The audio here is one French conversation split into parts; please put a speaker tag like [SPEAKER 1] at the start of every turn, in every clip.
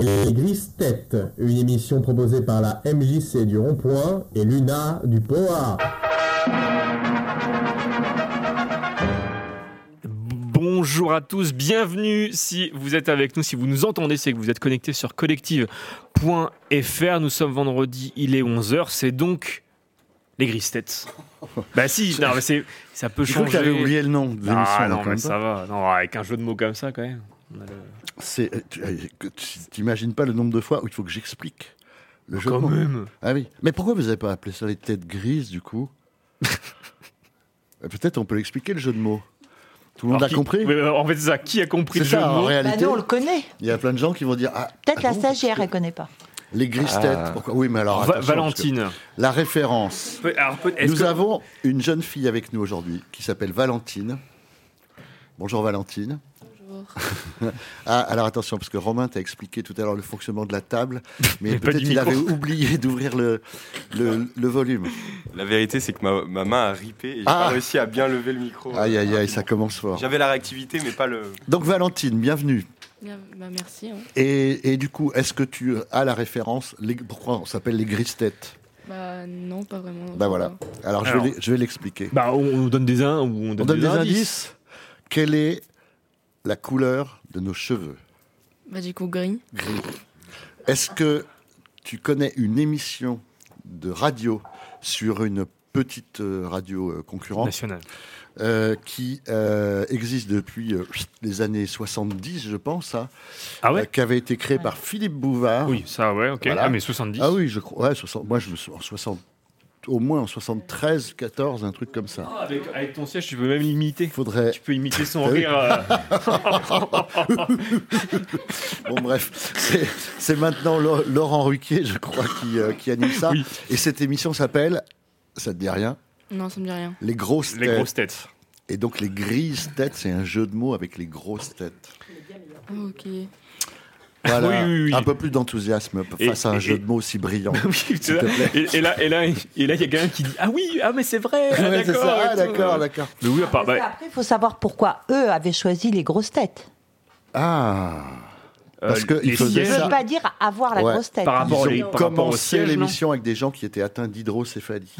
[SPEAKER 1] Les Grises Têtes, Euh, une émission proposée par la MJC du Rond-Point et Luna du POA.
[SPEAKER 2] Bonjour à tous, bienvenue si vous êtes avec nous, si vous nous entendez, c'est que vous êtes connectés sur collective.fr. Nous sommes vendredi, il est 11h, c'est donc les grises têtes. bah si, non, mais c'est, ça peut
[SPEAKER 3] Je crois que j'avais
[SPEAKER 2] changer.
[SPEAKER 3] oublié le nom de l'émission.
[SPEAKER 2] Ah
[SPEAKER 3] là,
[SPEAKER 2] non,
[SPEAKER 3] quand
[SPEAKER 2] mais
[SPEAKER 3] même.
[SPEAKER 2] ça va. Non, avec un jeu de mots comme ça quand même. On a le-
[SPEAKER 3] C'est, euh, tu- euh, que tu t'imagines pas le nombre de fois où il faut que j'explique le jeu de
[SPEAKER 2] Quand
[SPEAKER 3] mots.
[SPEAKER 2] même.
[SPEAKER 3] Ah oui. Mais pourquoi vous n'avez pas appelé ça les têtes grises du coup Euh, Peut-être on peut l'expliquer le jeu de mots. Tout le monde
[SPEAKER 2] Alors,
[SPEAKER 3] a
[SPEAKER 2] qui-
[SPEAKER 3] compris
[SPEAKER 2] Oui, alors, En fait, c'est ça. Qui a compris
[SPEAKER 3] C'est
[SPEAKER 2] le jeu
[SPEAKER 3] ça
[SPEAKER 2] de
[SPEAKER 3] en
[SPEAKER 2] mots
[SPEAKER 4] Bah
[SPEAKER 3] réalité.
[SPEAKER 4] nous, on le connaît.
[SPEAKER 3] Il y a plein de gens qui vont dire ah,
[SPEAKER 4] Peut-être
[SPEAKER 3] ah
[SPEAKER 4] la
[SPEAKER 3] bon,
[SPEAKER 4] stagiaire,
[SPEAKER 3] parce
[SPEAKER 4] elle
[SPEAKER 3] que
[SPEAKER 4] connaît pas.
[SPEAKER 3] Les grises
[SPEAKER 5] Ah.
[SPEAKER 3] têtes. Pourquoi Oui, mais alors
[SPEAKER 2] Va-
[SPEAKER 3] attention,
[SPEAKER 2] Valentine.
[SPEAKER 3] parce que La référence.
[SPEAKER 2] Peut- alors, peut- est-ce
[SPEAKER 3] Nous
[SPEAKER 2] que-
[SPEAKER 3] avons une jeune fille avec nous aujourd'hui qui s'appelle Valentine. Bonjour Valentine. Ah, alors attention, parce que Romain t'a expliqué tout à l'heure le fonctionnement de la table, mais,
[SPEAKER 2] Mais pas
[SPEAKER 3] peut-être
[SPEAKER 2] du
[SPEAKER 3] il
[SPEAKER 2] micro.
[SPEAKER 3] avait oublié d'ouvrir le, le, le volume.
[SPEAKER 5] La vérité, c'est que ma, ma main a ripé et j'ai
[SPEAKER 3] Ah.
[SPEAKER 5] pas réussi à bien lever le micro.
[SPEAKER 3] Aïe,
[SPEAKER 5] euh,
[SPEAKER 3] aïe, aïe,
[SPEAKER 5] rapidement.
[SPEAKER 3] ça commence fort.
[SPEAKER 5] J'avais la réactivité, mais pas le.
[SPEAKER 3] Donc Valentine, bienvenue.
[SPEAKER 6] Bien, bah merci. hein.
[SPEAKER 3] Et, et du coup, est-ce que tu as la référence les- Pourquoi on s'appelle les grises têtes
[SPEAKER 6] Bah non, pas vraiment.
[SPEAKER 3] Bah voilà. Alors, je vais
[SPEAKER 2] Alors.
[SPEAKER 3] l'e- je vais l'expliquer.
[SPEAKER 2] Bah, on on nous donne des uns ou on donne,
[SPEAKER 3] On donne des indices. Quelle est la couleur de nos cheveux
[SPEAKER 6] Bah du coup gris.
[SPEAKER 3] Est-ce que tu connais une émission de radio sur une petite euh, radio euh, concurrente
[SPEAKER 2] National.
[SPEAKER 3] euh, qui euh, existe depuis euh, les années 70, je pense, hein,
[SPEAKER 2] Ah
[SPEAKER 3] euh,
[SPEAKER 2] ouais
[SPEAKER 3] qui avait été créée par Philippe Bouvard.
[SPEAKER 2] Oui, ça, ouais, ok.
[SPEAKER 3] Voilà.
[SPEAKER 2] Ah, mais 70.
[SPEAKER 3] Ah oui, je crois. ouais, 60 moi, je me suis en 60 au moins en 73, 14, un truc comme ça.
[SPEAKER 2] Ah, Avec, avec ton siège, tu peux même l'imiter.
[SPEAKER 3] Faudrait.
[SPEAKER 2] Tu peux imiter son
[SPEAKER 3] Ah oui.
[SPEAKER 2] rire. euh,
[SPEAKER 3] Bon, bref, c'est- c'est maintenant Lo- Laurent Ruquier, je crois, qui, euh, qui anime ça.
[SPEAKER 2] Oui.
[SPEAKER 3] Et cette émission s'appelle, ça te dit rien,
[SPEAKER 6] Non, ça me dit rien.
[SPEAKER 3] Les grosses
[SPEAKER 2] les
[SPEAKER 3] têtes.
[SPEAKER 2] grosses têtes.
[SPEAKER 3] Et donc les grises têtes, c'est un jeu de mots avec les grosses têtes.
[SPEAKER 6] Ah, ok.
[SPEAKER 3] Voilà,
[SPEAKER 2] Oui, oui, oui.
[SPEAKER 3] un peu plus d'enthousiasme
[SPEAKER 2] Et-
[SPEAKER 3] face à un
[SPEAKER 2] et-
[SPEAKER 3] jeu
[SPEAKER 2] et-
[SPEAKER 3] de mots aussi brillant.
[SPEAKER 2] Oui, c'est
[SPEAKER 3] te
[SPEAKER 2] ça. et, et là, et là, et là, il y a quelqu'un qui dit Ah oui, ah mais c'est vrai. ah,
[SPEAKER 3] Ouais, c'est
[SPEAKER 2] d'accord.
[SPEAKER 3] ça.
[SPEAKER 2] et
[SPEAKER 3] Ah,
[SPEAKER 2] tout.
[SPEAKER 3] d'accord, d'accord.
[SPEAKER 2] Mais oui, à part. bah,
[SPEAKER 4] Après, il faut savoir pourquoi eux avaient choisi les grosses têtes.
[SPEAKER 3] Ah,
[SPEAKER 2] euh,
[SPEAKER 3] Parce que
[SPEAKER 2] les
[SPEAKER 3] il faisait
[SPEAKER 4] Ils
[SPEAKER 2] sièges,
[SPEAKER 4] ne
[SPEAKER 3] ça
[SPEAKER 4] veulent pas dire avoir la
[SPEAKER 3] Ouais.
[SPEAKER 4] grosse tête.
[SPEAKER 2] Par
[SPEAKER 3] ils
[SPEAKER 2] rapport
[SPEAKER 3] ont
[SPEAKER 2] à les- par rapport au
[SPEAKER 3] commencé
[SPEAKER 2] siège, non
[SPEAKER 3] l'émission avec des gens qui étaient atteints d'hydrocéphalie.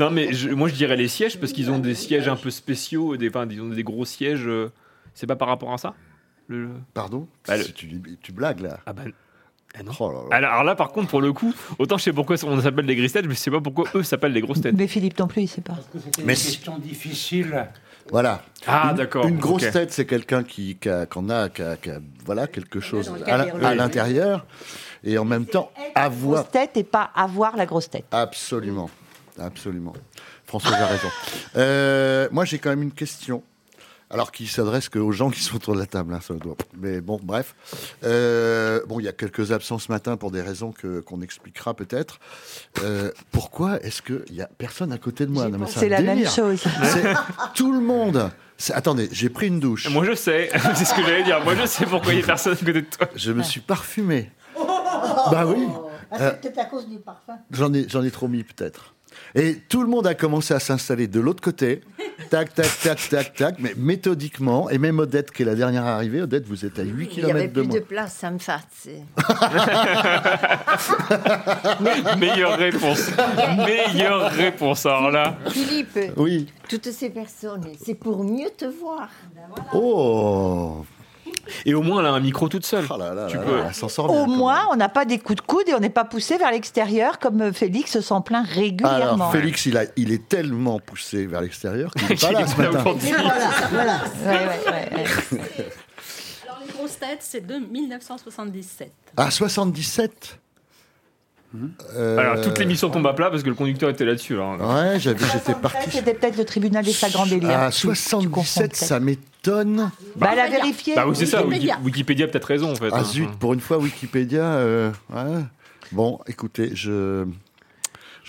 [SPEAKER 2] Non, mais je- moi je dirais les sièges parce qu'ils ont des sièges un peu spéciaux, des, enfin, ils ont des gros sièges. euh, c'est pas par rapport à ça Le-
[SPEAKER 3] Pardon
[SPEAKER 2] Bah, le-
[SPEAKER 3] Si tu, tu blagues là.
[SPEAKER 2] Ah bah. ah non.
[SPEAKER 3] Oh là là.
[SPEAKER 2] Alors, alors là, par contre, pour le coup, autant je sais pourquoi on s'appelle les grises têtes, mais je sais pas pourquoi eux s'appellent les grosses têtes.
[SPEAKER 4] Mais Philippe non plus, il sait pas.
[SPEAKER 7] Parce que c'était
[SPEAKER 3] Mais
[SPEAKER 7] une
[SPEAKER 3] si-
[SPEAKER 7] question difficile.
[SPEAKER 3] Voilà.
[SPEAKER 2] Ah,
[SPEAKER 3] Une-
[SPEAKER 2] d'accord.
[SPEAKER 3] Une grosse
[SPEAKER 2] ok.
[SPEAKER 3] tête, c'est quelqu'un qui, qui a, qu'on a, qui a- qui a- voilà, quelque chose
[SPEAKER 4] dans le
[SPEAKER 3] à la-
[SPEAKER 4] cadre
[SPEAKER 3] à
[SPEAKER 4] des-
[SPEAKER 3] l'intérieur. Et en même temps, avoir.
[SPEAKER 4] Grosse tête et pas avoir la grosse tête.
[SPEAKER 3] Absolument. Absolument. François a raison. Euh, moi, j'ai quand même une question. Alors, qui s'adresse qu'aux gens qui sont autour de la table, hein, ça doit. Mais bon, bref. Euh, bon, il y a quelques absences ce matin pour des raisons que qu'on expliquera peut-être. Euh, pourquoi est-ce qu'il y a personne à côté de moi
[SPEAKER 4] J'ai
[SPEAKER 3] Non, mais
[SPEAKER 4] pensé
[SPEAKER 3] un
[SPEAKER 4] la même
[SPEAKER 3] délire.
[SPEAKER 4] chose.
[SPEAKER 3] C'est tout le monde. C'est- Attendez, j'ai pris une douche.
[SPEAKER 2] Moi je sais, c'est ce que j'allais dire. Moi je sais pourquoi il y a personne à côté de toi.
[SPEAKER 3] Je me suis parfumé.
[SPEAKER 8] Oh
[SPEAKER 4] Oh.
[SPEAKER 3] bah oui.
[SPEAKER 4] Ah,
[SPEAKER 8] Ah,
[SPEAKER 3] Euh,
[SPEAKER 9] c'est peut-être à cause du parfum.
[SPEAKER 3] J'en ai, j'en ai trop mis peut-être. Et tout le monde a commencé à s'installer de l'autre côté. Tac, tac, tac, tac, tac, mais méthodiquement. Et même Odette, qui est la dernière arrivée, Odette, vous êtes à 8
[SPEAKER 10] Il n'y avait
[SPEAKER 3] km de
[SPEAKER 10] plus
[SPEAKER 3] moi.
[SPEAKER 10] de place, ça me fatigue.
[SPEAKER 2] Meilleure réponse. Meilleure réponse. Alors là.
[SPEAKER 10] Philippe,
[SPEAKER 3] Oui.
[SPEAKER 10] toutes ces personnes, c'est pour mieux te voir.
[SPEAKER 3] Oh,
[SPEAKER 2] Et au moins, elle a un micro toute seule.
[SPEAKER 3] Ah là là,
[SPEAKER 2] Tu
[SPEAKER 3] là,
[SPEAKER 2] peux. Oh.
[SPEAKER 3] là, elle s'en sort bien,
[SPEAKER 4] Au
[SPEAKER 3] quand
[SPEAKER 4] moins,
[SPEAKER 3] même.
[SPEAKER 4] on n'a pas des coups de coude et on n'est pas poussé vers l'extérieur comme euh, Félix s'en plaint régulièrement.
[SPEAKER 3] Alors, Félix, il, a, il est tellement poussé vers l'extérieur qu'il n'est pas Ah là ce
[SPEAKER 2] Il est
[SPEAKER 3] matin.
[SPEAKER 2] aujourd'hui.
[SPEAKER 9] voilà.
[SPEAKER 4] Ouais, ouais, ouais, ouais.
[SPEAKER 11] Alors, les grosses têtes, c'est de 1977.
[SPEAKER 3] À 77 Euh,
[SPEAKER 2] Alors, toute l'émission tombe à plat parce que le conducteur était là-dessus. hein. alors.
[SPEAKER 3] Ouais, j'avais- j'étais parti.
[SPEAKER 4] C'était peut-être le tribunal des flagrants délires.
[SPEAKER 3] À
[SPEAKER 4] Tu- tu confonds
[SPEAKER 3] 77,
[SPEAKER 4] peut-être.
[SPEAKER 3] ça m'étonne.
[SPEAKER 4] Bah, elle a vérifié.
[SPEAKER 2] Bah oui, c'est ça. Wiki-
[SPEAKER 11] Wikipédia.
[SPEAKER 2] Wikipédia, a peut-être raison en fait. hein.
[SPEAKER 3] Ah zut, pour une fois Wikipédia. euh, ouais. Bon, écoutez, je.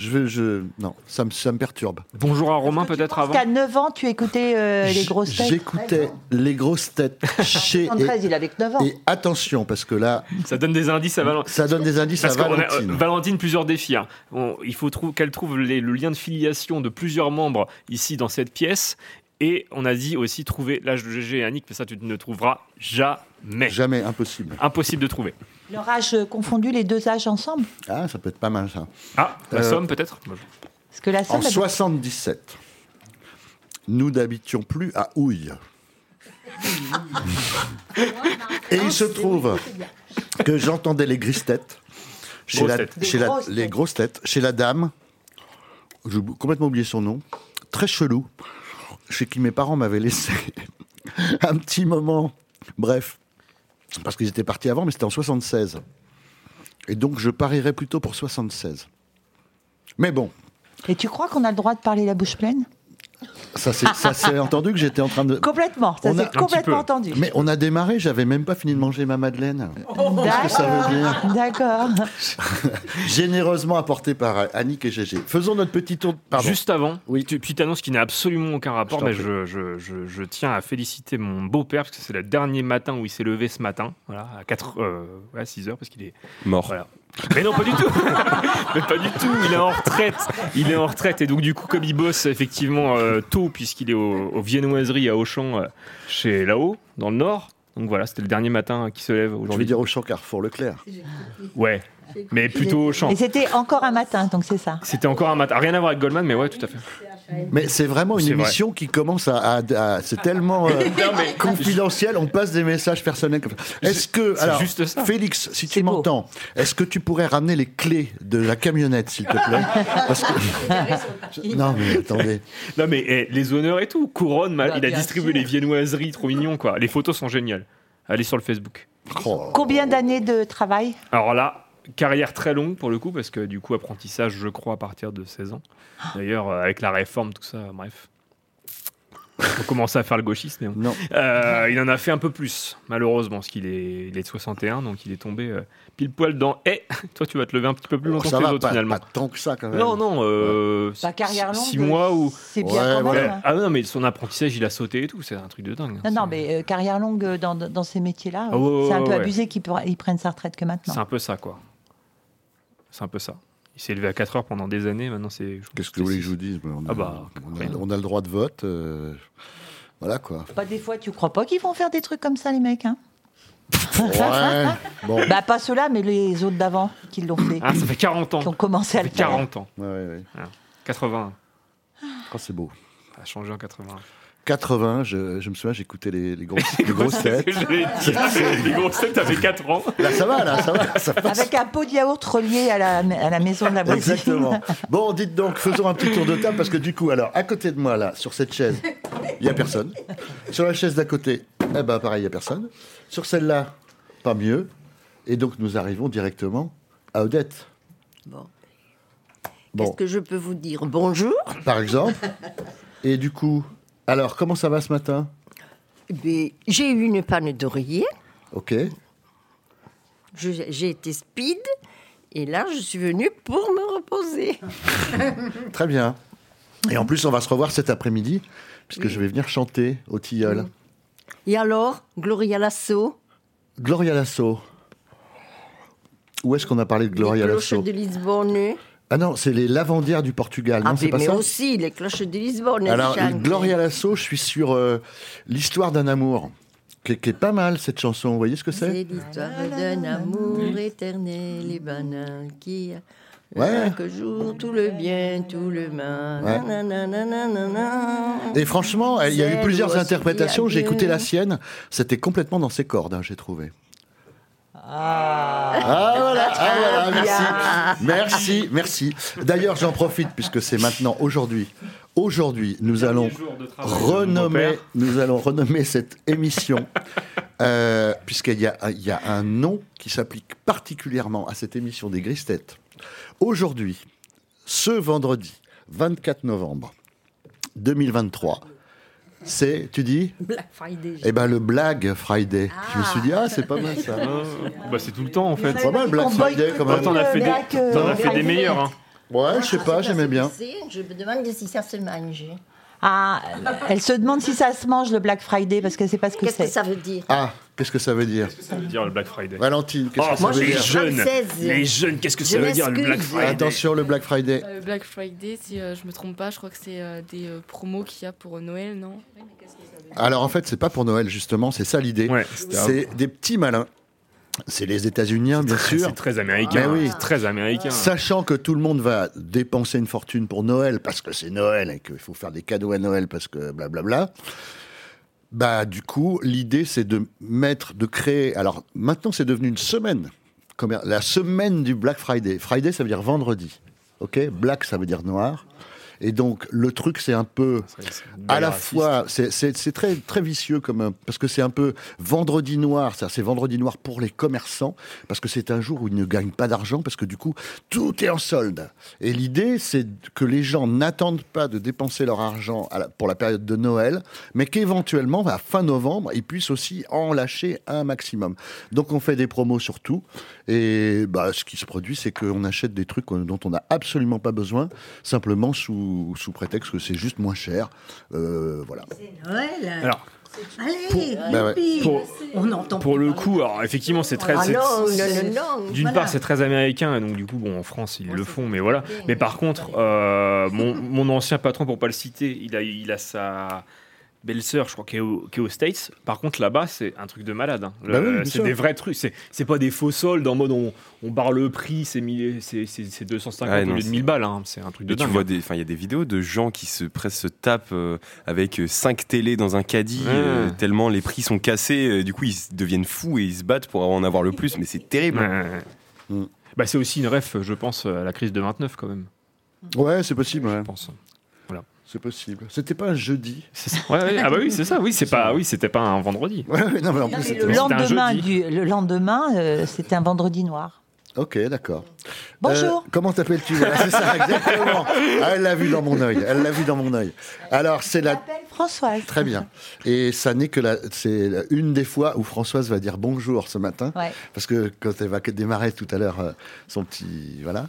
[SPEAKER 3] Je vais. Je, non, ça me, ça me perturbe.
[SPEAKER 2] Bonjour à Romain peut-être
[SPEAKER 4] Parce
[SPEAKER 2] avant.
[SPEAKER 4] qu'à 9 ans, tu écoutais euh, les grosses têtes.
[SPEAKER 3] J'écoutais les grosses têtes chez.
[SPEAKER 4] 73, il avait que 9 ans.
[SPEAKER 3] Et, et attention, parce que là,
[SPEAKER 2] Ça donne des indices à Valentine.
[SPEAKER 3] ça donne des indices
[SPEAKER 2] Parce
[SPEAKER 3] à
[SPEAKER 2] qu'on a euh,
[SPEAKER 3] Valentine.
[SPEAKER 2] Valentine, plusieurs défis. hein. On- il faut trou- qu'elle trouve les- le lien de filiation de plusieurs membres ici dans cette pièce. Et on a dit aussi trouver l'âge de GG et Annick, mais ça, tu ne trouveras jamais.
[SPEAKER 3] Jamais, impossible.
[SPEAKER 2] Impossible de trouver.
[SPEAKER 4] Leur âge euh, confondu, les deux âges ensemble
[SPEAKER 3] Ah, ça peut être pas mal, ça.
[SPEAKER 2] Ah, la
[SPEAKER 3] Euh,
[SPEAKER 2] somme peut-être
[SPEAKER 4] Parce que la
[SPEAKER 3] En
[SPEAKER 4] somme. elle-
[SPEAKER 3] 77, nous n'habitions plus à Houille. Et
[SPEAKER 8] Ah,
[SPEAKER 3] il se trouve que j'entendais les grises têtes chez
[SPEAKER 2] Grosses
[SPEAKER 3] la,
[SPEAKER 2] têtes.
[SPEAKER 3] chez
[SPEAKER 4] Des
[SPEAKER 3] la-
[SPEAKER 4] grosses
[SPEAKER 3] les
[SPEAKER 4] têtes.
[SPEAKER 3] grosses têtes chez la dame. J'ai complètement oublié son nom. Très chelou, chez qui mes parents m'avaient laissé un petit moment. Bref, parce qu'ils étaient partis avant, mais c'était en 76. Et donc je parierais plutôt pour 76. Mais bon,
[SPEAKER 4] Et tu crois qu'on a le droit de parler la bouche pleine
[SPEAKER 3] ça c'est ça s'est entendu que j'étais en train de.
[SPEAKER 4] Complètement, ça
[SPEAKER 3] On a-
[SPEAKER 4] c'est
[SPEAKER 3] un
[SPEAKER 2] petit
[SPEAKER 4] complètement
[SPEAKER 2] peu.
[SPEAKER 4] entendu.
[SPEAKER 3] Mais on a démarré, j'avais même pas fini de manger ma madeleine.
[SPEAKER 4] D'accord.
[SPEAKER 3] que ça veut dire
[SPEAKER 4] D'accord.
[SPEAKER 3] Généreusement apportée par Annick et Gégé. Faisons notre petit tour. de- Pardon.
[SPEAKER 2] Juste avant,
[SPEAKER 3] Oui.
[SPEAKER 2] tu- petite annonce qui n'a absolument aucun rapport,
[SPEAKER 3] Je t'en
[SPEAKER 2] mais
[SPEAKER 3] prie.
[SPEAKER 2] je, je- je- je tiens à féliciter mon beau-père, parce que c'est le dernier matin où il s'est levé ce matin, voilà, à 4, euh, ouais, 6 heures, parce qu'il est...
[SPEAKER 5] Mort.
[SPEAKER 2] Voilà. Mais non, pas du tout Mais pas du tout, il est en retraite Il est en retraite, et donc du coup, comme il bosse effectivement euh, tôt, puisqu'il est au- aux viennoiseries à Auchan, euh, chez là-haut, dans le Nord, donc voilà, c'était le dernier matin qui se lève
[SPEAKER 3] Je veux
[SPEAKER 2] aujourd'hui.
[SPEAKER 3] dire au champ Carrefour Leclerc.
[SPEAKER 2] Ouais, mais plutôt Auchan.
[SPEAKER 4] Et c'était encore un matin, donc c'est ça.
[SPEAKER 2] C'était encore un matin, rien à voir avec Goldman, mais ouais, tout à fait.
[SPEAKER 3] Mais c'est vraiment une
[SPEAKER 2] C'est vrai.
[SPEAKER 3] émission qui commence à. à- à- c'est tellement euh, confidentiel, on passe des messages personnels comme ça. Est-ce que.
[SPEAKER 2] c'est juste ça.
[SPEAKER 3] Félix, si
[SPEAKER 4] C'est
[SPEAKER 3] tu
[SPEAKER 4] beau.
[SPEAKER 3] m'entends, est-ce que tu pourrais ramener les clés de la camionnette, s'il te plaît Parce que. non, mais attendez.
[SPEAKER 2] Non mais eh, les honneurs et tout, couronne, mal-
[SPEAKER 9] Bah,
[SPEAKER 2] il a
[SPEAKER 9] bien
[SPEAKER 2] distribué
[SPEAKER 9] sûr.
[SPEAKER 2] les viennoiseries, trop mignon quoi. Les photos sont géniales. Allez sur le Facebook.
[SPEAKER 3] Oh.
[SPEAKER 4] Combien d'années de travail
[SPEAKER 2] Alors là, carrière très longue pour le coup parce que du coup apprentissage je crois à partir de 16 ans. D'ailleurs euh, avec la réforme tout ça, euh, bref. On commence à faire le gauchiste, mais bon.
[SPEAKER 3] Non.
[SPEAKER 2] Euh, il en a fait un peu plus, malheureusement, parce qu'il est, il est de 61, donc il est tombé euh, pile poil dans. Eh, toi, tu vas te lever un petit peu plus longtemps
[SPEAKER 3] Oh, ça
[SPEAKER 2] que les
[SPEAKER 3] va,
[SPEAKER 2] autres,
[SPEAKER 3] pas,
[SPEAKER 2] finalement.
[SPEAKER 3] pas tant que ça, quand même.
[SPEAKER 2] Non, non, euh,
[SPEAKER 4] Sa Bah, carrière longue
[SPEAKER 2] 6 mois ou.
[SPEAKER 4] C'est bien
[SPEAKER 3] Ouais,
[SPEAKER 4] quand
[SPEAKER 3] voilà.
[SPEAKER 4] même. hein.
[SPEAKER 2] Ah non, mais son apprentissage, il a sauté et tout, c'est un truc de dingue.
[SPEAKER 4] Non, non,
[SPEAKER 2] C'est-
[SPEAKER 4] mais euh, carrière longue euh, dans, dans ces métiers-là,
[SPEAKER 2] Ah ouais, ouais,
[SPEAKER 4] c'est un
[SPEAKER 2] ouais,
[SPEAKER 4] peu
[SPEAKER 2] ouais.
[SPEAKER 4] abusé qu'ils pourra- ils prennent sa retraite que maintenant.
[SPEAKER 2] C'est un peu ça, quoi. C'est un peu ça. Il s'est élevé à 4 heures pendant des années, maintenant c'est.
[SPEAKER 3] Qu'est-ce que vous voulez que je vous dise on a,
[SPEAKER 2] Ah bah,
[SPEAKER 3] on, a, on a le droit de vote. euh, voilà quoi.
[SPEAKER 4] Bah, des fois, tu crois pas qu'ils vont faire des trucs comme ça, les mecs hein
[SPEAKER 3] Ouais. Bon. Ouais,
[SPEAKER 4] Bah, pas ceux-là, mais les autres d'avant qui l'ont fait,
[SPEAKER 2] Ah, ça fait 40 ans.
[SPEAKER 4] qui ont commencé
[SPEAKER 2] Ça
[SPEAKER 4] à
[SPEAKER 2] fait
[SPEAKER 4] le faire.
[SPEAKER 2] 40 ans.
[SPEAKER 3] ouais, ouais.
[SPEAKER 2] 80.
[SPEAKER 3] Oh, c'est beau.
[SPEAKER 2] Ça a changé en 80.
[SPEAKER 3] 80, je, je me souviens, j'écoutais les, les grosses, les grosses
[SPEAKER 2] C'est ce
[SPEAKER 3] têtes.
[SPEAKER 2] que j'allais dire. Les grosses têtes avaient 4 ans.
[SPEAKER 3] Là, ça va, là, ça va. Ça passe.
[SPEAKER 4] Avec un pot de yaourt relié à la, à la maison de la
[SPEAKER 3] Ah
[SPEAKER 4] voisine.
[SPEAKER 3] Exactement. Bon, dites donc, faisons un petit tour de table parce que du coup, alors, à côté de moi, là, sur cette chaise, il n'y a personne. Sur la chaise d'à côté, eh ben, pareil, il n'y a personne. Sur celle-là, pas mieux. Et donc, nous arrivons directement à Odette.
[SPEAKER 10] Bon.
[SPEAKER 3] Bon,
[SPEAKER 10] Qu'est-ce que je peux vous dire Bonjour.
[SPEAKER 3] par exemple. Et du coup, alors, comment ça va ce matin
[SPEAKER 10] Eh bien, J'ai eu une panne d'oreiller.
[SPEAKER 3] Ok.
[SPEAKER 10] Je- J'ai été speed. Et là, je suis venue pour me reposer.
[SPEAKER 3] Très bien. Et en plus, on va se revoir cet après-midi, puisque je vais venir chanter au Tilleul.
[SPEAKER 10] Et alors, Gloria Lasso,
[SPEAKER 3] Gloria Lasso. Où est-ce qu'on a parlé de Gloria
[SPEAKER 10] les
[SPEAKER 3] Lasso
[SPEAKER 10] cloches de Lisbonne.
[SPEAKER 3] Ah non, c'est les lavandières du Portugal,
[SPEAKER 10] Ah,
[SPEAKER 3] non, c'est
[SPEAKER 10] mais,
[SPEAKER 3] pas
[SPEAKER 10] mais
[SPEAKER 3] ça
[SPEAKER 10] aussi les cloches de Lisbonne.
[SPEAKER 3] Alors,
[SPEAKER 10] Jeanne.
[SPEAKER 3] Gloria Lasso, je suis sur euh, l'histoire d'un amour, qui, qui est pas mal cette chanson, vous voyez ce que c'est
[SPEAKER 10] C'est l'histoire d'un amour éternel et banal qui a
[SPEAKER 3] Ouais.
[SPEAKER 10] chaque jour tout le bien, tout le mal.
[SPEAKER 3] Ouais.
[SPEAKER 10] Nanana, nanana.
[SPEAKER 3] Et franchement, eh, il y a eu
[SPEAKER 10] C'est
[SPEAKER 3] plusieurs
[SPEAKER 10] l'oiseau
[SPEAKER 3] interprétations,
[SPEAKER 10] qui a
[SPEAKER 3] j'ai écouté la
[SPEAKER 10] gueule.
[SPEAKER 3] sienne, c'était complètement dans ses cordes, hein, j'ai trouvé.
[SPEAKER 4] Ah.
[SPEAKER 3] Ah voilà, ah voilà, merci. Merci, merci. D'ailleurs, j'en profite puisque c'est maintenant aujourd'hui. Aujourd'hui, nous allons renommer, nous allons renommer cette émission euh, puisqu'il y, a un- il y a un nom qui s'applique particulièrement à cette émission des grises têtes. Aujourd'hui, ce vendredi 24 novembre 2023, c'est, tu dis
[SPEAKER 11] Black Friday.
[SPEAKER 3] Eh ben le Black Friday. Je me suis dit, ah, c'est pas mal ça.
[SPEAKER 2] bah, c'est tout le temps en fait.
[SPEAKER 3] C'est pas mal Black
[SPEAKER 4] On
[SPEAKER 3] Friday
[SPEAKER 4] boycotte
[SPEAKER 3] quand
[SPEAKER 2] Bah,
[SPEAKER 3] même.
[SPEAKER 2] T'en as fait
[SPEAKER 4] Le
[SPEAKER 2] des,
[SPEAKER 4] lac, euh,
[SPEAKER 2] t'en as
[SPEAKER 4] le
[SPEAKER 2] fait des
[SPEAKER 4] lac.
[SPEAKER 10] Ah,
[SPEAKER 2] meilleurs. hein.
[SPEAKER 3] Ouais, je sais pas, j'aimais bien.
[SPEAKER 10] Je me demande si ça se mange.
[SPEAKER 4] Ah, elle se demande si ça se mange le Black Friday parce qu'elle sait pas ce que
[SPEAKER 10] Qu'est-ce que
[SPEAKER 4] c'est.
[SPEAKER 10] ça veut dire
[SPEAKER 3] Ah, qu'est-ce que ça veut dire
[SPEAKER 2] Ça veut dire le Black Friday.
[SPEAKER 3] Valentine, qu'est-ce
[SPEAKER 2] Oh,
[SPEAKER 3] que ça
[SPEAKER 2] moi,
[SPEAKER 3] veut
[SPEAKER 2] les
[SPEAKER 3] dire
[SPEAKER 10] je-
[SPEAKER 2] jeunes,
[SPEAKER 10] Française.
[SPEAKER 2] les jeunes, qu'est-ce que ça
[SPEAKER 10] Je
[SPEAKER 2] veut dire le Black
[SPEAKER 10] m'excuse.
[SPEAKER 2] Friday
[SPEAKER 3] Attention, le Black Friday.
[SPEAKER 6] Euh, Black Friday, si euh, je me trompe pas, je crois que c'est euh, des euh, promos qu'il y a pour euh, Noël, non
[SPEAKER 3] Alors en fait, c'est pas pour Noël justement, c'est ça l'idée.
[SPEAKER 2] Ouais,
[SPEAKER 3] C'est des petits malins. C'est les États-Unis, bien sûr.
[SPEAKER 2] c'est très américain.
[SPEAKER 3] Mais Ah oui.
[SPEAKER 2] c'est très américain.
[SPEAKER 3] Sachant que tout le monde va dépenser une fortune pour Noël parce que c'est Noël et qu'il faut faire des cadeaux à Noël parce que blablabla. Bah du coup, l'idée c'est de mettre, de créer. Alors maintenant, c'est devenu une semaine. Commer- La semaine du Black Friday. Friday, ça veut dire vendredi. Ok, Black, ça veut dire noir. Et donc le truc, c'est un peu à la fois, c'est- c'est c'est très, très vicieux comme un- parce que c'est un peu vendredi noir, c'est-à-dire c'est vendredi noir pour les commerçants, parce que c'est un jour où ils ne gagnent pas d'argent, parce que du coup, tout est en solde. Et l'idée, c'est que les gens n'attendent pas de dépenser leur argent à la- pour la période de Noël, mais qu'éventuellement, à fin novembre, ils puissent aussi en lâcher un maximum. Donc on fait des promos sur tout, et bah, ce qui se produit, c'est qu'on achète des trucs dont on n'a absolument pas besoin, simplement sous, sous prétexte que c'est juste moins cher. Euh, voilà.
[SPEAKER 9] Noël.
[SPEAKER 2] Alors,
[SPEAKER 9] Allez,
[SPEAKER 3] Bah ouais.
[SPEAKER 9] youpi.
[SPEAKER 2] Pour-
[SPEAKER 9] On entend
[SPEAKER 2] pour
[SPEAKER 9] plus
[SPEAKER 2] le
[SPEAKER 9] parler.
[SPEAKER 2] coup, alors effectivement, c'est très.
[SPEAKER 10] Ah
[SPEAKER 2] c'est-
[SPEAKER 10] non, non, non, non.
[SPEAKER 2] D'une
[SPEAKER 9] Voilà.
[SPEAKER 2] part, c'est très américain, et donc du coup, bon, en France, ils le font, mais voilà. Mais par contre, euh, mon, mon ancien patron, pour pas le citer, il a, il a sa belle-sœur, je crois, qui est, au- qui est aux States. Par contre, là-bas, c'est un truc de malade. hein. Le-
[SPEAKER 3] Bah oui, bien
[SPEAKER 2] c'est
[SPEAKER 3] sûr.
[SPEAKER 2] des vrais trucs. C'est, c'est pas des faux soldes en mode on, on barre le prix, c'est, mille- c'est, c'est- c'est 250
[SPEAKER 3] Ah,
[SPEAKER 5] Ouais,
[SPEAKER 2] au
[SPEAKER 5] non,
[SPEAKER 2] lieu de
[SPEAKER 5] c'est-
[SPEAKER 2] 1000 balles. hein. C'est un truc de
[SPEAKER 5] Mais tu
[SPEAKER 2] dingue.
[SPEAKER 5] vois, des- enfin, il y a des vidéos de gens qui se pressent, se tapent euh, avec 5 télés dans un caddie,
[SPEAKER 2] Ouais.
[SPEAKER 5] euh, tellement les prix sont cassés, euh, du coup ils se deviennent fous et ils se battent pour en avoir le plus, mais c'est terrible.
[SPEAKER 2] Ouais, ouais, ouais.
[SPEAKER 3] Mm.
[SPEAKER 2] Bah, c'est aussi une ref, je pense, euh, à la crise de 29 quand même.
[SPEAKER 3] Ouais, c'est possible. ouais.
[SPEAKER 2] Je pense.
[SPEAKER 3] C'est possible. C'était pas un jeudi.
[SPEAKER 2] C'est ça. Ouais, ouais, ah bah oui, c'est ça. Oui, c'est pas, oui, c'était pas un vendredi.
[SPEAKER 3] Ouais, ouais, non, mais en
[SPEAKER 10] Non,
[SPEAKER 3] plus,
[SPEAKER 10] mais
[SPEAKER 3] c'était-
[SPEAKER 10] le-
[SPEAKER 4] Le
[SPEAKER 2] C'était un
[SPEAKER 4] lendemain,
[SPEAKER 2] jeudi.
[SPEAKER 4] du, le lendemain euh, c'était un vendredi noir.
[SPEAKER 3] Ok, d'accord.
[SPEAKER 4] Bonjour.
[SPEAKER 3] Euh, comment t'appelles-tu Voilà, C'est ça, exactement. Ah, elle l'a vu dans mon œil. Elle l'a vu dans mon œil. Alors, c'est la.
[SPEAKER 4] m'appelle Françoise.
[SPEAKER 3] Très bien. Et ça n'est que la, c'est la- une des fois où Françoise va dire bonjour ce matin,
[SPEAKER 4] Ouais.
[SPEAKER 3] parce que quand elle va démarrer tout à l'heure euh, son petit voilà,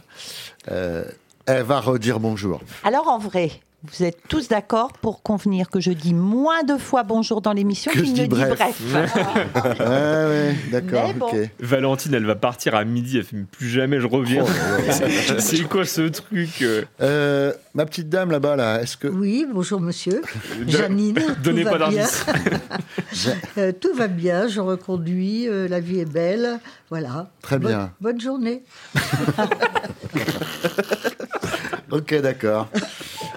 [SPEAKER 3] euh, elle va redire bonjour.
[SPEAKER 4] Alors en vrai, vous êtes tous d'accord pour convenir que je dis moins de fois bonjour dans l'émission
[SPEAKER 3] Que
[SPEAKER 4] qu'il
[SPEAKER 3] je
[SPEAKER 4] ne
[SPEAKER 3] dis
[SPEAKER 4] dit
[SPEAKER 3] bref.
[SPEAKER 4] bref.
[SPEAKER 3] Ouais, ouais, d'accord.
[SPEAKER 4] Mais bon.
[SPEAKER 3] ok.
[SPEAKER 2] Valentine, elle va partir à midi, elle fait mais plus jamais je reviens.
[SPEAKER 3] Oh là là.
[SPEAKER 2] c'est quoi ce truc euh,
[SPEAKER 3] Euh, ma petite dame là-bas, là, est-ce que
[SPEAKER 9] Oui, bonjour monsieur.
[SPEAKER 2] de-
[SPEAKER 9] Janine.
[SPEAKER 2] Donnez
[SPEAKER 9] tout
[SPEAKER 2] pas
[SPEAKER 9] va bien.
[SPEAKER 2] d'indice.
[SPEAKER 9] Euh, tout va bien, je reconduis, euh, la vie est belle. Voilà.
[SPEAKER 3] Très
[SPEAKER 9] Bonne-
[SPEAKER 3] bien.
[SPEAKER 9] Bonne journée.
[SPEAKER 3] Ok, d'accord.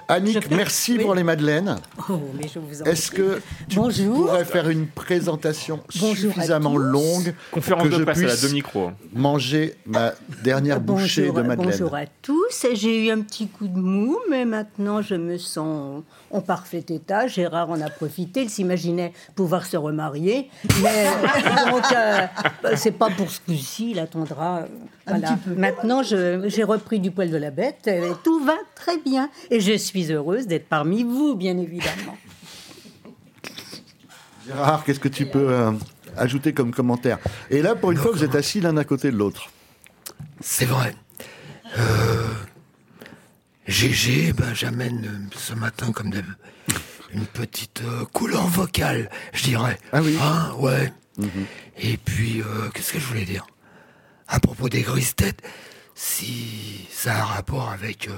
[SPEAKER 3] Annick, merci pour les madeleines.
[SPEAKER 9] Oh, mais je vous en
[SPEAKER 3] Est-ce que tu
[SPEAKER 9] Bonjour.
[SPEAKER 3] pourrais faire une présentation
[SPEAKER 9] Bonjour à
[SPEAKER 3] suffisamment
[SPEAKER 9] tous.
[SPEAKER 3] longue
[SPEAKER 2] Conférence
[SPEAKER 3] que
[SPEAKER 2] de
[SPEAKER 3] je
[SPEAKER 2] presse à la
[SPEAKER 3] puisse
[SPEAKER 2] demi-micro.
[SPEAKER 3] manger ma dernière bouchée
[SPEAKER 9] bonjour,
[SPEAKER 3] de madeleine
[SPEAKER 9] bonjour à tous. J'ai eu un petit coup de mou, mais maintenant je me sens en parfait état. Gérard en a profité. Il s'imaginait pouvoir se remarier. Mais donc, euh, bah, c'est pas pour ce coup-ci. Il attendra. euh, voilà. Maintenant, je- j'ai repris du poil de la bête. Et tout va très bien. Et je suis heureuse d'être parmi vous, bien évidemment.
[SPEAKER 3] Gérard, qu'est-ce que tu peux euh, ajouter comme commentaire Et là, pour une fois, vous êtes assis l'un à côté de l'autre.
[SPEAKER 7] C'est vrai. Euh, GG, ben, j'amène euh, ce matin comme d'hab une petite euh, couleur vocale, je dirais.
[SPEAKER 3] Ah oui.
[SPEAKER 7] Hein, ouais. Et puis, euh, qu'est-ce que je voulais dire À propos des grises têtes, si ça a un rapport avec euh,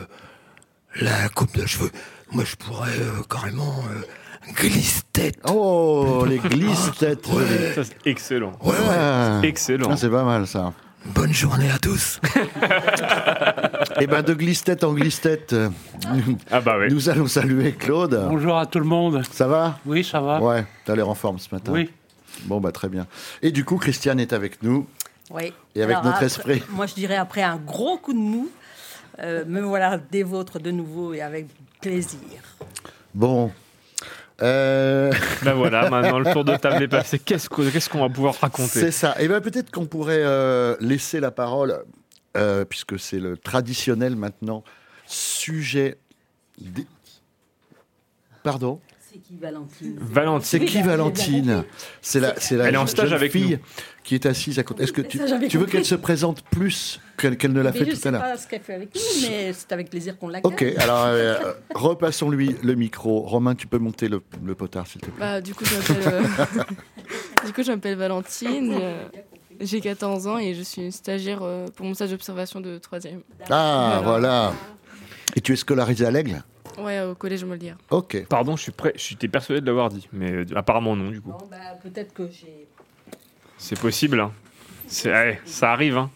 [SPEAKER 7] la coupe de cheveux, moi je pourrais euh, carrément euh, glisse tête.
[SPEAKER 3] Oh, les glisses-têtes
[SPEAKER 7] Ouais.
[SPEAKER 2] Ça, c'est excellent.
[SPEAKER 7] Ouais, ouais.
[SPEAKER 3] Ah.
[SPEAKER 2] Excellent.
[SPEAKER 3] Ah, C'est pas mal, ça.
[SPEAKER 7] Bonne journée à tous.
[SPEAKER 3] Eh ben, de glisse-tête en glisse-tête, euh, nous-
[SPEAKER 2] Ah bah ouais.
[SPEAKER 3] nous allons saluer Claude.
[SPEAKER 8] Bonjour à tout le monde.
[SPEAKER 3] Ça va
[SPEAKER 8] Oui, ça va
[SPEAKER 3] Ouais, t'as l'air en forme ce matin.
[SPEAKER 8] Oui.
[SPEAKER 3] Bon, bah très bien. Et du coup, Christiane est avec nous.
[SPEAKER 12] Oui.
[SPEAKER 3] Et avec notre
[SPEAKER 12] après-
[SPEAKER 3] esprit.
[SPEAKER 12] Moi, je dirais après un gros coup de mou, euh, me voilà des vôtres de nouveau et avec plaisir.
[SPEAKER 3] Bon. Euh,
[SPEAKER 2] Bah voilà, maintenant le tour de table est passé. Qu'est-ce qu'on qu'est-ce qu'on va pouvoir raconter
[SPEAKER 3] c'est ça. Et bien peut-être qu'on pourrait euh, laisser la parole, euh, puisque c'est le traditionnel maintenant, sujet... des- Pardon
[SPEAKER 11] c'est qui Valentine
[SPEAKER 3] C'est qui Valentine C'est la, c'est la
[SPEAKER 2] Elle est en
[SPEAKER 3] jeune
[SPEAKER 2] stage avec
[SPEAKER 3] fille
[SPEAKER 2] nous.
[SPEAKER 3] qui est assise à côté. Est-ce que tu,
[SPEAKER 11] Ça, j'avais
[SPEAKER 3] tu veux
[SPEAKER 11] compris.
[SPEAKER 3] qu'elle se présente plus qu'elle, qu'elle ne l'a
[SPEAKER 11] Mais
[SPEAKER 3] fait
[SPEAKER 11] je
[SPEAKER 3] tout à
[SPEAKER 11] sais
[SPEAKER 3] l'heure
[SPEAKER 11] pas ce qu'elle fait avec nous, mais c'est avec plaisir qu'on l'accueille.
[SPEAKER 3] Ok, alors euh, repassons-lui le micro. Romain, tu peux monter le, le potard, s'il te plaît.
[SPEAKER 6] Bah, du coup, je m'appelle, euh, du coup, je m'appelle Valentine. euh, J'ai 14 ans et je suis une stagiaire euh, pour mon stage d'observation de 3e.
[SPEAKER 3] Ah, voilà. Et tu es scolarisé à l'aigle
[SPEAKER 6] Ouais, au collège Molière.
[SPEAKER 3] Ok.
[SPEAKER 2] Pardon, je suis prêt. J'étais persuadé de l'avoir dit, mais euh, apparemment non, du coup.
[SPEAKER 11] Peut-être que bah, euh, j'ai.
[SPEAKER 2] C'est possible. hein. C'est, ouais, ça arrive. Hein.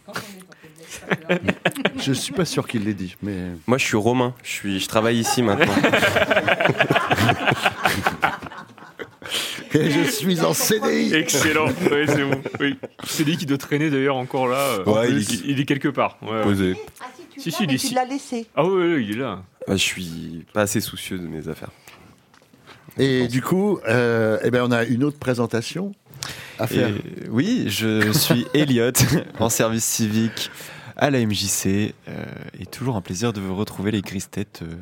[SPEAKER 3] Je suis pas sûr qu'il l'ait dit, mais.
[SPEAKER 5] Moi, je suis Romain. Je, suis, je travaille ici maintenant.
[SPEAKER 3] Et je suis en CDI.
[SPEAKER 2] Excellent. Ouais, c'est bon. Oui. CDI qui doit traîner d'ailleurs encore là. euh,
[SPEAKER 5] Ouais, il
[SPEAKER 2] il, est...
[SPEAKER 5] est-
[SPEAKER 2] il est quelque part. Ouais.
[SPEAKER 5] Posé.
[SPEAKER 2] Si, si, il est
[SPEAKER 4] tu
[SPEAKER 2] ici.
[SPEAKER 4] l'as laissé.
[SPEAKER 2] Ah oui, oui, oui, il est là.
[SPEAKER 5] Bah, je suis pas assez soucieux de mes affaires.
[SPEAKER 3] Et du coup, euh, eh ben on a une autre présentation à faire.
[SPEAKER 5] Et oui, je suis Elliot en service civique à la MJC euh, et toujours un plaisir de vous retrouver les grises têtes euh,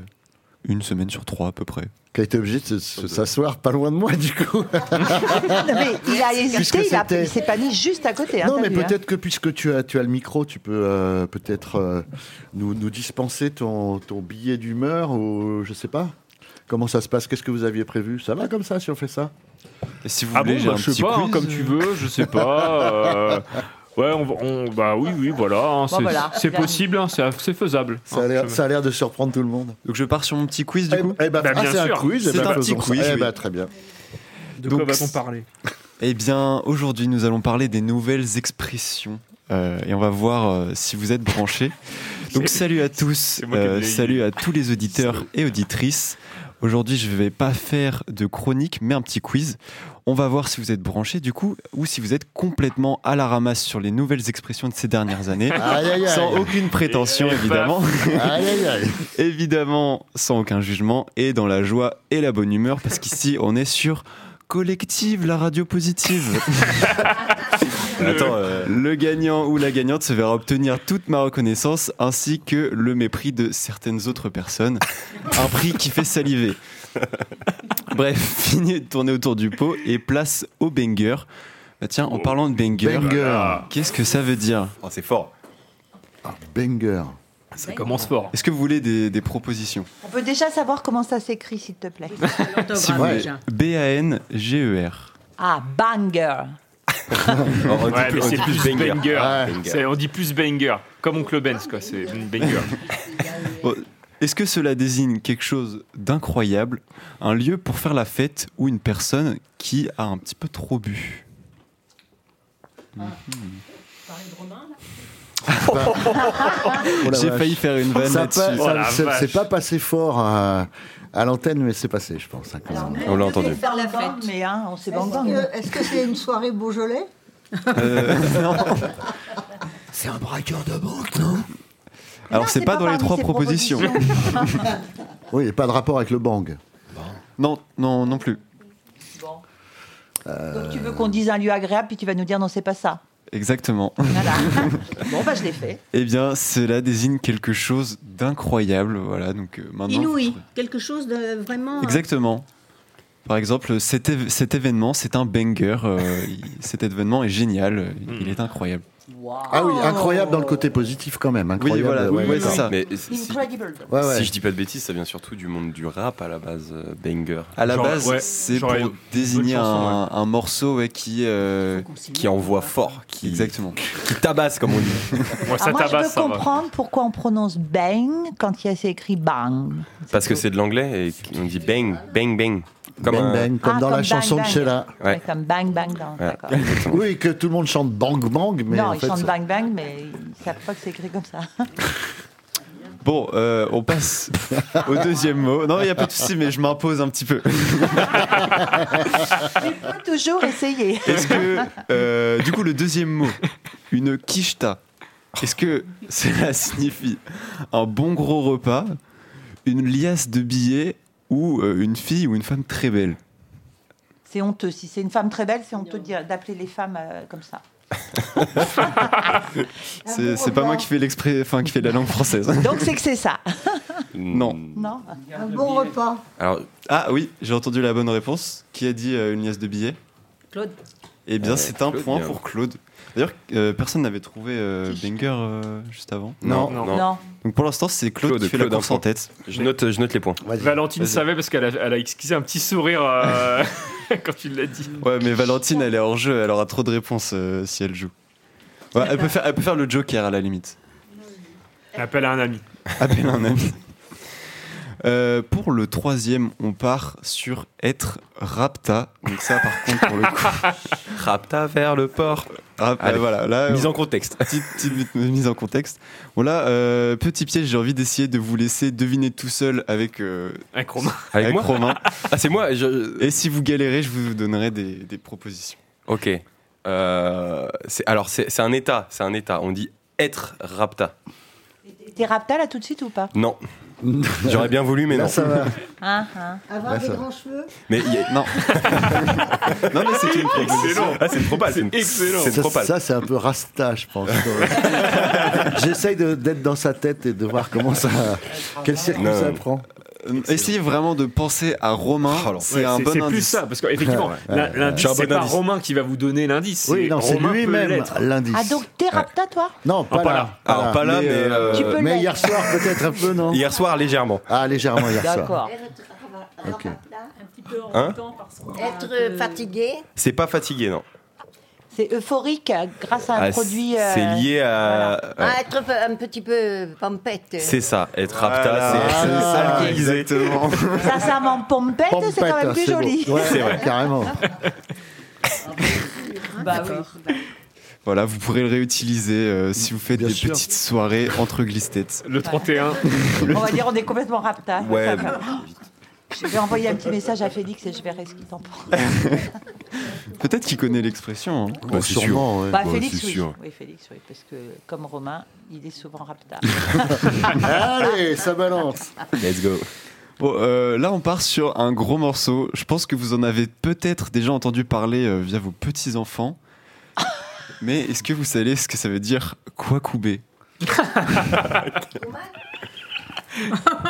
[SPEAKER 5] une semaine sur trois à peu près.
[SPEAKER 3] Qui a été obligé de se- se- s'asseoir pas loin de moi, du coup.
[SPEAKER 4] Non, mais il a
[SPEAKER 3] Puisque
[SPEAKER 4] hésité, il, a-
[SPEAKER 3] c'était-
[SPEAKER 4] il s'est pas mis juste à côté. hein,
[SPEAKER 3] Non,
[SPEAKER 4] t'as
[SPEAKER 3] mais
[SPEAKER 4] vu, hein.
[SPEAKER 3] peut-être que puisque tu as, tu as le micro, tu peux euh, peut-être euh, nous, nous dispenser ton, ton billet d'humeur ou je sais pas. Comment ça se passe Qu'est-ce que vous aviez prévu Ça va comme ça si on fait ça
[SPEAKER 5] Si vous
[SPEAKER 2] Ah
[SPEAKER 5] voulez,
[SPEAKER 2] bon,
[SPEAKER 5] j'ai
[SPEAKER 2] bah,
[SPEAKER 5] un
[SPEAKER 2] je sais
[SPEAKER 5] petit
[SPEAKER 2] pas, hein,
[SPEAKER 5] quiz.
[SPEAKER 2] comme tu veux, je sais pas. euh, Ouais, on, va- on- bah oui, oui, voilà, hein, c'est
[SPEAKER 5] voilà.
[SPEAKER 2] c'est possible, hein, c'est c'est faisable.
[SPEAKER 3] Ça a l'air- ça a l'air de surprendre tout le monde.
[SPEAKER 5] Donc je pars sur mon petit quiz du coup
[SPEAKER 3] Eh ben,
[SPEAKER 2] Bah,
[SPEAKER 3] ah,
[SPEAKER 2] bien
[SPEAKER 3] c'est un
[SPEAKER 2] sûr.
[SPEAKER 3] quiz. eh
[SPEAKER 5] C'est
[SPEAKER 3] ben,
[SPEAKER 5] un petit
[SPEAKER 3] faisons ça.
[SPEAKER 5] quiz,
[SPEAKER 3] Eh
[SPEAKER 5] oui.
[SPEAKER 3] ben, très bien.
[SPEAKER 2] De quoi
[SPEAKER 5] Donc,
[SPEAKER 2] va-t-on parler
[SPEAKER 5] Eh bien, aujourd'hui, nous allons parler des nouvelles expressions. Euh, et on va voir euh, si vous êtes branchés. Donc, salut à tous.
[SPEAKER 2] moi qui ai
[SPEAKER 5] euh,
[SPEAKER 2] bien eu.
[SPEAKER 5] salut à tous les auditeurs et auditrices. Aujourd'hui, je ne vais pas faire de chronique, mais un petit quiz. On va voir si vous êtes branchés, du coup, ou si vous êtes complètement à la ramasse sur les nouvelles expressions de ces dernières années.
[SPEAKER 3] Aïe, aïe, aïe.
[SPEAKER 5] Sans aucune prétention,
[SPEAKER 2] Et- et paf.
[SPEAKER 5] évidemment.
[SPEAKER 3] Aïe, aïe, aïe.
[SPEAKER 5] évidemment sans aucun jugement et dans la joie et la bonne humeur parce qu'ici on est sur collective la radio positive. euh,
[SPEAKER 2] Attends,
[SPEAKER 5] Le gagnant ou la gagnante se verra obtenir toute ma reconnaissance ainsi que le mépris de certaines autres personnes, un prix qui fait saliver. Bref, fini de tourner autour du pot et place au banger. Bah tiens, en parlant de banger,
[SPEAKER 3] Banger.
[SPEAKER 5] qu'est-ce que ça veut dire
[SPEAKER 2] Oh. c'est fort.
[SPEAKER 3] Banger.
[SPEAKER 2] Ça commence fort.
[SPEAKER 5] Est-ce que vous voulez des- des propositions
[SPEAKER 4] On peut déjà savoir comment ça s'écrit, s'il te plaît.
[SPEAKER 5] Si vous- B-A-N-G-E-R.
[SPEAKER 4] Ah, banger.
[SPEAKER 5] On dit
[SPEAKER 2] Ouais,
[SPEAKER 5] plus-
[SPEAKER 2] mais
[SPEAKER 5] on
[SPEAKER 2] c'est
[SPEAKER 5] dit
[SPEAKER 2] plus
[SPEAKER 5] plus
[SPEAKER 2] banger.
[SPEAKER 5] banger.
[SPEAKER 2] C'est- On dit plus banger, comme Oncle Benz, quoi. C'est une banger.
[SPEAKER 5] Bon, Est-ce que cela désigne quelque chose d'incroyable, un lieu pour faire la fête ou une personne qui a un petit peu trop bu
[SPEAKER 3] Oh la
[SPEAKER 5] J'ai
[SPEAKER 3] vache.
[SPEAKER 5] failli faire une vanne
[SPEAKER 3] Ça
[SPEAKER 5] là-dessus.
[SPEAKER 3] pa- ça-
[SPEAKER 2] Oh la
[SPEAKER 3] c'est-
[SPEAKER 2] vache.
[SPEAKER 3] C'est pas passé fort à, à l'antenne, mais c'est passé, je pense. hein, quand même.
[SPEAKER 5] On l'a entendu.
[SPEAKER 4] Faire la fête. Mais hein, on s'est
[SPEAKER 8] Est-ce
[SPEAKER 4] bandé.
[SPEAKER 8] que- Est-ce que c'est une soirée Beaujolais
[SPEAKER 5] Euh, non.
[SPEAKER 7] Ah. C'est un braqueur de banque, non
[SPEAKER 5] Alors c'est pas, dans les trois propositions.
[SPEAKER 3] Oui, et pas de rapport avec le bang.
[SPEAKER 5] non, non, non plus.
[SPEAKER 4] Euh, Donc
[SPEAKER 3] Euh.
[SPEAKER 4] tu veux qu'on dise un lieu agréable, puis tu vas nous dire non, c'est pas ça.
[SPEAKER 5] Exactement.
[SPEAKER 4] Voilà. bon, bah je l'ai fait.
[SPEAKER 5] Eh bien, cela désigne quelque chose d'incroyable. Voilà, donc euh, maintenant.
[SPEAKER 11] Inouï, quelque chose de
[SPEAKER 9] euh,
[SPEAKER 11] vraiment.
[SPEAKER 5] Exactement. Par exemple, cet, éve- cet événement, c'est un banger. euh, il- cet événement est génial. euh,
[SPEAKER 2] Hmm.
[SPEAKER 5] Il est incroyable.
[SPEAKER 3] Ah oui, incroyable dans le côté positif quand même. Incroyable,
[SPEAKER 5] Oui, voilà, oui,
[SPEAKER 3] ouais,
[SPEAKER 5] ouais,
[SPEAKER 3] d'accord.
[SPEAKER 5] c'est ça.
[SPEAKER 4] Mais
[SPEAKER 5] si,
[SPEAKER 4] Incredible.
[SPEAKER 3] Ouais, ouais.
[SPEAKER 5] je dis pas de bêtises, ça vient surtout du monde du rap à la base, euh, banger. À la
[SPEAKER 2] Genre,
[SPEAKER 5] base,
[SPEAKER 2] ouais,
[SPEAKER 5] c'est
[SPEAKER 2] genre
[SPEAKER 5] pour
[SPEAKER 2] une
[SPEAKER 5] désigner
[SPEAKER 2] bonne chanson,
[SPEAKER 5] un, un morceau ouais, qui, euh,
[SPEAKER 11] qui
[SPEAKER 5] envoie fort, qui exactement, qui tabasse comme on dit.
[SPEAKER 2] Moi, ça
[SPEAKER 4] Ah, moi,
[SPEAKER 2] tabasse,
[SPEAKER 4] je
[SPEAKER 2] ça
[SPEAKER 4] veux
[SPEAKER 2] va.
[SPEAKER 4] comprendre pourquoi on prononce bang quand il y a- c'est écrit bang.
[SPEAKER 5] Parce que c'est de l'anglais et on dit bang, bang, bang, comme
[SPEAKER 3] Bang,
[SPEAKER 5] un-
[SPEAKER 3] bang, comme
[SPEAKER 4] Ah,
[SPEAKER 3] dans la
[SPEAKER 4] bang,
[SPEAKER 3] chanson
[SPEAKER 4] bang.
[SPEAKER 3] de Sheila.
[SPEAKER 5] Ouais.
[SPEAKER 4] Ouais, Comme bang bang dans.
[SPEAKER 5] Voilà.
[SPEAKER 4] D'accord.
[SPEAKER 3] Oui, que tout le monde chante bang bang, mais
[SPEAKER 4] non,
[SPEAKER 3] en
[SPEAKER 4] ils
[SPEAKER 3] fait,
[SPEAKER 4] chantent
[SPEAKER 3] ça-
[SPEAKER 4] bang bang, mais ils savent pas que c'est écrit comme ça.
[SPEAKER 5] Bon, euh, on passe au deuxième mot. Non, il y a pas de souci, mais je m'impose un petit peu.
[SPEAKER 4] Tu peux toujours essayer.
[SPEAKER 5] Est-ce que, euh, du coup, le deuxième mot, une quicheta, est-ce que cela signifie un bon gros repas, une liasse de billets ou euh, une fille ou une femme très belle
[SPEAKER 4] C'est honteux. Si c'est une femme très belle, c'est honteux d'y- d'appeler les femmes euh, comme ça.
[SPEAKER 5] C'est c'est pas moi qui fais l'exprès, enfin qui fait la langue française.
[SPEAKER 4] Donc c'est que c'est ça.
[SPEAKER 5] Non.
[SPEAKER 8] Non. Un bon repas.
[SPEAKER 5] Alors... Ah oui, j'ai entendu la bonne réponse. Qui a dit euh, une liasse de billets
[SPEAKER 12] Claude.
[SPEAKER 5] Eh bien,
[SPEAKER 12] Euh,
[SPEAKER 5] c'est un
[SPEAKER 12] Claude,
[SPEAKER 5] point
[SPEAKER 12] bien.
[SPEAKER 5] pour Claude. D'ailleurs, euh, personne n'avait trouvé euh, Banger euh, juste avant.
[SPEAKER 13] Non, Non. non. Non.
[SPEAKER 5] Donc pour l'instant, c'est Claude, qui fait la
[SPEAKER 13] un
[SPEAKER 5] course
[SPEAKER 13] point.
[SPEAKER 5] en tête.
[SPEAKER 13] Je note, euh, je note les points.
[SPEAKER 2] Valentine
[SPEAKER 5] Vas-y.
[SPEAKER 2] savait parce qu'elle a, elle a esquissé un petit sourire euh, quand tu l'as dit.
[SPEAKER 5] Ouais, mais Valentine, elle est hors jeu. Elle aura trop de réponses euh, si elle joue. Ouais, elle, peut faire, elle peut faire le Joker à la limite.
[SPEAKER 2] Appelle à un ami.
[SPEAKER 5] Appelle un ami. Euh, pour le troisième, on part sur être rapta. Donc ça, par contre, pour le coup... rapta vers le port.
[SPEAKER 13] Allez,
[SPEAKER 5] voilà, là,
[SPEAKER 13] mise en
[SPEAKER 5] contexte. Petite, petite mise en contexte. Bon là, euh, petit piège, j'ai envie d'essayer de vous laisser deviner tout seul avec... euh,
[SPEAKER 2] Avec Romain.
[SPEAKER 13] Avec moi
[SPEAKER 5] Romain.
[SPEAKER 13] Ah, c'est moi.
[SPEAKER 5] Et si vous galérez, je vous donnerai des, des propositions.
[SPEAKER 13] Ok. Euh, c'est- alors, c'est c'est un état. C'est un état. On dit être rapta.
[SPEAKER 4] T'es rapta là tout de suite ou pas
[SPEAKER 13] Non. J'aurais bien voulu, mais
[SPEAKER 4] Là,
[SPEAKER 13] non.
[SPEAKER 4] Bah, ça va.
[SPEAKER 8] Ah,
[SPEAKER 4] Hein, hein.
[SPEAKER 8] Avoir
[SPEAKER 13] Là,
[SPEAKER 8] des
[SPEAKER 13] ça-
[SPEAKER 8] grands cheveux.
[SPEAKER 13] Mais il y a- non.
[SPEAKER 5] non, mais c'est une
[SPEAKER 13] proposition. Ah, c'est une propale. C'est une- C'est une
[SPEAKER 3] Ça,
[SPEAKER 13] propale.
[SPEAKER 3] ça, c'est un peu rasta, je pense. J'essaye de- d'être dans sa tête et de voir comment ça. Quel circuit
[SPEAKER 5] Non.
[SPEAKER 3] ça prend.
[SPEAKER 5] Euh, Essayez vraiment de penser à Romain.
[SPEAKER 13] Oh,
[SPEAKER 5] c'est
[SPEAKER 2] Ouais,
[SPEAKER 5] un bon
[SPEAKER 2] c'est
[SPEAKER 5] indice.
[SPEAKER 2] plus ça, parce qu'effectivement,
[SPEAKER 5] Ouais, ouais,
[SPEAKER 2] l'in-
[SPEAKER 5] ouais.
[SPEAKER 2] l'indice,
[SPEAKER 5] C'est un
[SPEAKER 2] c'est
[SPEAKER 5] bon
[SPEAKER 2] pas
[SPEAKER 5] indice.
[SPEAKER 2] Romain qui va vous donner l'indice.
[SPEAKER 3] Oui, non, c'est
[SPEAKER 2] Romain peut
[SPEAKER 3] lui-même,
[SPEAKER 2] l'être.
[SPEAKER 3] l'indice.
[SPEAKER 4] Ah donc t'es rapta toi
[SPEAKER 3] Non,
[SPEAKER 13] pas là. Alors, pas là, mais, euh, Tu peux
[SPEAKER 3] mais
[SPEAKER 13] l'être.
[SPEAKER 3] hier soir, peut-être un peu, non
[SPEAKER 13] Hier soir, légèrement.
[SPEAKER 3] Ah, légèrement hier soir.
[SPEAKER 4] D'accord.
[SPEAKER 3] Ok.
[SPEAKER 13] Hein
[SPEAKER 10] Être euh, fatigué.
[SPEAKER 13] C'est pas fatigué, non.
[SPEAKER 4] C'est euphorique euh, grâce à un
[SPEAKER 13] Ah,
[SPEAKER 4] produit. euh,
[SPEAKER 13] C'est lié à. ouais.
[SPEAKER 10] Ah, être un petit peu pompette.
[SPEAKER 13] C'est Ah, ça, être rapta,
[SPEAKER 5] Voilà,
[SPEAKER 13] c'est
[SPEAKER 5] voilà,
[SPEAKER 13] alcoolisé.
[SPEAKER 5] exactement.
[SPEAKER 4] Ça, ça m'en pompette, c'est quand même plus joli.
[SPEAKER 13] C'est vrai.
[SPEAKER 3] Carrément.
[SPEAKER 4] Bah oui.
[SPEAKER 5] Voilà, vous pourrez le réutiliser euh, si vous faites des petites soirées entre glissettes.
[SPEAKER 2] Le 31.
[SPEAKER 4] On va dire, on est complètement rapta.
[SPEAKER 5] Ouais.
[SPEAKER 4] Ça va. Je vais envoyer un petit message à Félix et je verrai ce qu'il t'en pense.
[SPEAKER 5] Peut-être qu'il connaît l'expression. hein.
[SPEAKER 3] Bah, c'est Sûrement, sûr. ouais.
[SPEAKER 4] Bah,
[SPEAKER 3] Bah,
[SPEAKER 4] Félix,
[SPEAKER 3] c'est
[SPEAKER 4] oui.
[SPEAKER 3] sûr.
[SPEAKER 4] Oui, Félix, oui, parce que comme Romain, il est souvent rapta. Ah,
[SPEAKER 3] Allez, ça balance.
[SPEAKER 13] Let's go.
[SPEAKER 5] Bon, euh, là, on part sur un gros morceau. Je pense que vous en avez peut-être déjà entendu parler euh, via vos petits-enfants. Mais est-ce que vous savez ce que ça veut dire quoi couper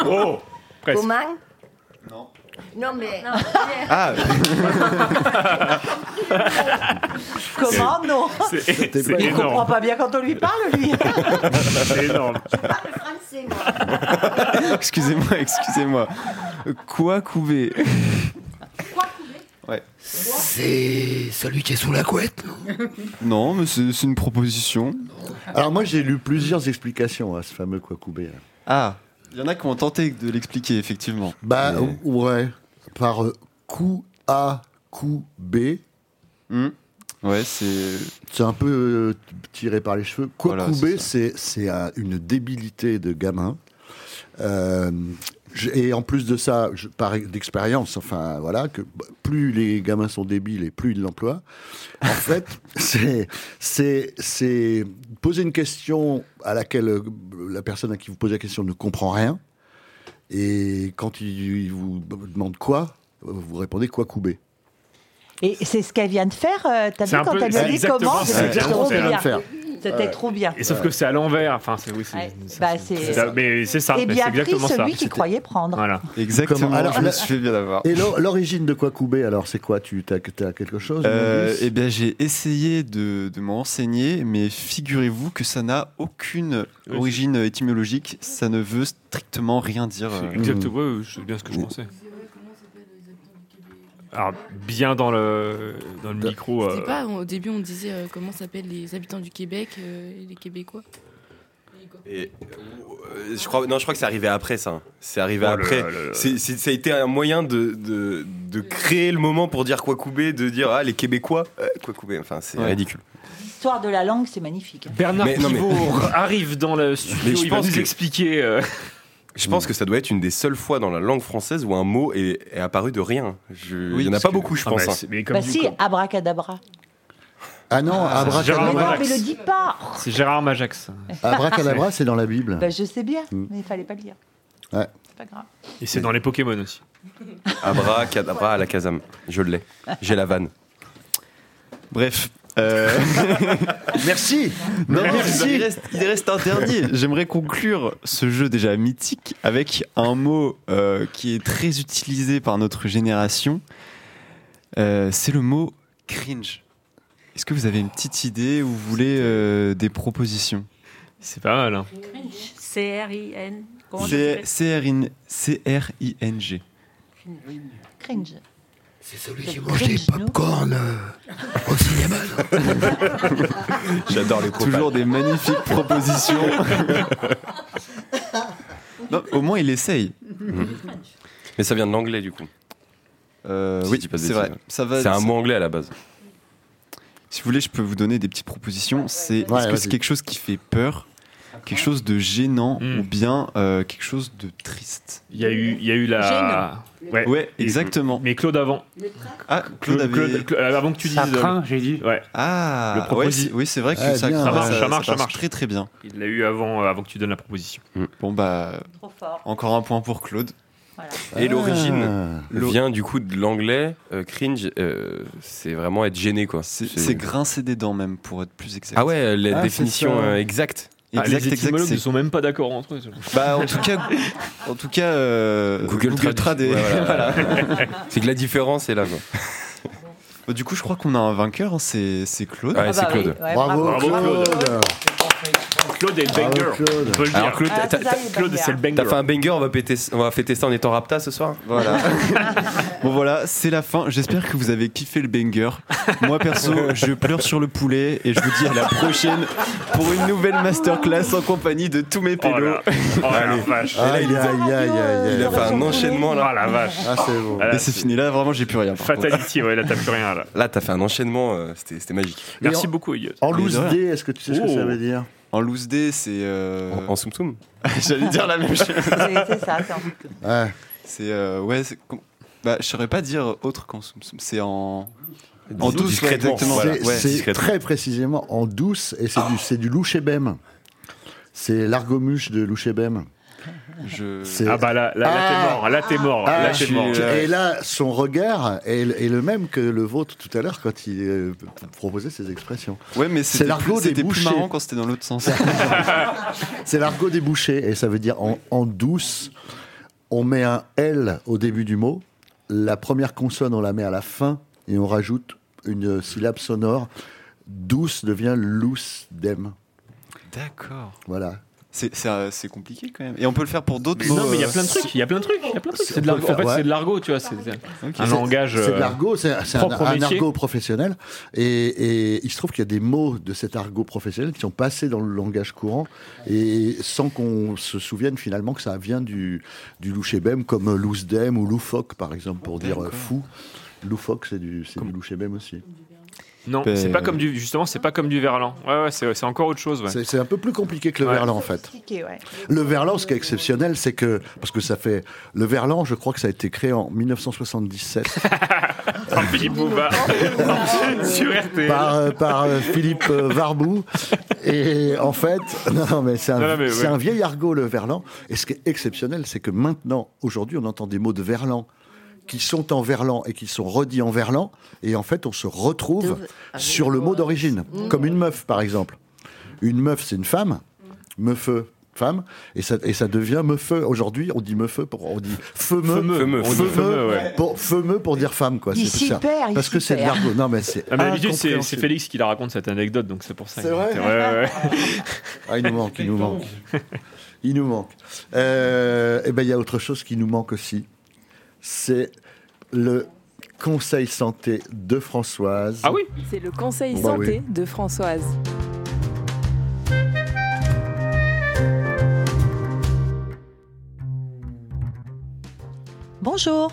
[SPEAKER 2] Oh
[SPEAKER 10] Comment Non. Non, mais.
[SPEAKER 5] Ah
[SPEAKER 4] Comment non
[SPEAKER 2] C'est-
[SPEAKER 4] Il
[SPEAKER 2] c'est
[SPEAKER 4] ne
[SPEAKER 2] énorme.
[SPEAKER 4] comprend pas bien quand on lui parle, lui.
[SPEAKER 2] C'est énorme.
[SPEAKER 5] excusez-moi, excusez-moi. Quoi couper Ouais.
[SPEAKER 7] C'est celui qui est sous la couette, non
[SPEAKER 5] Non, mais c'est c'est une proposition.
[SPEAKER 3] Alors, moi, j'ai lu plusieurs explications à ce fameux hein. Kwakoubé.
[SPEAKER 5] Ah, il y en a qui ont tenté de l'expliquer, effectivement.
[SPEAKER 3] Bah,
[SPEAKER 5] Mais-
[SPEAKER 3] ou- ouais. Par euh, coup A, coup B.
[SPEAKER 5] Ouais, c'est.
[SPEAKER 3] C'est un peu euh, t- tiré par les cheveux. Kwakoubé, c'est c'est euh, une débilité de gamin. Euh, je- et en plus de ça, je- par d'expérience, enfin voilà, que bah, plus les gamins sont débiles et plus ils l'emploient. En fait, c'est c'est c'est poser une question à laquelle euh, la personne à qui vous posez la question ne comprend rien. Et quand il, il vous demande quoi, euh, vous répondez quoi couper.
[SPEAKER 4] Et c'est ce qu'elle vient de faire. euh, T'as
[SPEAKER 2] C'est
[SPEAKER 4] vu
[SPEAKER 2] un
[SPEAKER 4] quand
[SPEAKER 2] peu-
[SPEAKER 4] elle lui a dit
[SPEAKER 2] exactement,
[SPEAKER 4] comment
[SPEAKER 2] c'est
[SPEAKER 4] C'était
[SPEAKER 2] exactement
[SPEAKER 4] trop
[SPEAKER 2] ce qu'elle vient
[SPEAKER 4] bien.
[SPEAKER 2] de faire.
[SPEAKER 4] C'était
[SPEAKER 2] Ouais.
[SPEAKER 4] trop bien.
[SPEAKER 2] Et sauf que c'est à l'envers. Enfin, c'est oui, c'est. c'est-
[SPEAKER 4] Bah,
[SPEAKER 2] c'est
[SPEAKER 4] c'est.
[SPEAKER 2] ça, mais c'est ça,
[SPEAKER 4] Et
[SPEAKER 2] mais
[SPEAKER 4] Eh bien
[SPEAKER 2] c'est
[SPEAKER 4] pris
[SPEAKER 2] exactement ça.
[SPEAKER 4] celui qui croyait prendre.
[SPEAKER 2] Voilà.
[SPEAKER 5] Exactement.
[SPEAKER 3] Comment- alors,
[SPEAKER 5] je me
[SPEAKER 3] la-
[SPEAKER 5] suis fait bien avoir.
[SPEAKER 3] Et l'or- l'origine de Kwakoubé, alors c'est quoi Tu as, quelque chose un
[SPEAKER 5] Euh,
[SPEAKER 3] indice
[SPEAKER 5] eh bien, j'ai essayé de, de m'en renseigner, mais figurez-vous que ça n'a aucune origine étymologique. Ça ne veut strictement rien dire. euh. Mm.
[SPEAKER 2] Exactement, ouais, ouais, c'est bien ce que je pensais. Alors, bien dans le, dans le micro.
[SPEAKER 6] Je sais
[SPEAKER 2] euh,
[SPEAKER 6] pas, au début on disait euh, comment s'appellent les habitants du Québec, euh, et les Québécois.
[SPEAKER 13] Et, euh, je crois, non, je crois que c'est arrivé après ça. C'est arrivé
[SPEAKER 2] Oh, le-
[SPEAKER 13] après.
[SPEAKER 2] le-
[SPEAKER 13] C'est- c'est- ça a été un moyen de, de, de créer le moment pour dire quoi couper, de dire ah les Québécois, euh, quoi couper. Enfin, c'est
[SPEAKER 2] Ouais.
[SPEAKER 13] ridicule.
[SPEAKER 4] L'histoire de la langue, c'est magnifique.
[SPEAKER 2] Bernard
[SPEAKER 13] Mais- non, mais-
[SPEAKER 2] Pivot arrive dans le
[SPEAKER 13] Mais
[SPEAKER 2] studio,
[SPEAKER 13] je
[SPEAKER 2] il va
[SPEAKER 13] pense
[SPEAKER 2] nous
[SPEAKER 13] que-
[SPEAKER 2] expliquer. euh,
[SPEAKER 13] Je pense que ça doit être une des seules fois dans la langue française où un mot est, est apparu de rien. Je-
[SPEAKER 2] Oui,
[SPEAKER 13] il n'y en a
[SPEAKER 2] parce
[SPEAKER 13] pas
[SPEAKER 2] que-
[SPEAKER 13] beaucoup, je
[SPEAKER 2] Ah,
[SPEAKER 13] pense.
[SPEAKER 2] bah,
[SPEAKER 13] hein.
[SPEAKER 2] c'est- mais
[SPEAKER 4] Bah si, abracadabra.
[SPEAKER 3] Ah non,
[SPEAKER 2] Ah, c'est
[SPEAKER 4] Mais non,
[SPEAKER 3] abracadabra.
[SPEAKER 4] mais le dis pas
[SPEAKER 2] C'est Gérard Majax.
[SPEAKER 3] Abracadabra, c'est dans la Bible.
[SPEAKER 4] Bah, Je sais bien,
[SPEAKER 3] Mm.
[SPEAKER 4] mais il fallait pas le dire.
[SPEAKER 3] Ouais.
[SPEAKER 4] C'est pas grave.
[SPEAKER 2] Et c'est dans les Pokémon aussi.
[SPEAKER 13] Abra, cadabra, à la Kazam. Je l'ai. J'ai la vanne.
[SPEAKER 5] Bref, euh.
[SPEAKER 3] Merci
[SPEAKER 5] Non,
[SPEAKER 3] Merci.
[SPEAKER 5] Il reste, il reste un dernier. J'aimerais conclure ce jeu déjà mythique avec un mot euh, qui est très utilisé par notre génération. Euh, C'est le mot cringe. Est-ce que vous avez une petite idée ou vous voulez euh, des propositions
[SPEAKER 2] C'est pas mal. hein.
[SPEAKER 11] C-R-I-N. Comment ça
[SPEAKER 5] C'est
[SPEAKER 11] s'appelle
[SPEAKER 5] C-R-I-N-G.
[SPEAKER 4] Cringe.
[SPEAKER 7] C'est celui qui mangeait popcorn euh, au cinéma. non
[SPEAKER 5] J'adore les Toujours des magnifiques propositions. Non, au moins, il essaye.
[SPEAKER 3] Euh,
[SPEAKER 13] Mais ça vient de l'anglais du coup. Si
[SPEAKER 5] Euh, oui,
[SPEAKER 13] je dis pas de
[SPEAKER 5] c'est
[SPEAKER 13] bêtises.
[SPEAKER 5] vrai. Ça va-
[SPEAKER 13] C'est un
[SPEAKER 5] ça-
[SPEAKER 13] mot anglais à la base.
[SPEAKER 5] Si vous voulez, je peux vous donner des petites propositions. C'est est-ce que
[SPEAKER 13] vas-y.
[SPEAKER 5] c'est quelque chose qui fait peur, quelque chose de gênant
[SPEAKER 2] Hmm.
[SPEAKER 5] ou bien euh, quelque chose de triste
[SPEAKER 2] Il y a eu, il y a eu la. Ouais.
[SPEAKER 5] exactement.
[SPEAKER 2] Mais Claude avant.
[SPEAKER 5] Ah, Claude avait-
[SPEAKER 2] Claude- euh, avant que tu dises.
[SPEAKER 5] Ça craint,
[SPEAKER 2] euh,
[SPEAKER 5] j'ai dit.
[SPEAKER 2] Ouais.
[SPEAKER 5] Ah,
[SPEAKER 2] Le proposi-
[SPEAKER 5] ouais, c'est- oui, c'est vrai que ça craint,
[SPEAKER 2] ça marche,
[SPEAKER 5] ça-
[SPEAKER 2] ça,
[SPEAKER 5] ça
[SPEAKER 2] marche, ça
[SPEAKER 5] passe
[SPEAKER 2] marche
[SPEAKER 5] très, très bien.
[SPEAKER 2] Il l'a eu avant, euh, avant que tu donnes la proposition.
[SPEAKER 5] Bon bah, encore un point pour Claude.
[SPEAKER 13] Et
[SPEAKER 5] Ah.
[SPEAKER 13] l'origine vient du coup de l'anglais euh, cringe, euh, c'est vraiment être gêné quoi.
[SPEAKER 5] C'est grincer des dents même pour être plus exact.
[SPEAKER 13] Ah ouais, la définition euh, exacte.
[SPEAKER 2] Ah, les
[SPEAKER 5] exact,
[SPEAKER 2] étymologues
[SPEAKER 5] c'est-
[SPEAKER 2] ne sont même pas d'accord entre eux.
[SPEAKER 5] Bah en tout cas, en tout cas euh, Google, Trad est-
[SPEAKER 13] Ouais, voilà.
[SPEAKER 5] voilà.
[SPEAKER 13] c'est que la différence est là. quoi.
[SPEAKER 5] Bah, Du coup, je crois qu'on a un vainqueur, hein, c'est c'est Claude.
[SPEAKER 13] Ouais, Ah c'est bah oui, Claude. ouais, Bravo, bravo. Claude.
[SPEAKER 2] Claude est le
[SPEAKER 13] Bravo,
[SPEAKER 2] banger.
[SPEAKER 13] Claude.
[SPEAKER 2] On peut le
[SPEAKER 13] Alors
[SPEAKER 2] dire.
[SPEAKER 13] Claude, t'as- t'as-
[SPEAKER 2] Claude, c'est le banger.
[SPEAKER 13] T'as fait un banger, on va, péter, on va fêter ça en étant rapta ce soir
[SPEAKER 5] Voilà. Bon voilà, c'est la fin. J'espère que vous avez kiffé le banger. Moi perso, je pleure sur le poulet et je vous dis à la prochaine pour une nouvelle masterclass en compagnie de tous mes pélos.
[SPEAKER 7] Oh,
[SPEAKER 2] Allez.
[SPEAKER 5] Et là, il,
[SPEAKER 3] aïe, aïe, aïe,
[SPEAKER 5] il a fait un enchaînement là.
[SPEAKER 2] Ah la vache.
[SPEAKER 3] Ah, c'est bon.
[SPEAKER 5] Et c'est fini là, vraiment j'ai plus rien. par contre.
[SPEAKER 2] Fatality, ouais, là t'as plus rien là.
[SPEAKER 13] Là, t'as fait un enchaînement, euh, c'était c'était magique.
[SPEAKER 2] Merci beaucoup, Elliot. Oh.
[SPEAKER 3] En loose
[SPEAKER 5] Ah,
[SPEAKER 3] D, est-ce que tu sais ce que ça veut dire
[SPEAKER 5] En loose D, c'est. euh,
[SPEAKER 13] En soum soum
[SPEAKER 5] J'allais dire la même chose.
[SPEAKER 4] C'est ça,
[SPEAKER 3] Ouais.
[SPEAKER 5] C'est euh, ouais. c'est com- Bah, je saurais pas dire autre qu'en soum soum. C'est en en
[SPEAKER 3] Dis-
[SPEAKER 5] douce, ouais, exactement.
[SPEAKER 3] C'est
[SPEAKER 5] Ouais,
[SPEAKER 3] c'est
[SPEAKER 5] discrètement.
[SPEAKER 3] très précisément en douce et c'est du, c'est du louchébem. C'est l'argomuche de louchébem.
[SPEAKER 5] Je...
[SPEAKER 3] C'est-
[SPEAKER 2] Ah bah là, là, là,
[SPEAKER 3] Ah.
[SPEAKER 2] t'es mort, là t'es mort,
[SPEAKER 3] Ah,
[SPEAKER 2] là t'es
[SPEAKER 3] tu-
[SPEAKER 2] mort.
[SPEAKER 3] Et là, son regard est, le- est le même que le vôtre tout à l'heure quand il euh, p- proposait ses expressions.
[SPEAKER 5] Ouais, mais
[SPEAKER 3] C'est
[SPEAKER 5] c'était plus-
[SPEAKER 3] l'argot des
[SPEAKER 5] C'était plus
[SPEAKER 3] bouchers.
[SPEAKER 5] marrant quand c'était dans l'autre sens.
[SPEAKER 3] C'est l'argot des bouchers et ça veut dire en, en douce. On met un L au début du mot, la première consonne on la met à la fin et on rajoute une syllabe sonore. Douce devient lousse dem.
[SPEAKER 5] D'accord.
[SPEAKER 3] Voilà.
[SPEAKER 5] C'est c'est, euh, c'est compliqué quand même. Et on peut le faire pour d'autres.
[SPEAKER 2] Mais non,
[SPEAKER 5] mots,
[SPEAKER 2] mais il y a
[SPEAKER 5] euh,
[SPEAKER 2] plein de trucs, il y a plein de trucs, il y a plein de trucs. C'est de l'argot, en fait,
[SPEAKER 3] Ouais.
[SPEAKER 2] c'est de l'argot, tu vois, c'est c'est un
[SPEAKER 3] C'est-
[SPEAKER 2] langage.
[SPEAKER 3] C'est de
[SPEAKER 2] euh,
[SPEAKER 3] l'argot, c'est c'est un,
[SPEAKER 2] propre au
[SPEAKER 3] un
[SPEAKER 2] métier.
[SPEAKER 3] argot professionnel. Et, et il se trouve qu'il y a des mots de cet argot professionnel qui sont passés dans le langage courant et sans qu'on se souvienne finalement que ça vient du, du louchébem, comme lousdem ou loufoque par exemple, pour dire euh, fou. Loufoque, c'est du, c'est du louchébem aussi.
[SPEAKER 2] Non,
[SPEAKER 3] Ben-
[SPEAKER 2] c'est pas comme du. Justement, c'est pas comme du verlan. Ouais, ouais, c'est c'est encore autre chose. Ouais.
[SPEAKER 3] C'est c'est un peu plus compliqué que le verlan en fait.
[SPEAKER 4] ouais.
[SPEAKER 3] Le verlan, ce qui est exceptionnel, c'est que. Parce que ça fait. Le verlan, je crois que ça a été créé en 1977.
[SPEAKER 2] Par Philippe Bouvard sur E. RTL.
[SPEAKER 3] par, euh, par, euh, Philippe euh, Varbou. Et en fait, non, non, mais c'est un,
[SPEAKER 2] Non, non, mais
[SPEAKER 3] c'est
[SPEAKER 2] ouais.
[SPEAKER 3] un vieil argot, le verlan. Et ce qui est exceptionnel, c'est que maintenant, aujourd'hui, on entend des mots de verlan qui sont en verlan et qui sont redits en verlan. Et en fait, on se retrouve
[SPEAKER 2] Ah,
[SPEAKER 3] sur le mot d'origine.
[SPEAKER 2] Mmh.
[SPEAKER 3] Comme une meuf, par exemple. Une meuf, c'est une femme. Meufeux. Femme, et ça, et ça devient meufeux. Aujourd'hui, on dit meufeux pour. On dit feumeux.
[SPEAKER 2] Feumeux. Feumeux,
[SPEAKER 3] On dit
[SPEAKER 2] feumeux, ouais.
[SPEAKER 3] pour, feumeux pour dire femme, quoi.
[SPEAKER 2] Il
[SPEAKER 3] C'est
[SPEAKER 2] s'y
[SPEAKER 3] ça.
[SPEAKER 2] perd, il
[SPEAKER 3] Parce que
[SPEAKER 2] s'y
[SPEAKER 3] c'est de
[SPEAKER 2] perd.
[SPEAKER 3] l'argot. Non, mais Bah, c'est.
[SPEAKER 2] Ah, mais d'habitude, c'est- c'est
[SPEAKER 3] incompréhensible.
[SPEAKER 2] Félix qui la raconte cette anecdote, donc c'est pour ça.
[SPEAKER 3] C'est
[SPEAKER 2] que-
[SPEAKER 3] vrai
[SPEAKER 2] Ouais, ouais.
[SPEAKER 3] Ah, il nous manque, il nous manque. Il nous manque. Euh, Eh ben, il y a autre chose qui nous manque aussi. C'est le conseil santé de Françoise.
[SPEAKER 2] Ah
[SPEAKER 14] C'est le conseil
[SPEAKER 3] Bah
[SPEAKER 14] santé
[SPEAKER 3] oui.
[SPEAKER 14] de Françoise.
[SPEAKER 4] Bonjour.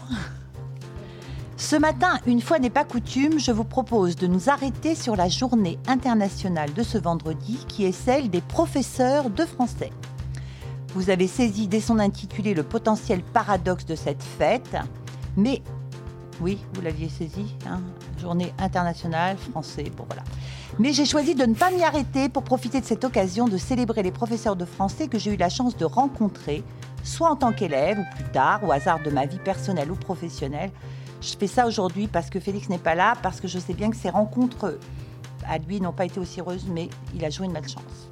[SPEAKER 4] Ce matin, une fois n'est pas coutume, je vous propose de nous arrêter sur la journée internationale de ce vendredi qui est celle des professeurs de français. Vous avez saisi dès son intitulé le potentiel paradoxe de cette fête, mais oui, vous l'aviez saisi, hein, journée internationale français, bon voilà. Mais j'ai choisi de ne pas m'y arrêter pour profiter de cette occasion de célébrer les professeurs de français que j'ai eu la chance de rencontrer, soit en tant qu'élève ou plus tard, au hasard de ma vie personnelle ou professionnelle. Je fais ça aujourd'hui parce que Félix n'est pas là, parce que je sais bien que ces rencontres à lui n'ont pas été aussi heureuses, mais il a joué une malchance.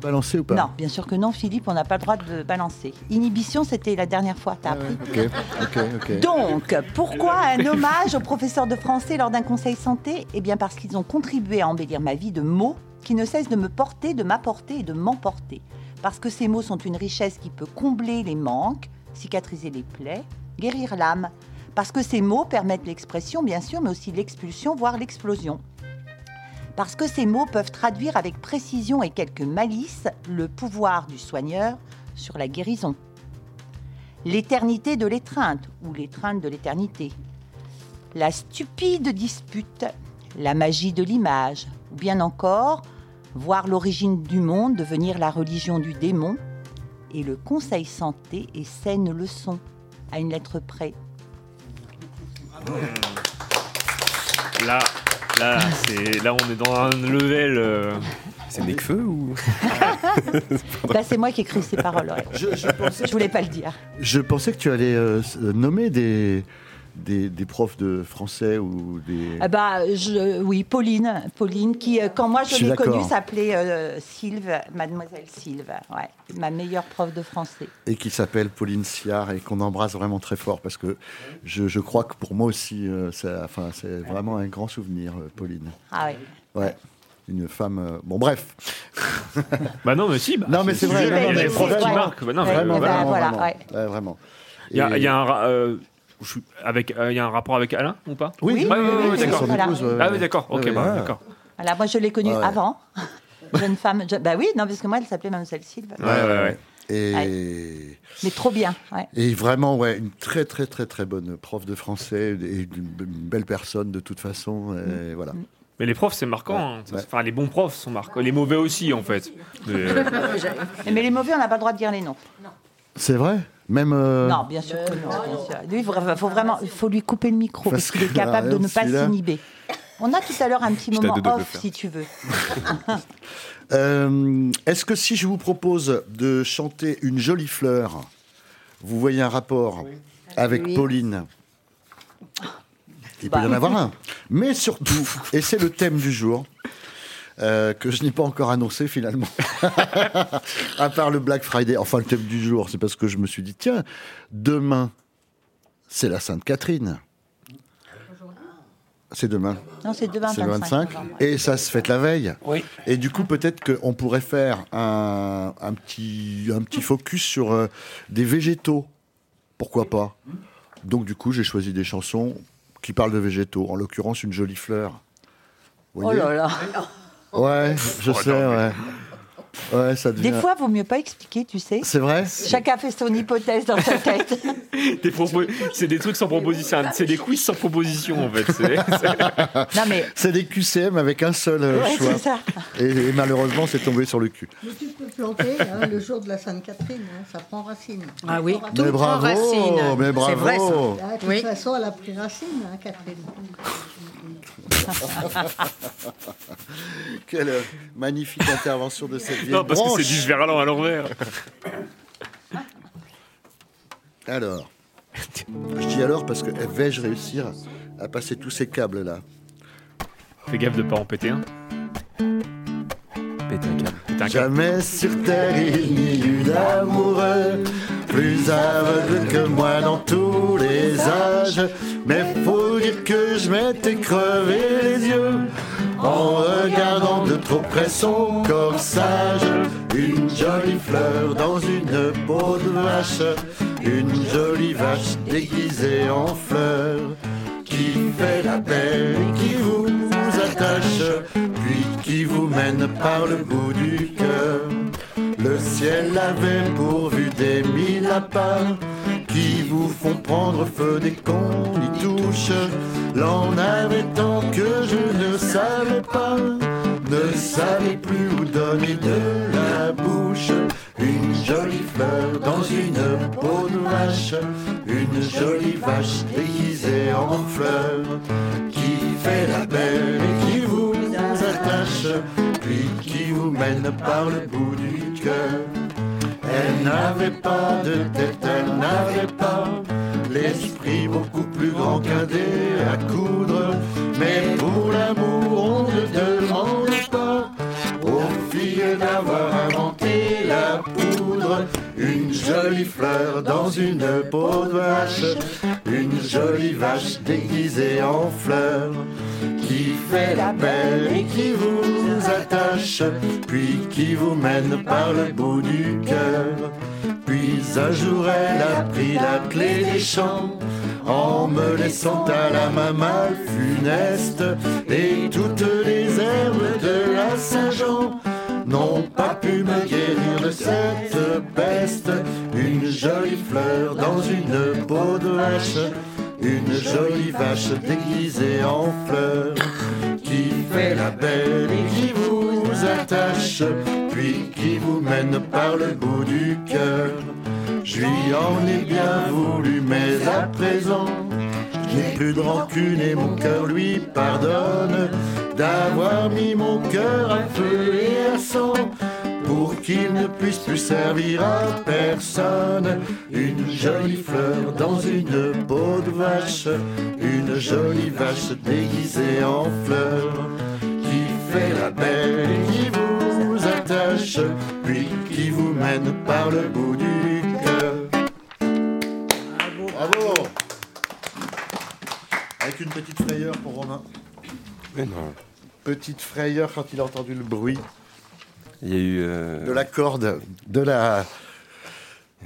[SPEAKER 3] Balancer ou pas
[SPEAKER 4] Non, bien sûr que non, Philippe, on n'a pas le droit de balancer. Inhibition, c'était la dernière fois,
[SPEAKER 3] Ah
[SPEAKER 4] t'as appris.
[SPEAKER 3] Ok, ok, ok.
[SPEAKER 4] Donc, pourquoi un hommage aux professeurs de français lors d'un conseil santé Eh bien, parce qu'ils ont contribué à embellir ma vie de mots qui ne cessent de me porter, de m'apporter et de m'emporter. Parce que ces mots sont une richesse qui peut combler les manques, cicatriser les plaies, guérir l'âme. Parce que ces mots permettent l'expression, bien sûr, mais aussi l'expulsion, voire l'explosion. Parce que ces mots peuvent traduire avec précision et quelque malice le pouvoir du soigneur sur la guérison. L'éternité de l'étreinte ou l'étreinte de l'éternité. La stupide dispute, la magie de l'image, ou bien encore voir l'origine du monde devenir la religion du démon, et le conseil santé et saine leçon, à une lettre près.
[SPEAKER 3] Ah
[SPEAKER 2] Là, là, c'est- là, on est dans un level. euh, C'est Necfeu ou
[SPEAKER 4] Bah, c'est moi qui ai écrit ces paroles. ouais.
[SPEAKER 3] Je,
[SPEAKER 4] voulais pas le dire.
[SPEAKER 3] Je pensais que tu allais euh, s- euh, nommer des, des, des profs de français ou des.
[SPEAKER 4] Ah bah, je- oui, Pauline, Pauline, qui euh, quand moi
[SPEAKER 3] Je
[SPEAKER 4] je
[SPEAKER 3] suis
[SPEAKER 4] l'ai
[SPEAKER 3] d'accord.
[SPEAKER 4] connue s'appelait euh, Sylve, Mademoiselle Sylve, ouais, ma meilleure prof de français.
[SPEAKER 3] Et qui s'appelle Pauline Siard et qu'on embrasse vraiment très fort parce que je, je crois que pour moi aussi, euh, ça- enfin, c'est vraiment un grand souvenir, euh, Pauline.
[SPEAKER 4] Ah ouais.
[SPEAKER 3] Ouais. Une femme. euh, Bon, bref.
[SPEAKER 2] Bah non, mais si.
[SPEAKER 3] non, mais c'est vrai.
[SPEAKER 2] Il y
[SPEAKER 3] non, non,
[SPEAKER 2] a
[SPEAKER 3] mais
[SPEAKER 2] les profs qui
[SPEAKER 3] vraiment,
[SPEAKER 2] marquent. Bah non, mais
[SPEAKER 3] vraiment,
[SPEAKER 2] voilà.
[SPEAKER 3] vraiment, vraiment. Ouais, vraiment.
[SPEAKER 2] Il y a,
[SPEAKER 3] Et-
[SPEAKER 2] il y a un. ra- euh, je suis- avec, euh, il y a un rapport avec Alain ou pas
[SPEAKER 3] Oui, oui,
[SPEAKER 2] Ouais, ouais,
[SPEAKER 3] oui,
[SPEAKER 2] ouais,
[SPEAKER 3] oui, c'est
[SPEAKER 2] d'accord.
[SPEAKER 3] son épouse, ouais,
[SPEAKER 2] Ah
[SPEAKER 3] ouais.
[SPEAKER 2] oui, d'accord. Ok,
[SPEAKER 3] Ouais,
[SPEAKER 2] bah,
[SPEAKER 3] ouais.
[SPEAKER 2] d'accord.
[SPEAKER 4] Voilà, moi je l'ai connue
[SPEAKER 3] Ouais.
[SPEAKER 4] avant, jeune femme. je- bah oui, non, parce que moi elle s'appelait Mademoiselle Sylve.
[SPEAKER 3] Ouais, ouais, ouais. Et.
[SPEAKER 4] Mais trop bien, ouais.
[SPEAKER 3] Et vraiment, ouais, une très très très très bonne prof de français et une, b- une belle personne de toute façon.
[SPEAKER 4] Mm.
[SPEAKER 3] et voilà.
[SPEAKER 2] Mais les profs, c'est marquant. hein. Ça- Enfin, les bons profs sont marquants. Les mauvais aussi, en fait. Mais, euh,
[SPEAKER 4] Mais les mauvais, on n'a pas le droit de dire les noms.
[SPEAKER 3] C'est vrai Même. euh,
[SPEAKER 4] Non, bien sûr que non. bien sûr. Lui, il faut faut vraiment, il faut lui couper le micro parce
[SPEAKER 3] Parce
[SPEAKER 4] qu'il est
[SPEAKER 3] que-
[SPEAKER 4] capable de
[SPEAKER 3] ah,
[SPEAKER 4] ne pas
[SPEAKER 3] celui-là.
[SPEAKER 4] s'inhiber. On a tout à l'heure un petit
[SPEAKER 3] Je t'ai
[SPEAKER 4] moment
[SPEAKER 3] de- de le
[SPEAKER 4] off,
[SPEAKER 3] faire.
[SPEAKER 4] si tu veux.
[SPEAKER 3] euh, Est-ce que si je vous propose de chanter une jolie fleur, vous voyez un rapport avec
[SPEAKER 7] Oui.
[SPEAKER 3] Pauline Il
[SPEAKER 7] Bah.
[SPEAKER 3] peut y en avoir un. Mais surtout, et c'est le thème du jour. euh, que je n'ai pas encore annoncé finalement, à part le Black Friday, enfin le thème du jour, c'est parce que je me suis dit, tiens, demain, c'est la Sainte Catherine. C'est demain.
[SPEAKER 4] Non, c'est demain,
[SPEAKER 3] C'est le
[SPEAKER 4] 25
[SPEAKER 3] 25.
[SPEAKER 4] novembre.
[SPEAKER 3] Et ça se fête la veille.
[SPEAKER 4] Oui.
[SPEAKER 3] Et du coup, peut-être qu'on pourrait faire un, un petit, un petit focus sur euh, des végétaux. Pourquoi pas Donc, du coup, j'ai choisi des chansons qui parlent de végétaux. En l'occurrence, une jolie fleur. Vous
[SPEAKER 4] Oh
[SPEAKER 3] voyez
[SPEAKER 4] là là.
[SPEAKER 3] Ouais, je
[SPEAKER 7] Oh,
[SPEAKER 3] sais,
[SPEAKER 7] non,
[SPEAKER 3] ouais. Ouais, ça devient.
[SPEAKER 4] Des fois, vaut mieux pas expliquer, tu sais.
[SPEAKER 3] C'est vrai
[SPEAKER 4] Chacun fait son hypothèse dans sa tête.
[SPEAKER 2] des propos- C'est des trucs sans proposition. C'est des quiz sans proposition, en fait. C'est-
[SPEAKER 4] Non, mais.
[SPEAKER 3] C'est des QCM avec un seul euh,
[SPEAKER 8] Ouais,
[SPEAKER 3] choix.
[SPEAKER 8] c'est ça.
[SPEAKER 3] Et, et malheureusement, c'est tombé sur le cul.
[SPEAKER 8] Mais tu peux planter hein, le jour de la Sainte-Catherine, hein, ça prend racine.
[SPEAKER 10] Ah oui.
[SPEAKER 8] Ça prend
[SPEAKER 3] Mais
[SPEAKER 8] racine.
[SPEAKER 3] bravo, mais C'est bravo. vrai, ça.
[SPEAKER 8] Ah, de toute
[SPEAKER 10] Oui.
[SPEAKER 8] façon, elle a pris racine, hein, Catherine.
[SPEAKER 3] Quelle euh, magnifique intervention de cette vieille
[SPEAKER 2] Non, parce que
[SPEAKER 3] branche.
[SPEAKER 2] c'est du verlan à l'envers.
[SPEAKER 3] Alors, je dis alors parce que vais-je réussir à passer tous ces câbles-là
[SPEAKER 2] Fais gaffe de pas en péter un. Péter un câble.
[SPEAKER 3] Jamais sur terre il n'y eut d'amoureux plus aveugle que moi dans tous les âges. Mais faut dire que je m'étais crevé les yeux en regardant de trop près son corsage. Une jolie fleur dans une peau de vache, une jolie vache déguisée en fleur qui fait la paix et qui vous attache, puis qui vous mène par le bout du cœur. Le ciel avait pourvu des mille lapins qui vous font prendre feu dès qu'on y touche. L'en avait tant que je ne savais pas, ne savais plus où donner de la bouche. Une jolie fleur dans une peau de vache, une jolie vache déguisée en fleur qui fait la belle et qui vous attache, puis qui vous mène par le bout du cœur. Elle n'avait pas de tête, elle n'avait pas l'esprit beaucoup plus grand qu'un dé à coudre. Mais pour l'amour, on ne demande fleur dans une peau de vache, une jolie vache déguisée en fleur, qui fait la belle et qui vous attache, puis qui vous mène par le bout du cœur. Puis un jour elle a pris la clé des champs, en me laissant à la mamale funeste, et toutes les herbes de la Saint-Jean n'ont pas pu me guérir de cette peste. Une jolie fleur dans une peau de hache, une jolie vache déguisée en fleur, qui fait la belle et qui vous attache, puis qui vous mène par le bout du cœur. Je lui en ai bien voulu, mais à présent, je n'ai plus de rancune et mon cœur lui pardonne d'avoir mis mon cœur à feu et à sang pour qu'il ne puisse plus servir à personne. Une jolie fleur dans une peau de vache, une jolie vache déguisée en fleur qui fait la belle et qui vous attache, puis qui vous mène par le bout du cœur. Bravo Avec une petite frayeur pour Romain.
[SPEAKER 15] Mais non.
[SPEAKER 3] Petite frayeur quand il a entendu le bruit
[SPEAKER 7] Il y a eu. euh,
[SPEAKER 15] De la
[SPEAKER 3] corde, de la.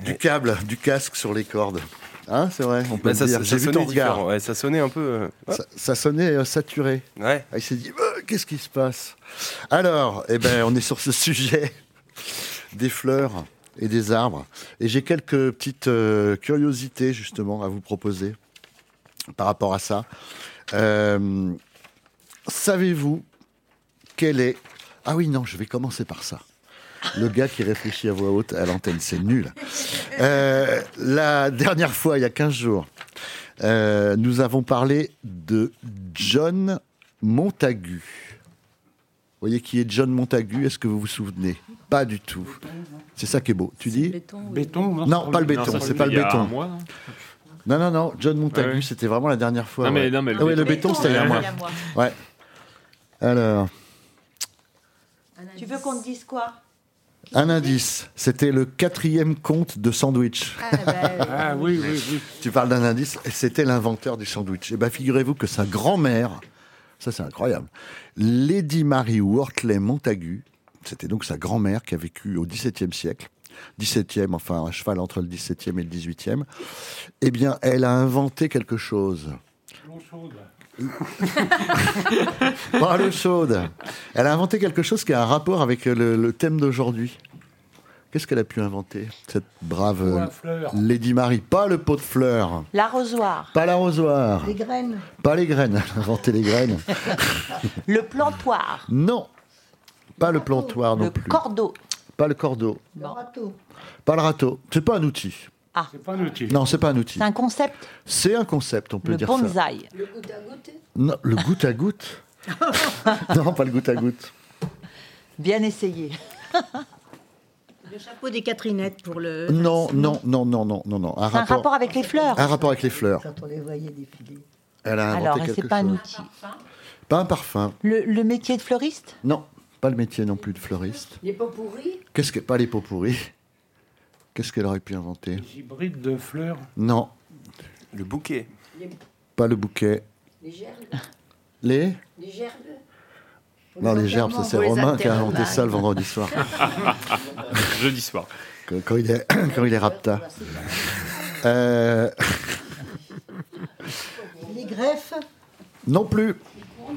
[SPEAKER 3] du câble, du casque sur les cordes. Hein, c'est vrai, on
[SPEAKER 7] bah,
[SPEAKER 3] peut le
[SPEAKER 7] ça,
[SPEAKER 3] dire.
[SPEAKER 7] ça
[SPEAKER 3] J'ai vu
[SPEAKER 7] sonnait
[SPEAKER 3] ton regard.
[SPEAKER 7] différent, ouais, ça sonnait un peu. euh, hop.
[SPEAKER 3] Ça, ça sonnait euh, saturé.
[SPEAKER 7] Ouais.
[SPEAKER 3] Ah, il s'est dit Euh, qu'est-ce qui se passe Alors, eh ben, on est sur ce sujet des fleurs et des arbres. Et j'ai quelques petites euh, curiosités justement à vous proposer par rapport à ça. Euh, Savez-vous quel est Ah oui, non, je vais commencer par ça. Le gars qui réfléchit à voix haute à l'antenne, c'est nul. Euh, la dernière fois, il y a 15 jours, euh, nous avons parlé de John Montagu. Vous voyez qui est John Montagu Est-ce que vous vous souvenez Pas du tout. C'est ça qui est beau. Tu dis
[SPEAKER 14] Béton
[SPEAKER 3] Non, pas le béton, c'est pas le
[SPEAKER 2] Ah,
[SPEAKER 3] béton. Non, non, non, John Montagu, c'était vraiment la dernière fois.
[SPEAKER 2] Non, mais-
[SPEAKER 3] ouais.
[SPEAKER 2] non, mais le
[SPEAKER 3] Ah ouais, le
[SPEAKER 2] béton,
[SPEAKER 3] béton, c'était il y a un
[SPEAKER 2] ouais.
[SPEAKER 3] mois.
[SPEAKER 2] Il y a un mois.
[SPEAKER 3] Ouais. Alors,
[SPEAKER 4] Tu veux qu'on te dise quoi
[SPEAKER 3] un indice, c'était le quatrième conte de sandwich.
[SPEAKER 14] Ah oui, oui, oui.
[SPEAKER 3] Tu parles d'un indice, et c'était l'inventeur du sandwich. Eh bien, figurez-vous que sa grand-mère, ça c'est incroyable, Lady Mary Wortley Montagu, c'était donc sa grand-mère qui a vécu au XVIIe siècle, XVIIe, enfin à cheval entre le XVIIe et le XVIIIe, eh bien, elle a inventé quelque chose. Pas le chaude. Elle a inventé quelque chose qui a un rapport avec le, le thème d'aujourd'hui. Qu'est-ce qu'elle a pu inventer, cette brave
[SPEAKER 8] Pot à
[SPEAKER 3] euh,
[SPEAKER 8] fleurs.
[SPEAKER 3] Lady Marie Pas le pot de fleurs,
[SPEAKER 4] L'arrosoir,
[SPEAKER 3] pas l'arrosoir,
[SPEAKER 8] des graines.
[SPEAKER 3] pas les graines. Elle a inventé les graines.
[SPEAKER 4] le plantoir,
[SPEAKER 3] Non, pas le plantoir non
[SPEAKER 4] le
[SPEAKER 3] plus.
[SPEAKER 4] cordeau.
[SPEAKER 3] Pas le cordeau,
[SPEAKER 8] Le râteau.
[SPEAKER 3] pas le râteau. C'est pas un outil.
[SPEAKER 4] Ah.
[SPEAKER 14] C'est pas un outil.
[SPEAKER 3] Non, c'est pas un outil.
[SPEAKER 4] C'est un concept,
[SPEAKER 3] C'est un concept, on peut
[SPEAKER 4] le
[SPEAKER 3] dire ça.
[SPEAKER 4] bonsaï.
[SPEAKER 10] Le goutte à goutte
[SPEAKER 3] Non, le goutte à goutte. non, pas le goutte à goutte.
[SPEAKER 4] Bien essayé.
[SPEAKER 9] Le chapeau des Catherinettes pour le.
[SPEAKER 3] Non, non, non, non, non, non, non. Un
[SPEAKER 4] C'est un
[SPEAKER 3] rapport,
[SPEAKER 4] rapport avec les fleurs.
[SPEAKER 3] un rapport avec les fleurs.
[SPEAKER 8] Quand on les voyait défiler.
[SPEAKER 3] Elle a inventé
[SPEAKER 4] Alors,
[SPEAKER 3] quelque
[SPEAKER 4] c'est pas un
[SPEAKER 3] chose.
[SPEAKER 4] outil.
[SPEAKER 3] Pas un parfum.
[SPEAKER 4] Le, le métier de fleuriste
[SPEAKER 3] Non, pas le métier non plus de fleuriste.
[SPEAKER 10] Les pas pourris
[SPEAKER 3] Qu'est-ce que pas les pots pourris Qu'est-ce qu'elle aurait pu inventer
[SPEAKER 14] Hybride de fleurs.
[SPEAKER 3] Non,
[SPEAKER 7] Le bouquet.
[SPEAKER 3] pas le bouquet.
[SPEAKER 10] Les gerbes
[SPEAKER 3] Les
[SPEAKER 10] Les gerbes
[SPEAKER 3] Non, les gerbes, ça c'est
[SPEAKER 10] Pour les
[SPEAKER 3] Romain qui a inventé
[SPEAKER 10] enterrements.
[SPEAKER 3] ça le vendredi soir.
[SPEAKER 2] Jeudi soir.
[SPEAKER 3] quand, quand il est quand il est rapta. Euh,
[SPEAKER 8] Les greffes.
[SPEAKER 3] non plus.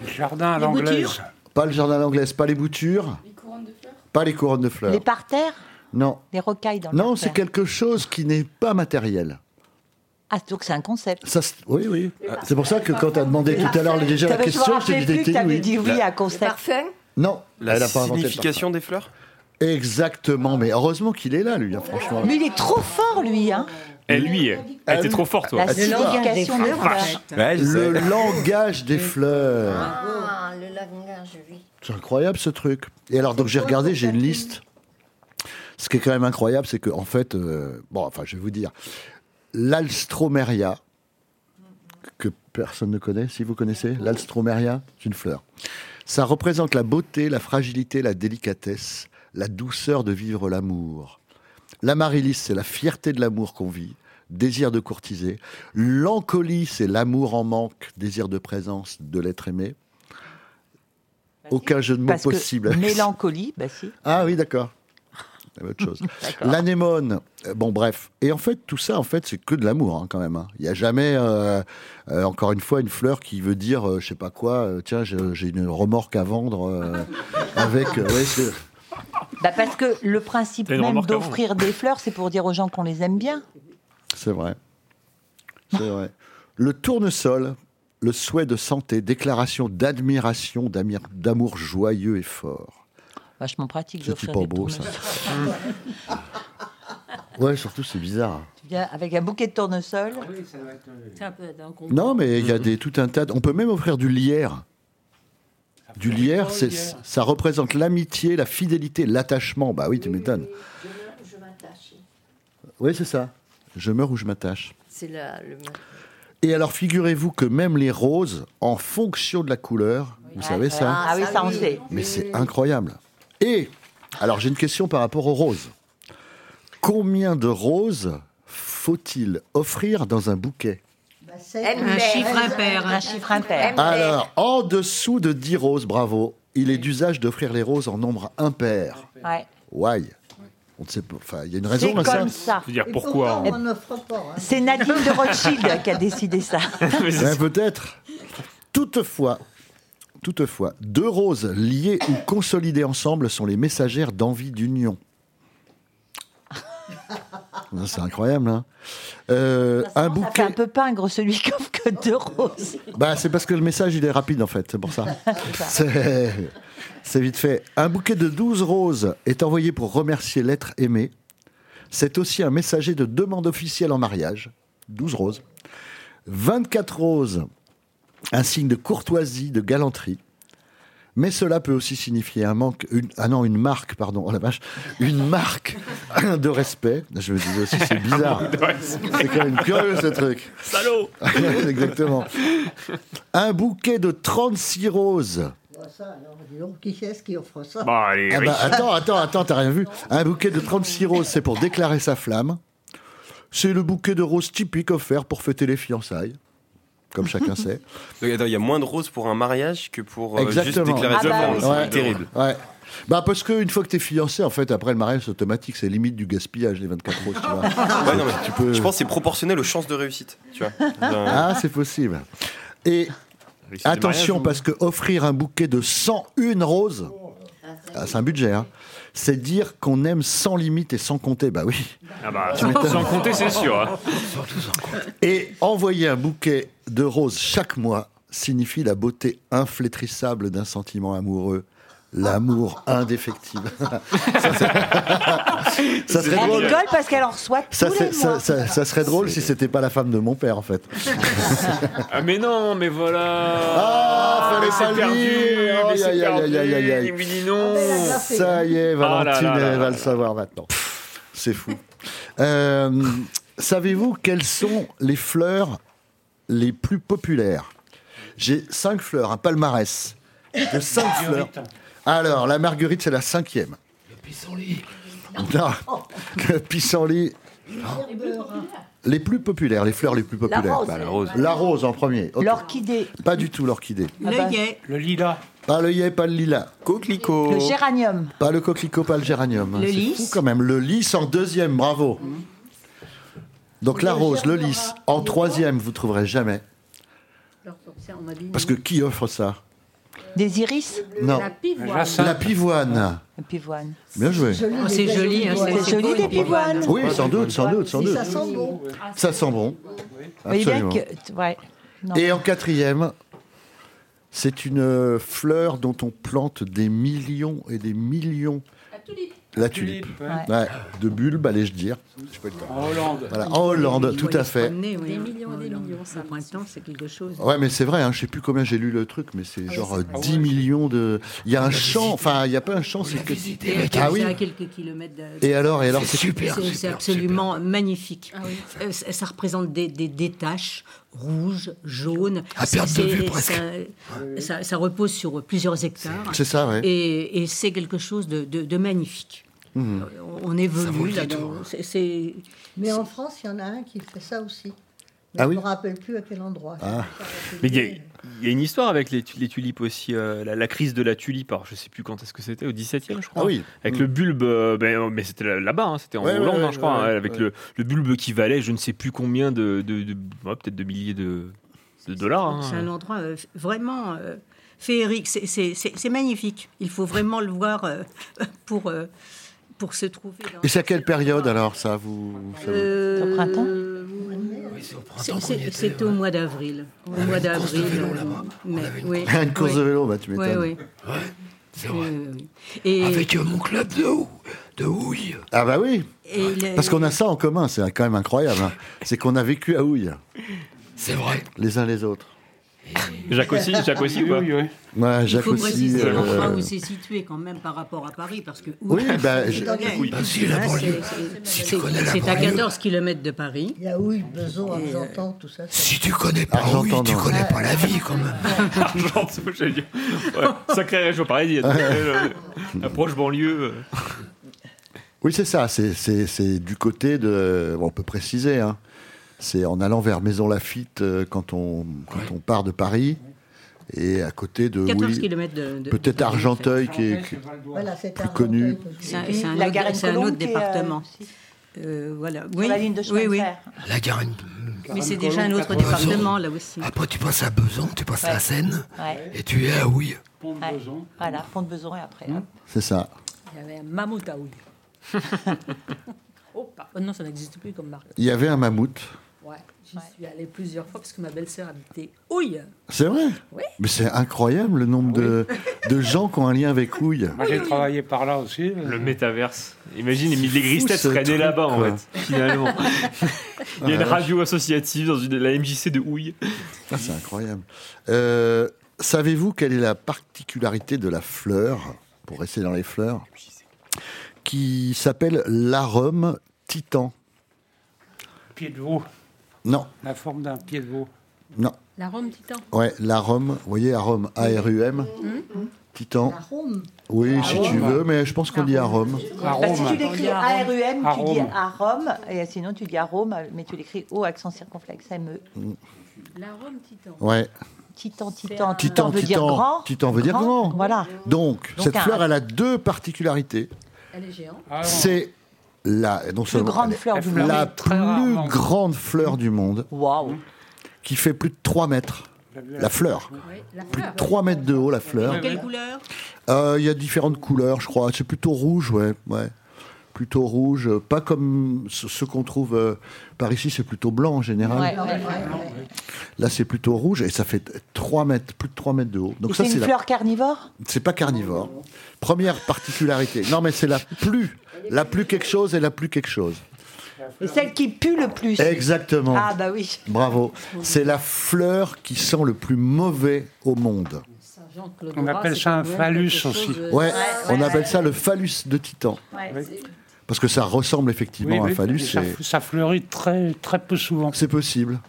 [SPEAKER 14] Le jardin à
[SPEAKER 8] Les
[SPEAKER 14] l'anglaise.
[SPEAKER 8] boutures.
[SPEAKER 3] Pas le jardin à l'anglaise, pas les boutures,
[SPEAKER 10] Les couronnes de fleurs
[SPEAKER 3] pas les couronnes de fleurs.
[SPEAKER 4] Les parterres
[SPEAKER 3] Non.
[SPEAKER 4] Les rocailles dans le
[SPEAKER 3] Non,
[SPEAKER 4] parterre.
[SPEAKER 3] c'est quelque chose qui n'est pas matériel.
[SPEAKER 4] Ah, donc c'est un concept.
[SPEAKER 3] Ça, c'est- oui, oui. C'est pour ça que quand tu as demandé tout à l'heure déjà la
[SPEAKER 4] T'avais- je me
[SPEAKER 3] question, je t'ai
[SPEAKER 4] rappelais
[SPEAKER 3] dit
[SPEAKER 4] plus
[SPEAKER 3] t'étais
[SPEAKER 4] que t'avais
[SPEAKER 3] oui.
[SPEAKER 4] dit oui à concept.
[SPEAKER 3] Non,
[SPEAKER 7] La
[SPEAKER 3] elle a pas inventé le
[SPEAKER 7] signification des fleurs
[SPEAKER 3] parfum. Exactement, mais heureusement qu'il est là, lui, hein, franchement.
[SPEAKER 4] Mais il est trop fort, lui. Hein.
[SPEAKER 2] Et lui, eh,
[SPEAKER 3] Ah,
[SPEAKER 2] t'es
[SPEAKER 3] oui.
[SPEAKER 2] trop fort, toi.
[SPEAKER 4] La signification des fleurs.
[SPEAKER 7] Ouais, je
[SPEAKER 3] le
[SPEAKER 7] sais.
[SPEAKER 3] langage des fleurs.
[SPEAKER 10] Ah,
[SPEAKER 3] Euh.
[SPEAKER 10] le langage, oui.
[SPEAKER 3] C'est incroyable ce truc. Et alors, donc j'ai regardé, j'ai une liste. Ce qui est quand même incroyable, c'est que, en fait, euh, bon, enfin, je vais vous dire, l'alstroméria, que personne ne connaît, si vous connaissez, l'alstroméria, c'est une fleur. Ça représente la beauté, la fragilité, la délicatesse, la douceur de vivre l'amour. L'amarylis, c'est la fierté de l'amour qu'on vit, désir de courtiser. L'encolie, c'est l'amour en manque, désir de présence, de l'être aimé. Aucun jeu de mots
[SPEAKER 4] Bah, Parce que
[SPEAKER 3] possible. avec ça.
[SPEAKER 4] mélancolie, bah si.
[SPEAKER 3] Ah oui, d'accord. C'est autre chose. L'anémone, euh, bon bref. Et en fait, tout ça, en fait, c'est que de l'amour hein, quand même. hein. Il n'y a jamais, euh, euh, encore une fois, une fleur qui veut dire, euh, je sais pas quoi, euh, tiens, je- j'ai une remorque à vendre euh, avec... euh, ouais, c'est-
[SPEAKER 4] Bah, parce que le principe
[SPEAKER 3] T'as une
[SPEAKER 4] même
[SPEAKER 3] remarque avant.
[SPEAKER 4] d'offrir des fleurs, c'est pour dire aux gens qu'on les aime bien.
[SPEAKER 3] C'est vrai. C'est vrai. Le tournesol, le souhait de santé, déclaration d'admiration, d'ami- d'amour joyeux et fort.
[SPEAKER 4] Vachement pratique
[SPEAKER 3] C'est
[SPEAKER 4] d'offrir
[SPEAKER 3] pas
[SPEAKER 4] des
[SPEAKER 3] beau, ça.
[SPEAKER 4] tournesols. Mmh.
[SPEAKER 3] Ouais, surtout, c'est bizarre.
[SPEAKER 4] Tu viens avec un bouquet de tournesol.
[SPEAKER 8] Ah C'est un peu
[SPEAKER 3] Non, mais il y a des, tout un tas. de- On peut même offrir du lierre. Du lierre, c'est- ça représente l'amitié, la fidélité, l'attachement. Bah oui, tu m'étonnes.
[SPEAKER 10] Je m'attache.
[SPEAKER 3] Oui, c'est ça. Je meurs ou je m'attache.
[SPEAKER 10] C'est la. le-
[SPEAKER 3] Et alors, figurez-vous que même les roses, en fonction de la couleur, vous savez ça
[SPEAKER 4] Ah oui, ça, on sait.
[SPEAKER 3] Mais c'est incroyable. Et, alors j'ai une question par rapport aux roses. Combien de roses faut-il offrir dans un bouquet
[SPEAKER 8] Un chiffre impair.
[SPEAKER 4] Un chiffre impair.
[SPEAKER 3] Alors, en dessous de 10 roses, bravo, il est d'usage d'offrir les roses en nombre impair.
[SPEAKER 4] Ouais.
[SPEAKER 3] Why On ne sait pas. Enfin, il y a une
[SPEAKER 4] C'est
[SPEAKER 3] raison à ça.
[SPEAKER 4] comme ça.
[SPEAKER 8] on n'en offre pas. hein.
[SPEAKER 4] C'est Nadine de Rothschild qui a décidé ça.
[SPEAKER 3] Ouais, Ben, peut-être. Toutefois, toutefois, deux roses liées ou consolidées ensemble sont les messagères d'envie d'union. Ça, C'est incroyable, hein Euh, Un
[SPEAKER 4] Ça
[SPEAKER 3] bouquet.
[SPEAKER 4] fait un peu pingre celui qui offre que deux roses.
[SPEAKER 3] Bah, c'est parce que le message, il est rapide, en fait, c'est pour ça. C'est c'est vite fait. Un bouquet de 12 roses est envoyé pour remercier l'être aimé. C'est aussi un messager de demande officielle en mariage. 12 roses. 24 roses, un signe de courtoisie, de galanterie. Mais cela peut aussi signifier un manque, une, ah non, une marque, pardon, oh la vache, une marque de respect. Je me disais aussi, c'est bizarre. C'est quand même curieux ce truc.
[SPEAKER 2] Salaud
[SPEAKER 3] Exactement. Un bouquet de 36 roses.
[SPEAKER 8] Bah, ça, alors, dis donc, qui c'est qui offre ça
[SPEAKER 3] Ah bah, attends, attends, attends, t'as rien vu. Un bouquet de 36 roses, c'est pour déclarer sa flamme. C'est le bouquet de roses typique offert pour fêter les fiançailles, comme chacun sait.
[SPEAKER 13] Donc, attends, il y a moins de roses pour un mariage que pour euh, juste
[SPEAKER 3] Exactement.
[SPEAKER 13] déclarer sa femme. C'est
[SPEAKER 3] Ouais.
[SPEAKER 13] terrible.
[SPEAKER 3] Ouais. Bah parce qu'une fois que t'es fiancé, en fait, après le mariage c'est automatique, c'est limite du gaspillage, les 24 roses, tu vois.
[SPEAKER 13] Ouais, non, mais
[SPEAKER 3] Tu peux-
[SPEAKER 13] Je pense que c'est proportionnel aux chances de réussite. Tu vois. D'un-
[SPEAKER 3] Ah, c'est possible. Et
[SPEAKER 13] Réussite de
[SPEAKER 3] attention,
[SPEAKER 13] mariage,
[SPEAKER 3] parce que offrir un bouquet de 101 roses, ah, c'est un budget, hein, c'est dire qu'on aime sans limite et sans compter. Bah oui.
[SPEAKER 2] Ah bah,
[SPEAKER 3] Tu m'étonnes.
[SPEAKER 2] sans compter, c'est sûr. hein.
[SPEAKER 3] Et envoyer un bouquet de roses chaque mois signifie la beauté inflétrissable d'un sentiment amoureux. L'amour indéfectible. ça, c'est- ça
[SPEAKER 4] Elle
[SPEAKER 3] serait drôle.
[SPEAKER 4] rigole parce qu'elle en reçoit tous
[SPEAKER 3] Ça,
[SPEAKER 4] les
[SPEAKER 3] c'est- ça-
[SPEAKER 4] mois.
[SPEAKER 3] ça- ça serait drôle si c'était pas la femme de mon père, en fait.
[SPEAKER 2] Ah mais non, mais voilà.
[SPEAKER 3] Ah,
[SPEAKER 2] mais
[SPEAKER 3] fallait pas
[SPEAKER 2] c'est
[SPEAKER 3] le
[SPEAKER 2] perdu,
[SPEAKER 3] dire.
[SPEAKER 2] Ah, mais
[SPEAKER 3] Aïe,
[SPEAKER 2] c'est
[SPEAKER 3] aïe, aïe, aïe, aïe,
[SPEAKER 2] perdu.
[SPEAKER 3] aïe.
[SPEAKER 2] Il me dit non.
[SPEAKER 3] Ça y est, Valentine
[SPEAKER 2] Ah là là là
[SPEAKER 3] elle
[SPEAKER 2] là.
[SPEAKER 3] va le savoir maintenant. C'est fou. Euh, Savez-vous quelles sont les fleurs les plus populaires J'ai cinq fleurs, un palmarès de cinq fleurs.
[SPEAKER 14] Marguerite.
[SPEAKER 3] Alors, la marguerite, c'est la cinquième. Non,
[SPEAKER 14] Oh,
[SPEAKER 3] le pissenlit. Les plus populaires, les fleurs les plus populaires.
[SPEAKER 4] rose. Bah, la rose.
[SPEAKER 3] La rose en premier. ok.
[SPEAKER 4] L'orchidée. Ah bah.
[SPEAKER 3] Pas du tout l'orchidée.
[SPEAKER 4] L'œillet.
[SPEAKER 14] Le lilas.
[SPEAKER 3] Pas le yé, pas le lilas. Coquelicot.
[SPEAKER 4] Le géranium.
[SPEAKER 3] Pas le coquelicot, pas le géranium. hein.
[SPEAKER 4] Le
[SPEAKER 3] C'est
[SPEAKER 4] lys.
[SPEAKER 3] fou quand même. Le lys en deuxième, bravo.
[SPEAKER 8] Mhm.
[SPEAKER 3] Donc la rose, le lys
[SPEAKER 8] hein.
[SPEAKER 3] en troisième, vous trouverez jamais.
[SPEAKER 8] Alors, comme ça, on m'a dit
[SPEAKER 3] Parce que
[SPEAKER 8] non.
[SPEAKER 3] qui offre ça
[SPEAKER 4] Des iris.
[SPEAKER 3] Non.
[SPEAKER 8] La pivoine.
[SPEAKER 3] La pivoine.
[SPEAKER 4] La pivoine.
[SPEAKER 3] Bien joué.
[SPEAKER 8] Oh, c'est joli, hein,
[SPEAKER 4] c'est
[SPEAKER 8] c'est-
[SPEAKER 4] joli
[SPEAKER 8] c'est
[SPEAKER 4] des
[SPEAKER 8] beau, les
[SPEAKER 4] pivoines.
[SPEAKER 3] Oui, sans doute, sans doute, sans
[SPEAKER 8] Si
[SPEAKER 3] doute.
[SPEAKER 8] ça sent bon.
[SPEAKER 3] Ça sent bon.
[SPEAKER 4] Mais il y a
[SPEAKER 3] Absolument.
[SPEAKER 4] que- ouais. Non.
[SPEAKER 3] Et en quatrième, c'est une euh, fleur dont on plante des millions et des millions. La tulipe.
[SPEAKER 14] Tulipe, ouais.
[SPEAKER 3] Ouais, de bulbes, allais-je dire. J'ai pas eu le temps.
[SPEAKER 14] En Hollande.
[SPEAKER 3] Voilà, en Hollande, tout à fait.
[SPEAKER 9] Des
[SPEAKER 11] millions et des millions,
[SPEAKER 9] ça. Le printemps, c'est quelque chose.
[SPEAKER 3] Ouais, mais c'est vrai, hein, je sais plus combien j'ai lu le truc, mais c'est genre euh, 10 millions de. Il y a un champ, enfin, il n'y a pas un champ, c'est que. Ah oui
[SPEAKER 9] C'est à quelques kilomètres de-
[SPEAKER 3] Et alors, et alors
[SPEAKER 9] C'est super, C'est c'est absolument magnifique. Euh, ça, ça représente des, des, des taches rouges, jaunes.
[SPEAKER 3] À perte
[SPEAKER 9] C'est-
[SPEAKER 3] de vue,
[SPEAKER 9] c'est-
[SPEAKER 3] presque.
[SPEAKER 9] ça- Ça, ça repose sur plusieurs hectares.
[SPEAKER 3] C'est ça, ouais.
[SPEAKER 9] Et, et c'est quelque chose de, de- de magnifique.
[SPEAKER 3] Mhm.
[SPEAKER 9] Euh, On évolue
[SPEAKER 8] vaut le
[SPEAKER 9] là-dedans. C'est- c'est-
[SPEAKER 8] Mais en France, il y en a un qui fait ça aussi. Mais
[SPEAKER 2] Ah
[SPEAKER 8] je
[SPEAKER 2] oui Ah.
[SPEAKER 8] me rappelle plus à quel endroit.
[SPEAKER 2] Mais il y, a- il y a une histoire avec les, tu- les tulipes aussi, euh, la, la crise de la tulipe, alors je sais plus quand est-ce que c'était, au 17e je crois.
[SPEAKER 3] Ah oui.
[SPEAKER 2] Avec
[SPEAKER 3] Mm.
[SPEAKER 2] le bulbe, euh, ben, mais c'était là- là-bas, hein, c'était en
[SPEAKER 3] Ouais, ouais,
[SPEAKER 2] Hollande hein,
[SPEAKER 3] ouais,
[SPEAKER 2] je crois,
[SPEAKER 3] ouais,
[SPEAKER 2] hein,
[SPEAKER 3] ouais.
[SPEAKER 2] avec Le, le bulbe qui valait je ne sais plus combien de, de- de- ouais, peut-être de milliers de, de dollars. hein.
[SPEAKER 9] C'est un endroit euh, vraiment euh, féerique. C'est- C'est c'est- c'est magnifique. Il faut vraiment le voir euh, pour, euh, pour se trouver. dans-
[SPEAKER 3] Et c'est à quelle période alors ça vous, ça vous-
[SPEAKER 9] Euh,
[SPEAKER 4] Au printemps
[SPEAKER 9] c'est- c'est- C'était au mois d'avril. Au mois d'avril. euh, mai. Oui,
[SPEAKER 3] Une course
[SPEAKER 9] oui.
[SPEAKER 3] de vélo, bah, tu
[SPEAKER 9] Oui,
[SPEAKER 3] m'étonnes.
[SPEAKER 9] oui.
[SPEAKER 7] c'est vrai.
[SPEAKER 9] Euh, et-
[SPEAKER 7] Avec euh, mon club de, hou- de houille.
[SPEAKER 3] Ah bah oui.
[SPEAKER 9] Et il-
[SPEAKER 3] Parce qu'on a ça en commun, c'est quand même incroyable. hein. C'est qu'on a vécu à Houille. C'est vrai. Les uns les autres.
[SPEAKER 2] Jacques aussi, Jacques aussi ou pas
[SPEAKER 3] Ouais,
[SPEAKER 9] Il
[SPEAKER 3] Jacques
[SPEAKER 9] faut
[SPEAKER 3] aussi.
[SPEAKER 9] préciser
[SPEAKER 3] euh,
[SPEAKER 9] l'endroit où c'est situé quand même par rapport à Paris, parce que
[SPEAKER 3] Oui, bah, je-
[SPEAKER 9] Dans la-
[SPEAKER 3] oui. Bah, si, la
[SPEAKER 9] Hein,
[SPEAKER 3] banlieue.
[SPEAKER 9] c'est- c'est-
[SPEAKER 8] tu connais la
[SPEAKER 9] c'est à
[SPEAKER 8] banlieue.
[SPEAKER 9] 14 km de Paris. euh,
[SPEAKER 8] Il y a oui, Besançon, Argentan, tout ça.
[SPEAKER 7] Si tu connais pas Houille, Ah tu connais pas la vie quand même.
[SPEAKER 2] Argenteuil, j'allais dire. Ouais, sacrée région parisienne. Euh, Approche banlieue. euh.
[SPEAKER 3] Oui, c'est ça. C'est- C'est c'est du côté de. bon, on peut préciser. hein. C'est en allant vers Maison Lafitte euh, quand on quand on part de Paris et à côté de.
[SPEAKER 9] 14
[SPEAKER 3] Euh, oui,
[SPEAKER 9] kilomètres de- de-
[SPEAKER 3] Peut-être
[SPEAKER 9] de-
[SPEAKER 3] Argenteuil qui est. qui-
[SPEAKER 8] Voilà, c'est
[SPEAKER 3] plus connu.
[SPEAKER 9] C'est un, c'est un
[SPEAKER 4] La
[SPEAKER 9] autre-
[SPEAKER 4] Garenne
[SPEAKER 9] c'est un autre
[SPEAKER 4] Colombe qui est, euh,
[SPEAKER 9] département. Euh, voilà.
[SPEAKER 4] Sur la ligne de chemin
[SPEAKER 9] oui,
[SPEAKER 4] de
[SPEAKER 9] oui.
[SPEAKER 4] fer.
[SPEAKER 14] Ah.
[SPEAKER 7] La Garenne.
[SPEAKER 9] Mais c'est déjà un autre département là aussi.
[SPEAKER 7] Après, tu passes à Besançon, tu passes à la
[SPEAKER 4] Ouais.
[SPEAKER 7] Seine
[SPEAKER 4] Ouais.
[SPEAKER 7] et tu es à Houille.
[SPEAKER 4] Ouais. Voilà, pont de Besançon et après.
[SPEAKER 12] Hmm.
[SPEAKER 4] hop.
[SPEAKER 3] C'est ça.
[SPEAKER 12] Il y avait un mammouth à houille. oh, par- oh non, ça n'existe plus comme marque.
[SPEAKER 3] Il y avait un mammouth.
[SPEAKER 12] Ouais, j'y suis allée plusieurs fois parce que ma belle-sœur habitait houille.
[SPEAKER 3] C'est vrai
[SPEAKER 12] Oui.
[SPEAKER 3] Mais c'est incroyable le nombre de, de gens qui ont un lien avec Houille.
[SPEAKER 14] Moi, j'ai travaillé par là aussi. euh.
[SPEAKER 2] Le métaverse. Imagine, Émilie
[SPEAKER 3] fou,
[SPEAKER 2] Gristet
[SPEAKER 3] ce
[SPEAKER 2] serait né
[SPEAKER 3] truc,
[SPEAKER 2] là-bas, en
[SPEAKER 3] quoi.
[SPEAKER 2] fait, finalement. Il y a une
[SPEAKER 3] Ah,
[SPEAKER 2] radio associative dans une, la MJC de Houille.
[SPEAKER 3] Ah, c'est incroyable. Euh, Savez-vous quelle est la particularité de la fleur, pour rester dans les fleurs, qui s'appelle l'arôme titan
[SPEAKER 14] Pied de veau.
[SPEAKER 3] Non,
[SPEAKER 14] La forme d'un pied de veau.
[SPEAKER 3] non.
[SPEAKER 12] La Rome titan.
[SPEAKER 3] Ouais, l'arôme, vous voyez, arôme, A-R-U-M,
[SPEAKER 4] Mmh.
[SPEAKER 3] titan.
[SPEAKER 8] L'arôme.
[SPEAKER 3] Oui, si tu veux, mais je pense qu'on dit arôme.
[SPEAKER 4] Bah, si tu l'écris A-R-U-M, tu dis
[SPEAKER 3] Arôme.
[SPEAKER 4] arôme, et sinon tu dis arôme, mais tu l'écris O, accent circonflexe, E. M-E.
[SPEAKER 12] La Rome titan.
[SPEAKER 3] Mmh, Ouais.
[SPEAKER 4] Titan, titan,
[SPEAKER 3] Titan,
[SPEAKER 4] titan veut dire
[SPEAKER 3] titan.
[SPEAKER 4] grand.
[SPEAKER 3] Titan veut dire grand. Hein
[SPEAKER 4] Voilà.
[SPEAKER 3] Donc,
[SPEAKER 4] Donc,
[SPEAKER 3] cette
[SPEAKER 4] un-
[SPEAKER 3] fleur, elle a deux particularités.
[SPEAKER 12] Elle est géante.
[SPEAKER 14] Ah,
[SPEAKER 3] C'est la non seulement-
[SPEAKER 4] grande
[SPEAKER 3] Ah elle est-
[SPEAKER 4] fleur du monde.
[SPEAKER 3] la
[SPEAKER 4] Très
[SPEAKER 3] plus
[SPEAKER 4] rarement.
[SPEAKER 3] grande fleur du monde.
[SPEAKER 4] Waouh.
[SPEAKER 3] Qui fait plus de 3 mètres. La fleur. Plus de 3 mètres de haut, la fleur.
[SPEAKER 9] Et Quelle couleur
[SPEAKER 3] Euh, Il y a différentes couleurs, je crois. C'est plutôt rouge, ouais. ouais. Plutôt rouge, euh, pas comme ce, ce qu'on trouve euh, par ici, c'est plutôt blanc en général.
[SPEAKER 4] Ouais, ouais, ouais.
[SPEAKER 3] Là, c'est plutôt rouge et ça fait 3 mètres, plus de 3 mètres de haut.
[SPEAKER 4] Et
[SPEAKER 3] Donc, ça,
[SPEAKER 4] c'est
[SPEAKER 3] c'est
[SPEAKER 4] une
[SPEAKER 3] la-
[SPEAKER 4] fleur carnivore
[SPEAKER 3] c'est pas carnivore. Première particularité. Non, mais c'est la plus, la plus quelque chose et la plus quelque chose.
[SPEAKER 4] Et celle qui pue le plus.
[SPEAKER 3] Exactement.
[SPEAKER 4] Ah bah oui.
[SPEAKER 3] Bravo. C'est la fleur qui sent le plus mauvais au monde.
[SPEAKER 14] On appelle ça un phallus aussi.
[SPEAKER 3] Ouais, on appelle ça le phallus de Titan. Parce que ça ressemble effectivement
[SPEAKER 14] Oui,
[SPEAKER 3] à un
[SPEAKER 14] oui,
[SPEAKER 3] phallus.
[SPEAKER 14] et ça,
[SPEAKER 3] et-
[SPEAKER 14] ça fleurit très, très peu souvent.
[SPEAKER 3] C'est possible.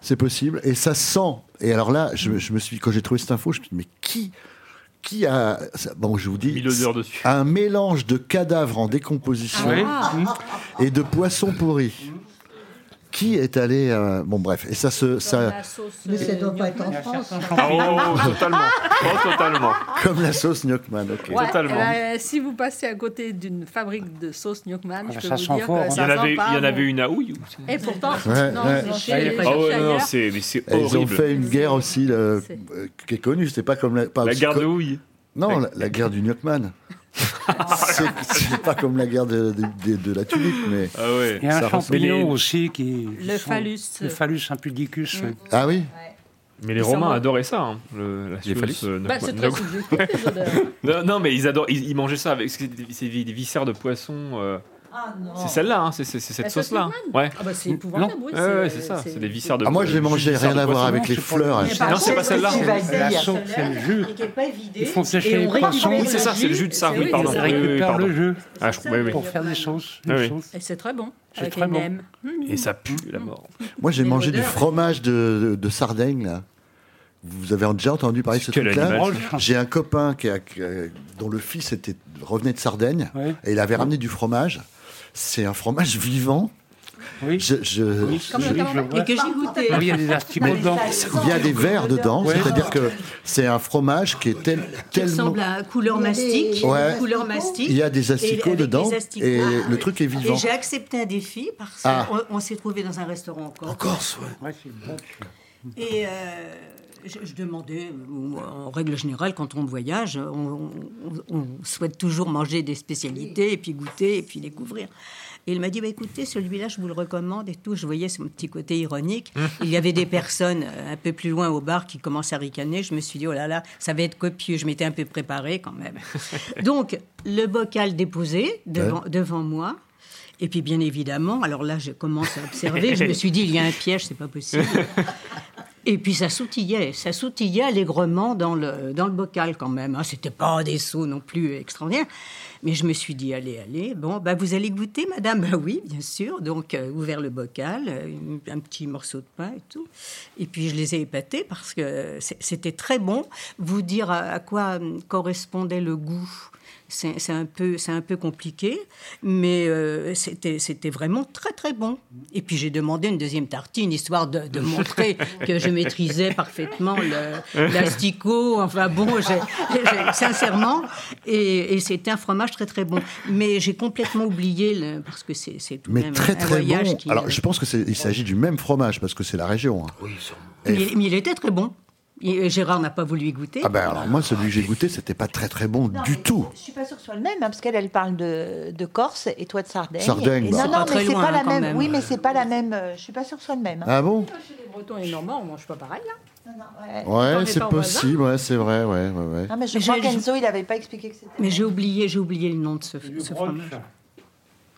[SPEAKER 3] C'est possible. Et ça sent. Et alors là, je, je me suis, quand j'ai trouvé cette info, je me suis dit, mais qui, qui a. ça- Bon, je vous dis.
[SPEAKER 2] Mille odeurs dessus.
[SPEAKER 3] Un mélange de cadavres en décomposition
[SPEAKER 14] Oui.
[SPEAKER 3] et de poissons pourris. Qui est allé. euh, Bon, bref. Et ça se. Ça,
[SPEAKER 8] Mais
[SPEAKER 4] euh,
[SPEAKER 8] ça ne doit pas être en France.
[SPEAKER 2] Ah, oh, oh, totalement. Oh, totalement.
[SPEAKER 3] comme la sauce Gnocchman, ok.
[SPEAKER 12] Ouais, eh ben, si vous passez à côté d'une fabrique de sauce gnocchman, je peux
[SPEAKER 2] Ça
[SPEAKER 12] vous
[SPEAKER 2] sent
[SPEAKER 12] dire
[SPEAKER 2] fort,
[SPEAKER 12] que
[SPEAKER 2] hein.
[SPEAKER 12] ça
[SPEAKER 2] Il y en
[SPEAKER 12] sent
[SPEAKER 2] avait-
[SPEAKER 12] pas
[SPEAKER 2] il y en
[SPEAKER 12] bon.
[SPEAKER 2] avait une à Houille
[SPEAKER 12] Et pourtant,
[SPEAKER 3] Ouais,
[SPEAKER 12] non,
[SPEAKER 3] ouais.
[SPEAKER 12] ils ont cherché-
[SPEAKER 2] Ah, il y a
[SPEAKER 12] ils
[SPEAKER 2] pas
[SPEAKER 12] ont
[SPEAKER 2] de- Ah ouais,
[SPEAKER 12] cherché
[SPEAKER 2] non,
[SPEAKER 12] ailleurs.
[SPEAKER 2] c'est- mais c'est
[SPEAKER 3] Et Eh, Ils ont
[SPEAKER 2] horrible.
[SPEAKER 3] fait une guerre aussi le- euh, qui est connue, c'était pas comme la. pas-
[SPEAKER 2] La guerre de Houille.
[SPEAKER 3] Non, la, la guerre du Gnocchman. c'est c'est pas comme la guerre de, de- de- de la tulipe, mais.
[SPEAKER 2] Ah ouais.
[SPEAKER 14] Il y a
[SPEAKER 3] ça
[SPEAKER 14] un
[SPEAKER 3] ressemble.
[SPEAKER 14] champignon aussi qui.
[SPEAKER 12] Le
[SPEAKER 14] sont-
[SPEAKER 12] phallus.
[SPEAKER 14] Le phallus impudicus. oui.
[SPEAKER 3] Ah oui
[SPEAKER 2] Mais les
[SPEAKER 14] Ça
[SPEAKER 2] Romains
[SPEAKER 14] va.
[SPEAKER 2] adoraient ça, hein, le- la
[SPEAKER 14] Les
[SPEAKER 2] sauce,
[SPEAKER 14] phallus
[SPEAKER 2] euh,
[SPEAKER 12] Bah,
[SPEAKER 2] Gnocchman.
[SPEAKER 12] c'est très subjectif, les odeurs.
[SPEAKER 2] Non, non, mais ils adorent. Ils, ils mangeaient ça avec c'est des, c'est des viscères de poisson. euh, C'est celle-là, hein, c'est c'est- c'est cette
[SPEAKER 12] La sauce
[SPEAKER 2] sauce-là.
[SPEAKER 12] Gnocchman
[SPEAKER 2] Ouais.
[SPEAKER 12] Ah bah, c'est épouvantable,
[SPEAKER 2] Non.
[SPEAKER 12] oui,
[SPEAKER 2] Ouais,
[SPEAKER 12] c'est-
[SPEAKER 2] ouais, c'est ça,
[SPEAKER 12] c'est-
[SPEAKER 2] c'est des viscères de
[SPEAKER 3] Ah, moi, je l'ai mangé,
[SPEAKER 2] viscères de
[SPEAKER 3] rien à voir
[SPEAKER 2] poisson.
[SPEAKER 3] avec les fleurs.
[SPEAKER 2] Mais par
[SPEAKER 3] Non,
[SPEAKER 2] contre,
[SPEAKER 3] c'est pas celle-là.
[SPEAKER 2] tu vas
[SPEAKER 14] La
[SPEAKER 2] dire.
[SPEAKER 14] sauce, c'est le jus.
[SPEAKER 8] Et qui n'est pas vidée.
[SPEAKER 14] Ils font sécher
[SPEAKER 8] Et
[SPEAKER 14] les
[SPEAKER 8] on récupère
[SPEAKER 14] poissons.
[SPEAKER 8] le
[SPEAKER 2] Oui, c'est ça, c'est le jus de ça, oui,
[SPEAKER 14] Ils
[SPEAKER 2] pardon. Oui, oui, oui,
[SPEAKER 14] récupèrent
[SPEAKER 2] pardon.
[SPEAKER 14] le jus
[SPEAKER 2] Ah, je- oui, oui.
[SPEAKER 14] pour faire des sauces.
[SPEAKER 2] Ah oui.
[SPEAKER 12] Et c'est très bon.
[SPEAKER 14] C'est
[SPEAKER 12] avec M&M. Hmm.
[SPEAKER 14] très
[SPEAKER 12] les
[SPEAKER 14] bon.
[SPEAKER 12] nems.
[SPEAKER 2] Et ça pue la mort.
[SPEAKER 3] Moi, j'ai
[SPEAKER 12] Mais
[SPEAKER 3] mangé du
[SPEAKER 12] l'odeur.
[SPEAKER 3] fromage de, de- de Sardaigne, là. Vous avez déjà entendu parler de ce
[SPEAKER 2] Quel
[SPEAKER 3] truc-là
[SPEAKER 2] animal,
[SPEAKER 3] J'ai un copain qui a- qui a- dont le fils était revenait de Sardaigne
[SPEAKER 14] Ouais.
[SPEAKER 3] et il avait ramené du fromage. C'est un fromage vivant.
[SPEAKER 14] Oui.
[SPEAKER 3] Je, je-
[SPEAKER 14] Comme le
[SPEAKER 3] je-
[SPEAKER 14] camembert. Et que j'ai goûté. Oui, il y a des asticots
[SPEAKER 3] Mais
[SPEAKER 14] dedans.
[SPEAKER 3] Il y a des vers dedans.
[SPEAKER 14] Ouais.
[SPEAKER 3] C'est-à-dire que c'est un fromage qui est tel,
[SPEAKER 9] Qui
[SPEAKER 3] tellement.
[SPEAKER 9] ressemble à couleur mastic.
[SPEAKER 3] Ouais.
[SPEAKER 9] Couleur mastic.
[SPEAKER 3] Il y a des
[SPEAKER 9] Et
[SPEAKER 3] asticots
[SPEAKER 9] avec des
[SPEAKER 3] dedans,
[SPEAKER 9] asticots. Ah,
[SPEAKER 3] et le truc est vivant.
[SPEAKER 9] Et j'ai accepté un défi parce qu'on
[SPEAKER 3] Ah.
[SPEAKER 9] on, s'est trouvé dans un restaurant en Corse.
[SPEAKER 3] En Corse,
[SPEAKER 14] ouais. c'est bon.
[SPEAKER 9] Et euh, je, je demandais, euh, en règle générale, quand on voyage, on, on- on souhaite toujours manger des spécialités et puis goûter et puis découvrir. Et il m'a dit, bah, écoutez, celui-là, je vous le recommande et tout. Je voyais son petit côté ironique. Il y avait des personnes euh, un peu plus loin au bar qui commençaient à ricaner. Je me suis dit, oh là là, ça va être copieux. Je m'étais un peu préparée quand même. Donc, le bocal déposé devant, devant moi. Et puis, bien évidemment, alors là, je commence à observer. Je me suis dit, il y a un piège, c'est pas possible. Et puis ça sautillait, ça sautillait allègrement dans le, dans le bocal quand même. Hein. C'était pas des sauts non plus extraordinaires. Mais je me suis dit, allez, allez, bon, bah, vous allez goûter, madame Bah oui, bien sûr. Donc, euh, ouvert le bocal, euh, une- un petit morceau de pain et tout. Et puis, je les ai épatés parce que c'est- c'était très bon. Vous dire à, à quoi hum, correspondait le goût, c'est c'est un, peu- c'est un peu compliqué, mais euh, c'était c'était vraiment très, très bon. Et puis, j'ai demandé une deuxième tartine, histoire de, de montrer que je maîtrisais parfaitement le- l'asticot. Enfin bon, j'ai- j'ai- sincèrement, et, et c'était un fromage très très bon. Mais j'ai complètement oublié, le- parce que c'est c'est tout de
[SPEAKER 3] Mais
[SPEAKER 9] même
[SPEAKER 3] très
[SPEAKER 9] un
[SPEAKER 3] très
[SPEAKER 9] voyage
[SPEAKER 3] bon.
[SPEAKER 9] qui...
[SPEAKER 3] Alors je pense que c'est- il s'agit du même fromage parce que c'est la région. hein.
[SPEAKER 9] mais, il- mais il était très bon. Et Gérard n'a pas voulu y goûter.
[SPEAKER 3] Ah ben alors moi celui que j'ai goûté c'était pas très très bon
[SPEAKER 4] Non,
[SPEAKER 3] du
[SPEAKER 4] mais
[SPEAKER 3] tout.
[SPEAKER 4] Je suis pas sûre que ce soit le même, hein, parce qu'elle elle parle de, de Corse et toi de Sardaigne.
[SPEAKER 3] Sardaigne,
[SPEAKER 4] Et- et
[SPEAKER 3] bah.
[SPEAKER 4] non,
[SPEAKER 3] C'est
[SPEAKER 4] non,
[SPEAKER 3] pas
[SPEAKER 4] mais
[SPEAKER 3] très
[SPEAKER 4] c'est
[SPEAKER 3] loin,
[SPEAKER 4] pas la
[SPEAKER 3] quand
[SPEAKER 4] même.
[SPEAKER 3] même.
[SPEAKER 4] Oui, mais c'est pas la même. euh, Je suis pas sûre que ce soit le même. hein.
[SPEAKER 3] Ah bon
[SPEAKER 12] Chez les Bretons et Normands, on mange pas pareil. hein.
[SPEAKER 3] Ouais c'est possible ouais c'est vrai ouais ouais ouais.
[SPEAKER 4] Non, mais je
[SPEAKER 9] Mais
[SPEAKER 4] crois
[SPEAKER 9] j'ai-
[SPEAKER 4] qu'Enzo, il n'avait pas expliqué que c'était.
[SPEAKER 9] Mais j'ai oublié, j'ai oublié le nom de ce, ce fromage.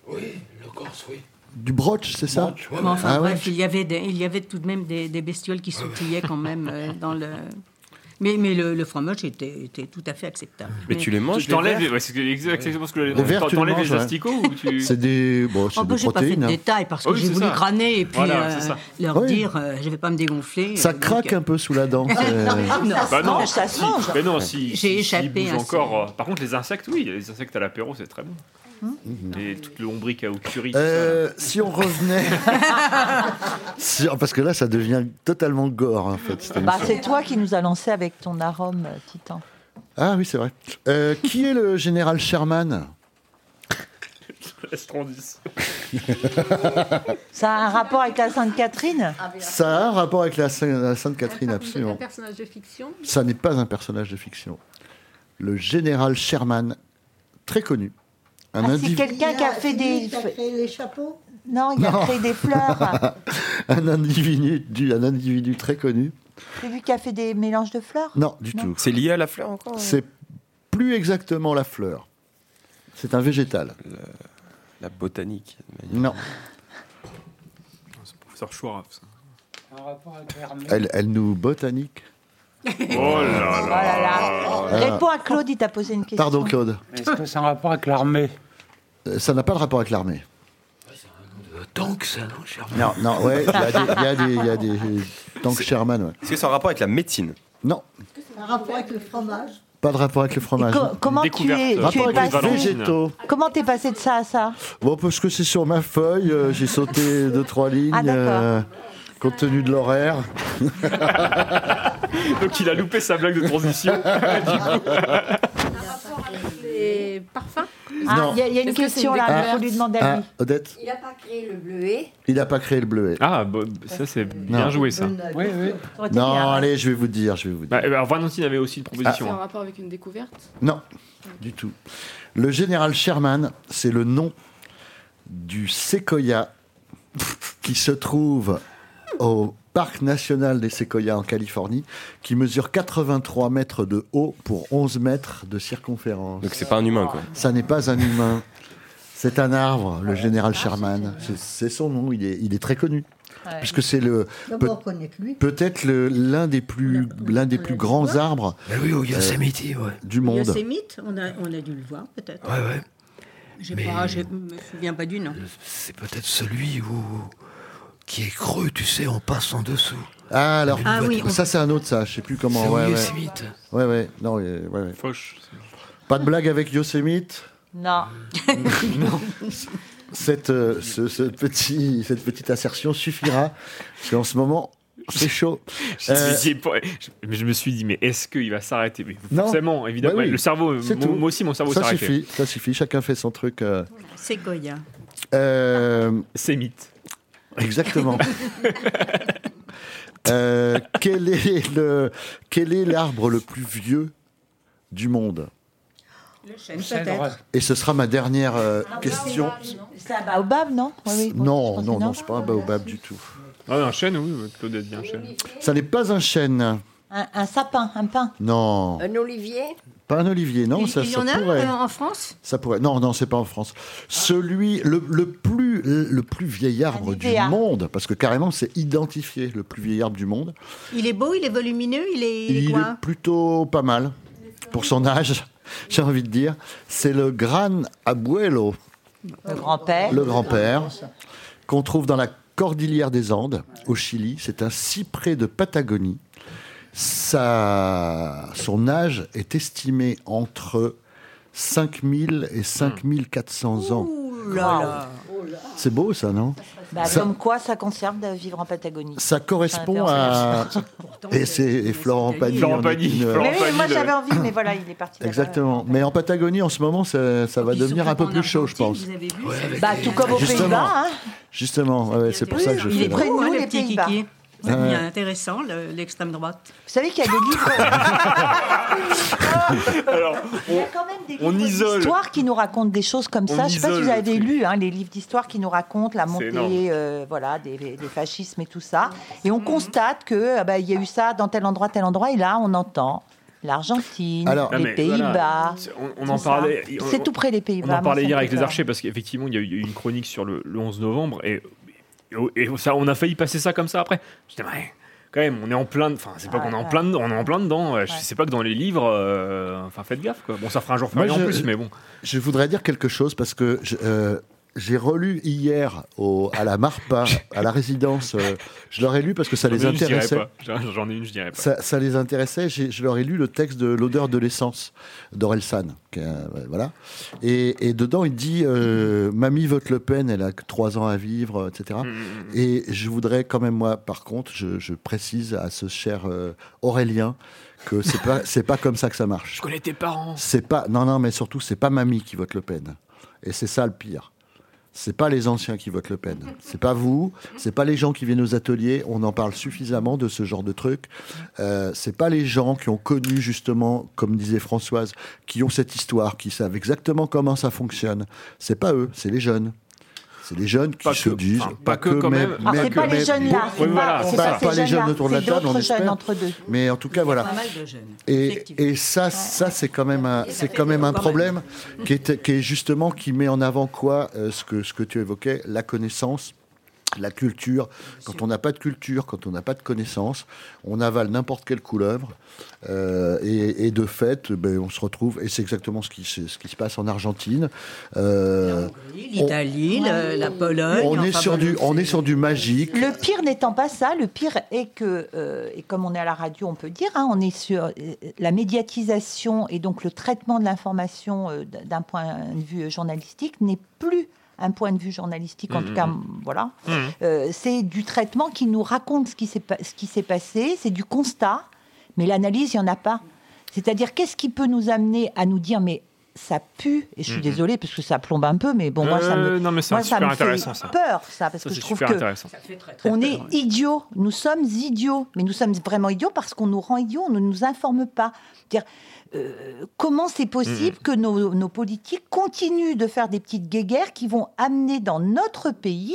[SPEAKER 7] Oui, le Corse, oui.
[SPEAKER 3] Du broch c'est ça
[SPEAKER 9] Mais enfin
[SPEAKER 3] Ah ouais.
[SPEAKER 9] bref, il, y avait des- il y avait tout de même des, des bestioles qui sautillaient quand même euh, dans le. Mais, mais le, le fromage était, était tout à fait acceptable.
[SPEAKER 2] Tu t'enlèves les- ouais, c'est exactement ce que j'allais
[SPEAKER 3] Les
[SPEAKER 2] dire.
[SPEAKER 3] verts, tu les
[SPEAKER 2] T'enlèves
[SPEAKER 3] manges,
[SPEAKER 2] les
[SPEAKER 3] ouais.
[SPEAKER 2] asticots ou tu.
[SPEAKER 3] C'est des bon c'est
[SPEAKER 9] Oh, bah,
[SPEAKER 3] des
[SPEAKER 9] j'ai pas fait
[SPEAKER 3] protéines.
[SPEAKER 9] de
[SPEAKER 3] hein.
[SPEAKER 9] détails parce que
[SPEAKER 3] Ah oui,
[SPEAKER 9] j'ai
[SPEAKER 3] c'est
[SPEAKER 9] voulu
[SPEAKER 3] ça.
[SPEAKER 9] crâner et puis
[SPEAKER 3] Voilà,
[SPEAKER 9] euh,
[SPEAKER 3] c'est ça.
[SPEAKER 9] leur
[SPEAKER 3] Oui.
[SPEAKER 9] dire euh, je vais pas me dégonfler.
[SPEAKER 3] Ça
[SPEAKER 9] euh, donc,
[SPEAKER 3] craque
[SPEAKER 9] euh,
[SPEAKER 3] un peu sous la dent.
[SPEAKER 9] Ah, non.
[SPEAKER 2] Bah non,
[SPEAKER 9] Ça se
[SPEAKER 2] si.
[SPEAKER 9] mange.
[SPEAKER 2] Mais non, si.
[SPEAKER 9] J'ai
[SPEAKER 2] si- s'ils
[SPEAKER 9] échappé
[SPEAKER 2] bougent
[SPEAKER 9] à ça.
[SPEAKER 2] encore. euh, Par contre, les insectes, oui, les insectes à l'apéro, c'est très bon. Et tout le lombric à curry.
[SPEAKER 3] Euh, si on revenait, si- oh, parce que là ça devient totalement gore en fait. cette
[SPEAKER 4] Bah,
[SPEAKER 3] émission.
[SPEAKER 4] c'est toi qui nous as lancé avec ton arôme, euh, Titan.
[SPEAKER 3] Ah oui c'est vrai. Euh, qui est le général Sherman
[SPEAKER 4] Ça a un rapport avec la Sainte-Catherine
[SPEAKER 11] Ah,
[SPEAKER 3] Ça a un rapport avec la, Saint- la Sainte Catherine, absolument.
[SPEAKER 11] personnage de fiction.
[SPEAKER 3] Ça n'est pas un personnage de fiction. Le général Sherman, très connu. Un
[SPEAKER 4] Ah,
[SPEAKER 3] individu-
[SPEAKER 4] C'est quelqu'un qui a fait des.
[SPEAKER 8] Il a créé les chapeaux
[SPEAKER 4] Non, il a
[SPEAKER 3] Non.
[SPEAKER 4] créé des fleurs.
[SPEAKER 3] un, individu, un individu très connu.
[SPEAKER 4] C'est lui qui a fait des mélanges de fleurs
[SPEAKER 3] Non, du tout.
[SPEAKER 13] C'est lié à la fleur encore
[SPEAKER 3] C'est plus exactement la fleur. C'est un végétal.
[SPEAKER 13] La botanique.
[SPEAKER 3] Non.
[SPEAKER 2] Professeur Chouaraf. ça.
[SPEAKER 14] Un rapport avec Hermès.
[SPEAKER 3] Elle, elle nous botanique.
[SPEAKER 2] Oh là
[SPEAKER 4] Oh
[SPEAKER 2] là.
[SPEAKER 4] là là.
[SPEAKER 3] Ah.
[SPEAKER 4] Réponds à Claude, il t'a posé une question.
[SPEAKER 3] Pardon Claude.
[SPEAKER 14] Est-ce que c'est un rapport avec l'armée
[SPEAKER 3] Euh, Ça n'a pas de rapport avec l'armée.
[SPEAKER 7] Tant que Euh, ça, non, cher
[SPEAKER 3] Non, non, ouais, il y a des- il y a des, il y a des, tanks Sherman, ouais.
[SPEAKER 13] Est-ce que c'est un rapport avec la médecine
[SPEAKER 3] Non,
[SPEAKER 8] Un rapport avec le fromage.
[SPEAKER 3] pas de rapport avec le fromage.
[SPEAKER 4] Co- comment tu es, euh, tu es
[SPEAKER 3] Rapport avec les
[SPEAKER 4] passé
[SPEAKER 3] végétaux.
[SPEAKER 4] Comment t'es passé de ça à ça
[SPEAKER 3] Bon, parce que c'est sur ma feuille, euh, j'ai sauté deux, trois lignes,
[SPEAKER 4] Ah, d'accord.
[SPEAKER 3] euh, compte tenu de l'horaire.
[SPEAKER 2] Donc il a loupé sa blague de transition. Du coup.
[SPEAKER 3] ben.
[SPEAKER 11] Les parfums
[SPEAKER 4] Ah, Il y a, il y a une
[SPEAKER 11] Est-ce que c'est
[SPEAKER 4] question
[SPEAKER 11] une
[SPEAKER 4] là, il faut
[SPEAKER 11] découverte
[SPEAKER 4] lui demander à
[SPEAKER 3] Ah,
[SPEAKER 4] lui.
[SPEAKER 3] Odette,
[SPEAKER 10] Il n'a pas créé le bleuet.
[SPEAKER 3] il n'a pas créé le bleuet.
[SPEAKER 2] Ah, ça c'est bien joué ça.
[SPEAKER 14] Oui, oui.
[SPEAKER 3] Non, allez, je vais vous dire, je vais vous dire. Ah.
[SPEAKER 2] Bah, eh ben, alors, Valentine avait aussi une
[SPEAKER 6] C'est
[SPEAKER 2] proposition.
[SPEAKER 6] en
[SPEAKER 2] hein.
[SPEAKER 6] euh, rapport avec une découverte
[SPEAKER 3] Non, du tout. Le général Sherman, c'est le nom du séquoia qui se trouve au parc national des séquoias en Californie, qui mesure 83 mètres de haut pour 11 mètres de circonférence.
[SPEAKER 13] Donc c'est pas un humain quoi.
[SPEAKER 3] Ça n'est pas un humain. C'est un arbre, le général Sherman. C'est- C'est son nom, il est, il est très connu.
[SPEAKER 8] Ouais.
[SPEAKER 3] Puisque c'est le peut-
[SPEAKER 8] D'abord, on connaît que lui.
[SPEAKER 3] peut-être le- l'un des plus, l'un des plus grands arbres euh,
[SPEAKER 7] Ben oui, au Yosemite, ouais.
[SPEAKER 3] du monde.
[SPEAKER 9] Yosemite, on a, on a dû le voir peut-être.
[SPEAKER 7] Ouais, ouais.
[SPEAKER 9] Je
[SPEAKER 7] Mais-
[SPEAKER 9] ne me souviens pas du nom.
[SPEAKER 7] C'est peut-être celui où... qui est creux, tu sais, on passe en dessous.
[SPEAKER 3] Ah, alors,
[SPEAKER 9] Ah oui, on-
[SPEAKER 3] ça c'est un autre, ça, je sais plus comment.
[SPEAKER 7] C'est au
[SPEAKER 3] ouais, ouais.
[SPEAKER 7] Yosemite.
[SPEAKER 3] Ouais, ouais, non, ouais, ouais, ouais.
[SPEAKER 2] Foch.
[SPEAKER 3] Pas de blague avec Yosemite
[SPEAKER 4] Non.
[SPEAKER 3] cette, euh, ce- ce petit, cette petite assertion suffira, parce qu'en ce moment, c'est chaud.
[SPEAKER 2] Je,
[SPEAKER 3] Euh,
[SPEAKER 2] je- je- je- je me suis dit, mais est-ce qu'il va s'arrêter Mais
[SPEAKER 3] non.
[SPEAKER 2] Forcément, évidemment.
[SPEAKER 3] Bah oui.
[SPEAKER 2] Le cerveau,
[SPEAKER 3] C'est
[SPEAKER 2] mon-
[SPEAKER 3] tout.
[SPEAKER 2] moi aussi, mon cerveau s'est
[SPEAKER 3] Ça
[SPEAKER 2] arrêté.
[SPEAKER 3] suffit, ça suffit, chacun fait son truc. euh,
[SPEAKER 10] C'est Goya.
[SPEAKER 3] euh,
[SPEAKER 2] C'est mythe.
[SPEAKER 3] Exactement. Euh, quel est le quel est l'arbre le plus vieux du monde
[SPEAKER 4] Le chêne,
[SPEAKER 8] peut-être.
[SPEAKER 3] Et ce sera ma dernière euh,
[SPEAKER 4] Ah,
[SPEAKER 3] question.
[SPEAKER 4] C'est un baobab, non Oui, bah, oui.
[SPEAKER 3] Non, non, non, c'est pas un baobab du tout.
[SPEAKER 2] Ah, un chêne, oui, Claude a dit un chêne.
[SPEAKER 3] Ça n'est pas un chêne.
[SPEAKER 4] Un, un sapin, un pin.
[SPEAKER 3] Non,
[SPEAKER 10] Un olivier
[SPEAKER 3] pas un olivier. Non,
[SPEAKER 10] Euh, Il-
[SPEAKER 3] ça,
[SPEAKER 10] il y
[SPEAKER 3] ça
[SPEAKER 10] en a,
[SPEAKER 3] pourrait.
[SPEAKER 10] euh, en France
[SPEAKER 3] Ça pourrait. Non, non, c'est pas en France. Celui le, le plus le plus vieil arbre du
[SPEAKER 9] IDA.
[SPEAKER 3] monde, parce que carrément c'est identifié le plus vieil arbre du monde.
[SPEAKER 9] Il est beau, il est volumineux, il est, il est
[SPEAKER 3] Il
[SPEAKER 9] quoi
[SPEAKER 3] est plutôt pas mal pour son âge, j'ai envie de dire. C'est le Gran Abuelo,
[SPEAKER 4] Le grand-père.
[SPEAKER 3] le grand-père, qu'on trouve dans la cordillère des Andes, au Chili. C'est un cyprès de Patagonie. Sa... Son âge est estimé entre 5000 et 5400 ans.
[SPEAKER 4] Ouh là là.
[SPEAKER 3] C'est beau ça, non
[SPEAKER 4] Bah,
[SPEAKER 3] Ça-
[SPEAKER 4] Comme quoi, ça conserve de vivre en Patagonie.
[SPEAKER 3] ça correspond
[SPEAKER 4] Enfin,
[SPEAKER 3] à. euh,
[SPEAKER 4] personne.
[SPEAKER 3] Et, c'est- et Florent Pagny.
[SPEAKER 2] Florent
[SPEAKER 3] en est
[SPEAKER 2] Pagny,
[SPEAKER 3] une-
[SPEAKER 4] Mais oui, mais moi j'avais envie, mais voilà, il est parti. là-bas.
[SPEAKER 3] Exactement. Mais en Patagonie, en ce moment, ça, ça va devenir un peu plus chaud, je pense.
[SPEAKER 4] Bah, tout comme aux
[SPEAKER 3] Justement.
[SPEAKER 4] Pays-Bas, hein.
[SPEAKER 3] Justement, ouais, c'est pour ça que je
[SPEAKER 4] il
[SPEAKER 3] fais
[SPEAKER 4] est
[SPEAKER 3] la-
[SPEAKER 4] près de nous,
[SPEAKER 16] Oh,
[SPEAKER 4] les
[SPEAKER 16] le petit
[SPEAKER 4] Pays-Bas.
[SPEAKER 16] kiki.
[SPEAKER 3] Ouais.
[SPEAKER 16] Oui, intéressant, le- l'extrême droite.
[SPEAKER 4] Vous savez qu'il y a des livres.
[SPEAKER 2] Alors,
[SPEAKER 4] Il y a quand même des
[SPEAKER 2] on
[SPEAKER 4] livres
[SPEAKER 2] isole.
[SPEAKER 4] d'histoire qui nous racontent des choses comme
[SPEAKER 2] On
[SPEAKER 4] ça. Je ne sais pas si
[SPEAKER 2] isole
[SPEAKER 4] vous
[SPEAKER 2] le
[SPEAKER 4] avez lu hein, les livres d'histoire qui nous racontent la
[SPEAKER 2] énorme.
[SPEAKER 4] montée euh, voilà, des, des fascismes et tout ça. Et on constate qu'il il y a eu ça dans tel endroit, tel endroit. Et là, on entend l'Argentine,
[SPEAKER 2] Alors- Ah,
[SPEAKER 4] les
[SPEAKER 2] mais
[SPEAKER 4] Pays-Bas.
[SPEAKER 2] voilà. C'est- on- on en
[SPEAKER 4] tout ça.
[SPEAKER 2] parlait-
[SPEAKER 4] C'est
[SPEAKER 2] on-
[SPEAKER 4] tout près des Pays-Bas.
[SPEAKER 2] On en
[SPEAKER 4] moi,
[SPEAKER 2] parlait
[SPEAKER 4] ça
[SPEAKER 2] hier
[SPEAKER 4] me
[SPEAKER 2] avec
[SPEAKER 4] fait
[SPEAKER 2] les
[SPEAKER 4] peur.
[SPEAKER 2] archers parce qu'effectivement, il y a eu une chronique sur le, le 11 novembre et, et- et ça, on a failli passer ça comme ça après. Je dis, ouais, quand même, on est en plein. Enfin, c'est pas
[SPEAKER 13] Ah
[SPEAKER 2] qu'on est en
[SPEAKER 13] ouais.
[SPEAKER 2] plein dedans, on est en plein dedans. euh, Je sais pas que dans les livres. euh, Enfin, faites gaffe quoi. Bon, ça fera un jour férié en plus, mais bon.
[SPEAKER 3] Je voudrais dire quelque chose parce que je, euh, j'ai relu hier au, à la Marpa, à la résidence. euh, je l'aurais lu parce que ça
[SPEAKER 2] J'en ai
[SPEAKER 3] les
[SPEAKER 2] une, je dirais
[SPEAKER 3] intéressait.
[SPEAKER 2] pas. J'en j'en ai une, je dirais pas.
[SPEAKER 3] Ça, ça les intéressait. J'ai- Je leur ai lu le texte de L'odeur de l'essence d'Orelsan. qui est un- Voilà. Et, et dedans, il dit euh, Mamie vote Le Pen, elle a que trois ans à vivre, etc.
[SPEAKER 2] Mm,
[SPEAKER 3] Et je voudrais quand même, moi, par contre, je, je précise à ce cher euh, Aurélien que c'est pas, c'est pas comme ça que ça marche.
[SPEAKER 2] Je connais tes parents.
[SPEAKER 3] C'est pas non non mais surtout c'est pas mamie qui vote Le Pen et c'est ça le pire. C'est pas les anciens qui votent Le Pen. C'est pas vous. C'est pas les gens qui viennent aux ateliers. On en parle suffisamment de ce genre de truc. Euh, c'est pas les gens qui ont connu justement, comme disait Françoise, qui ont cette histoire, qui savent exactement comment ça fonctionne. C'est pas eux. C'est les jeunes. C'est les jeunes qui se disent.
[SPEAKER 2] pas que quand même.
[SPEAKER 4] Ah, c'est pas les jeunes là.
[SPEAKER 3] beaucoup-
[SPEAKER 4] c'est pas- c'est pas
[SPEAKER 3] pas
[SPEAKER 4] ces
[SPEAKER 3] les jeunes
[SPEAKER 4] jeunes-là,
[SPEAKER 3] autour de la
[SPEAKER 4] c'est
[SPEAKER 3] table. on
[SPEAKER 4] d'autres jeunes
[SPEAKER 3] espère.
[SPEAKER 4] entre deux.
[SPEAKER 3] Mais en tout cas, voilà.
[SPEAKER 16] Pas mal de jeunes.
[SPEAKER 3] Et, et ça, ça c'est quand même un, c'est quand même un problème qui est, qui est justement qui met en avant quoi euh, ce que ce que tu évoquais, la connaissance, la culture. Quand on n'a pas de culture, quand on n'a pas de connaissance, on avale n'importe quelle couleuvre. euh, et, et de fait, ben, on se retrouve. Et c'est exactement ce qui se- ce qui se passe en Argentine. Euh,
[SPEAKER 16] L'Italie, le- la Pologne.
[SPEAKER 3] on est
[SPEAKER 16] enfin,
[SPEAKER 3] sur
[SPEAKER 16] bon,
[SPEAKER 3] du, on est sur du magique.
[SPEAKER 4] Le pire n'étant pas ça, le pire est que, euh, et comme on est à la radio, on peut dire, hein, on est sur euh, la médiatisation et donc le traitement de l'information euh, d- d'un point de vue journalistique n'est plus un point de vue journalistique, en
[SPEAKER 2] Mmh,
[SPEAKER 17] Mhm.
[SPEAKER 4] tout cas, m- voilà.
[SPEAKER 17] Mhm.
[SPEAKER 4] Euh, c'est du traitement qui nous raconte ce qui s'est pa- ce qui s'est passé, c'est du constat, mais l'analyse, il n'y en a pas. C'est-à-dire, qu'est-ce qui peut nous amener à nous dire, mais ça pue, et je suis
[SPEAKER 2] Mhm.
[SPEAKER 4] désolée parce que ça plombe un peu, mais bon, moi, ça me,
[SPEAKER 2] Euh, non, mais c'est
[SPEAKER 4] moi,
[SPEAKER 2] super
[SPEAKER 4] me
[SPEAKER 2] intéressant,
[SPEAKER 4] fait
[SPEAKER 2] ça.
[SPEAKER 4] peur, ça, parce
[SPEAKER 2] Ça,
[SPEAKER 4] que je
[SPEAKER 2] c'est
[SPEAKER 4] trouve
[SPEAKER 2] super
[SPEAKER 4] que
[SPEAKER 2] intéressant. Ça
[SPEAKER 4] on est idiots, nous sommes idiots, mais nous sommes vraiment idiots parce qu'on nous rend idiots, on ne nous informe pas. Dire comment c'est possible que nos, nos politiques continuent de faire des petites guéguerres qui vont amener dans notre pays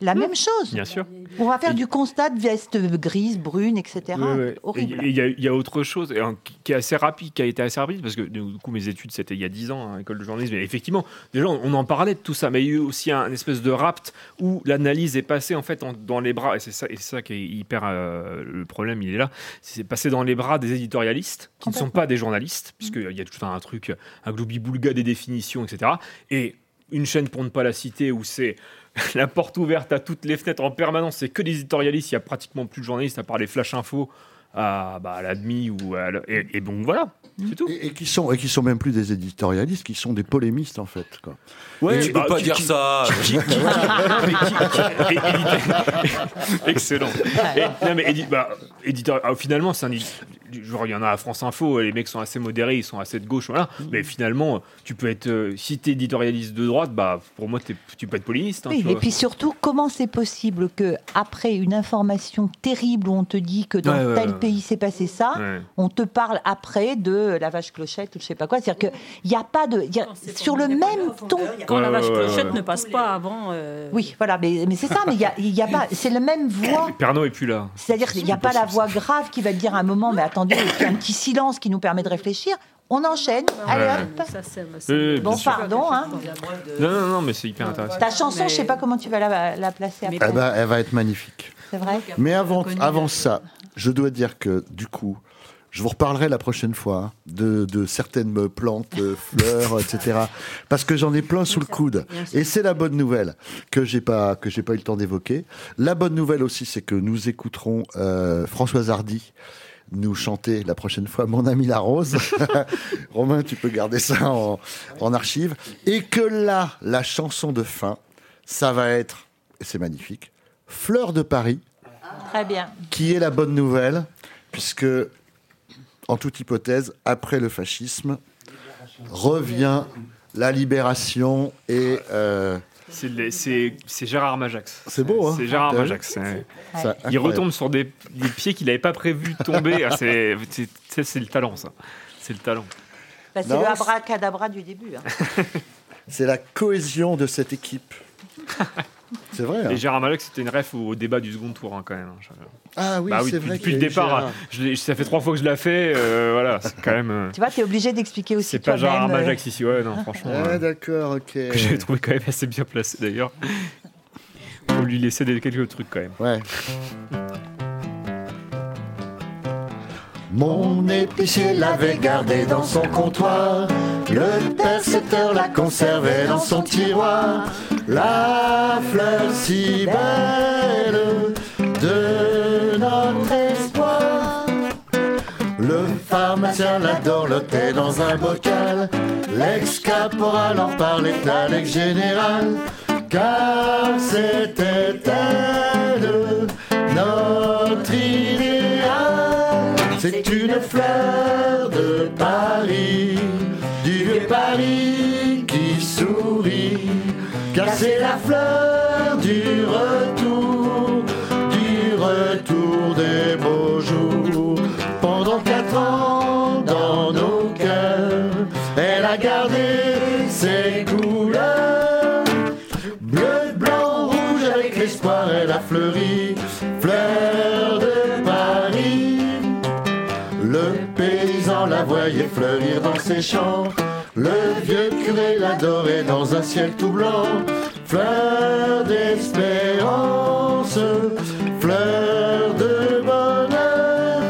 [SPEAKER 4] la même chose
[SPEAKER 2] Mm. Bien sûr.
[SPEAKER 4] On va faire du constat de veste grise, brune, etc.
[SPEAKER 2] Ouais, ouais.
[SPEAKER 4] Horrible.
[SPEAKER 2] Et- et Il y, a- il y a autre chose et, hein, qui- qui est assez rapide, qui a été assez rapide, parce que du coup, mes études, c'était il y a 10 ans, hein, école de journalisme. Et effectivement, déjà, on on en parlait de tout ça, mais il y a eu aussi un, un espèce de rapt où l'analyse est passée, en fait, en- dans les bras, et c'est ça, et c'est ça qui est hyper. euh, le problème, il est là, c'est passé dans les bras des éditorialistes, qui ne sont pas des journalistes, puisqu'il y a tout un truc, un gloubi-boulga des définitions, etc. Et une chaîne pour ne pas la citer où c'est la porte ouverte à toutes les fenêtres en permanence, c'est que des éditorialistes, il n'y a pratiquement plus de journalistes à part les flash infos à, bah, à la demi ou à la- et, et donc voilà.
[SPEAKER 7] Et, et qui sont et qui sont même plus des éditorialistes, qui sont des polémistes en fait. Quoi.
[SPEAKER 3] Ouais, bah,
[SPEAKER 7] Et-
[SPEAKER 2] bah,
[SPEAKER 3] tu peux pas dire ça.
[SPEAKER 2] Excellent. Et- non, mais édi- bah, éditeur, ah, finalement, c'est un édi- genre, il y en a à France Info, et les mecs sont assez modérés, ils sont assez de gauche, voilà. Mais finalement, tu peux être, euh, si t'es éditorialiste de droite, bah, pour moi, t'es- tu peux être polémiste. hein,
[SPEAKER 4] Oui,
[SPEAKER 2] tu
[SPEAKER 4] et
[SPEAKER 2] vois.
[SPEAKER 4] puis surtout, comment c'est possible que après une information terrible où on te dit que dans
[SPEAKER 2] Ouais, ouais,
[SPEAKER 4] tel
[SPEAKER 2] ouais.
[SPEAKER 4] pays s'est passé ça,
[SPEAKER 2] Ouais.
[SPEAKER 4] on te parle après de la vache clochette ou je sais pas quoi C'est-à-dire qu'il n'y a pas de, il y a- sur le même ton.
[SPEAKER 10] Quand la vache
[SPEAKER 2] Ouais, ouais, ouais,
[SPEAKER 10] clochette
[SPEAKER 2] ouais.
[SPEAKER 10] ne passe pas avant. euh,
[SPEAKER 4] Oui, voilà, mais, mais c'est ça, mais il y a, il y a pas, c'est la même voix.
[SPEAKER 2] Pernod est plus là.
[SPEAKER 4] C'est-à-dire qu'il n'y a pas la voix grave qui va te dire à un moment, mais attendez, et puis un petit silence qui nous permet de réfléchir. On enchaîne, allez hop.
[SPEAKER 10] Ça, c'est-
[SPEAKER 2] Oui, oui,
[SPEAKER 4] bon,
[SPEAKER 2] bien sûr.
[SPEAKER 4] pardon, hein.
[SPEAKER 2] Non, non, non, mais c'est hyper intéressant.
[SPEAKER 4] Ta chanson, je sais pas comment tu vas la, la placer
[SPEAKER 7] Eh
[SPEAKER 4] après.
[SPEAKER 7] ben, elle va être magnifique.
[SPEAKER 4] C'est vrai.
[SPEAKER 7] Ah bah, Mais avant,
[SPEAKER 4] Connu. euh,
[SPEAKER 7] avant ça, je dois dire que du coup, je vous reparlerai la prochaine fois hein, de, de certaines plantes, euh, fleurs, etc. Parce que j'en ai plein sous le coude. Et c'est la bonne nouvelle que j'ai pas que j'ai pas eu le temps d'évoquer. La bonne nouvelle aussi, c'est que nous écouterons euh, Françoise Hardy nous chanter la prochaine fois Mon ami la rose. Romain, tu peux garder ça en, en archive. Et que là, la chanson de fin, ça va être, et c'est magnifique, Fleur de Paris
[SPEAKER 4] Très bien.
[SPEAKER 7] qui est la bonne nouvelle, puisque, en toute hypothèse, après le fascisme, revient la libération et... euh,
[SPEAKER 2] C'est le- C'est c'est Gérard Majax.
[SPEAKER 7] C'est beau, hein
[SPEAKER 2] C'est Gérard
[SPEAKER 7] T'as vu
[SPEAKER 2] Majax. c'est-
[SPEAKER 7] C'est
[SPEAKER 2] Il
[SPEAKER 7] incroyable.
[SPEAKER 2] retombe sur des, des pieds qu'il n'avait pas prévu de tomber. Ah, c'est c'est- c'est- c'est le talent, ça. C'est le talent.
[SPEAKER 4] Bah, c'est
[SPEAKER 7] Non,
[SPEAKER 4] le
[SPEAKER 7] c'est-
[SPEAKER 4] abracadabra du début. hein.
[SPEAKER 7] c'est la cohésion de cette équipe. C'est vrai. hein.
[SPEAKER 2] Et Gérard Majax, c'était une ref au, au débat du second tour, hein, quand même. Je-
[SPEAKER 7] Ah oui,
[SPEAKER 2] Bah
[SPEAKER 7] c'est
[SPEAKER 2] depuis,
[SPEAKER 7] vrai
[SPEAKER 2] Depuis
[SPEAKER 7] qu'il
[SPEAKER 2] le
[SPEAKER 7] y a eu
[SPEAKER 2] départ,
[SPEAKER 7] Gérard.
[SPEAKER 2] hein, je l'ai- ça fait trois fois que je la fais. euh, voilà, c'est quand même. euh,
[SPEAKER 4] Tu vois, tu es obligé d'expliquer aussi.
[SPEAKER 2] c'est pas
[SPEAKER 4] toi-même,
[SPEAKER 2] Gérard
[SPEAKER 4] euh,
[SPEAKER 2] Majax ici, ouais, non, franchement.
[SPEAKER 7] Ah,
[SPEAKER 2] euh,
[SPEAKER 7] d'accord, ok.
[SPEAKER 2] que j'ai trouvé quand même assez bien placé d'ailleurs. Pour lui laisser des- quelques trucs quand même.
[SPEAKER 7] Ouais. Mon épicier l'avait gardé dans son comptoir. Le percepteur la conservait dans son tiroir. La fleur si belle de notre espoir. Le pharmacien l'adorlotait dans un bocal. L'ex-caporal en parlait à l'ex-général. Car c'était elle, notre idéal. C'est une fleur de Paris, du vieux Paris qui sourit. Car c'est la fleur du retour, du retour des beaux jours. Pendant quatre ans dans nos cœurs, elle a gardé ses couleurs. Bleu, blanc, rouge, avec l'espoir, elle a fleuri. Fleur de Paris, le paysan la voyait fleurir dans ses champs. Le vieux curé l'adorait dans un ciel tout blanc. Fleur d'espérance, fleur de bonheur.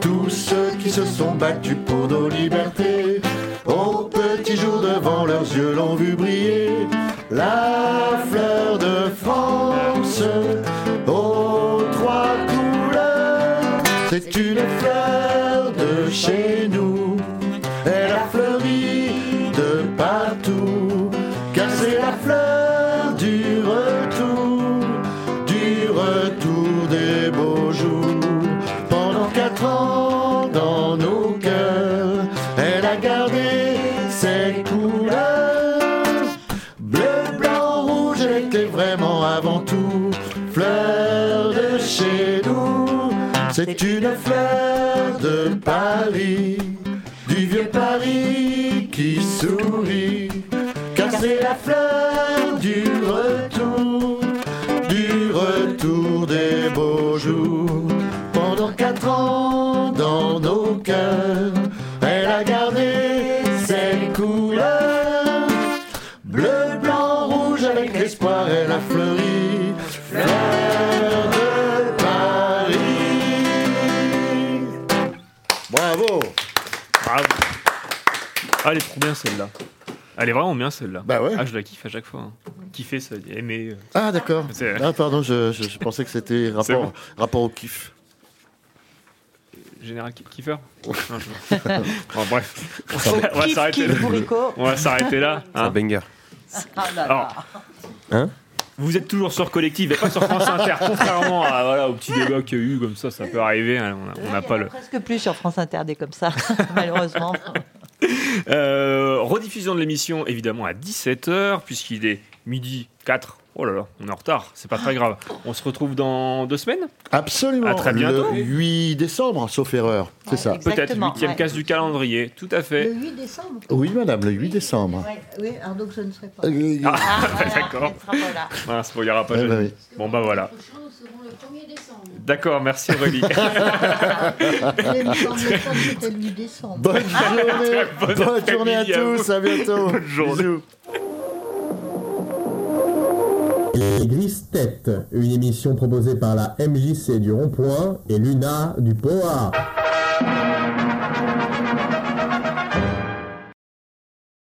[SPEAKER 7] Tous ceux qui se sont battus pour nos libertés, au petit jour devant leurs yeux l'ont vu briller. La fleur de France, aux trois couleurs, c'est une fleur de chez nous. Elle a fleuri de partout, car c'est la fleur du retour, du retour des beaux jours. Pendant quatre ans dans nos cœurs, elle a gardé ses couleurs. Bleu, blanc, rouge, elle était vraiment avant tout fleur de chez nous. C'est une fleur de Paris, du vieux Paris qui sourit. Car c'est la fleur du retour, du retour des beaux jours. Pendant quatre ans dans nos cœurs, elle a gardé ses couleurs. Bleu, blanc, rouge, avec l'espoir, elle a fleuri. Fleur de Paris. Bravo
[SPEAKER 2] Bravo. Ah, elle est trop bien celle-là. Elle est vraiment bien celle-là. Bah ouais. Ah, je la kiffe à chaque fois. hein. Kiffer, ça veut dire aimer. euh.
[SPEAKER 7] Ah, d'accord.
[SPEAKER 2] C'est-
[SPEAKER 7] Ah, pardon, je, je- je pensais que c'était
[SPEAKER 2] C'est bon.
[SPEAKER 7] rapport, rapport au kiff.
[SPEAKER 2] Général Ki- Kiefer Non, je- Bon, Bref, on s'arrête- on va
[SPEAKER 4] Kiff,
[SPEAKER 2] s'arrêter
[SPEAKER 4] kiff,
[SPEAKER 2] là.
[SPEAKER 4] bourricot.
[SPEAKER 2] On va s'arrêter là. hein.
[SPEAKER 13] C'est un banger.
[SPEAKER 4] Ah là là.
[SPEAKER 2] Alors, vous êtes toujours sur Collective et pas sur France Inter, contrairement à, voilà, au petit débat qu'il y a eu comme ça, ça peut arriver. hein, on a- On n'a pas le.
[SPEAKER 4] Presque plus sur France Inter des comme ça, malheureusement.
[SPEAKER 2] Euh, rediffusion de l'émission évidemment à 17h, puisqu'il est midi 4. Oh là là, on est en retard, c'est pas très grave. On se retrouve dans deux semaines
[SPEAKER 3] Absolument.
[SPEAKER 7] Ah,
[SPEAKER 2] À très bientôt.
[SPEAKER 3] Le 8 décembre, sauf erreur. C'est ça.
[SPEAKER 2] Peut-être 8ème casse du calendrier, tout à fait.
[SPEAKER 8] Le 8 décembre
[SPEAKER 3] Oui, madame, le 8 décembre.
[SPEAKER 8] Ouais, Oui, alors donc je ne serai pas.
[SPEAKER 3] Euh,
[SPEAKER 2] Ah, d'accord. Mince, bon, il y aura pas
[SPEAKER 3] Eh
[SPEAKER 2] Jeanne.
[SPEAKER 3] ben oui.
[SPEAKER 2] Bon, bah voilà.
[SPEAKER 11] seront le 1er décembre.
[SPEAKER 2] D'accord, merci Aurélie.
[SPEAKER 8] Il me semblait pas que c'était le 8 décembre.
[SPEAKER 3] Bonne journée,
[SPEAKER 2] Bonne
[SPEAKER 3] bonne journée à
[SPEAKER 2] après-midi à
[SPEAKER 3] tous,
[SPEAKER 2] vous.
[SPEAKER 3] à bientôt.
[SPEAKER 2] Bonne journée.
[SPEAKER 3] Bisous.
[SPEAKER 1] Les Grises Têtes, une émission proposée par la MJC du Rond-Point et Luna du POA.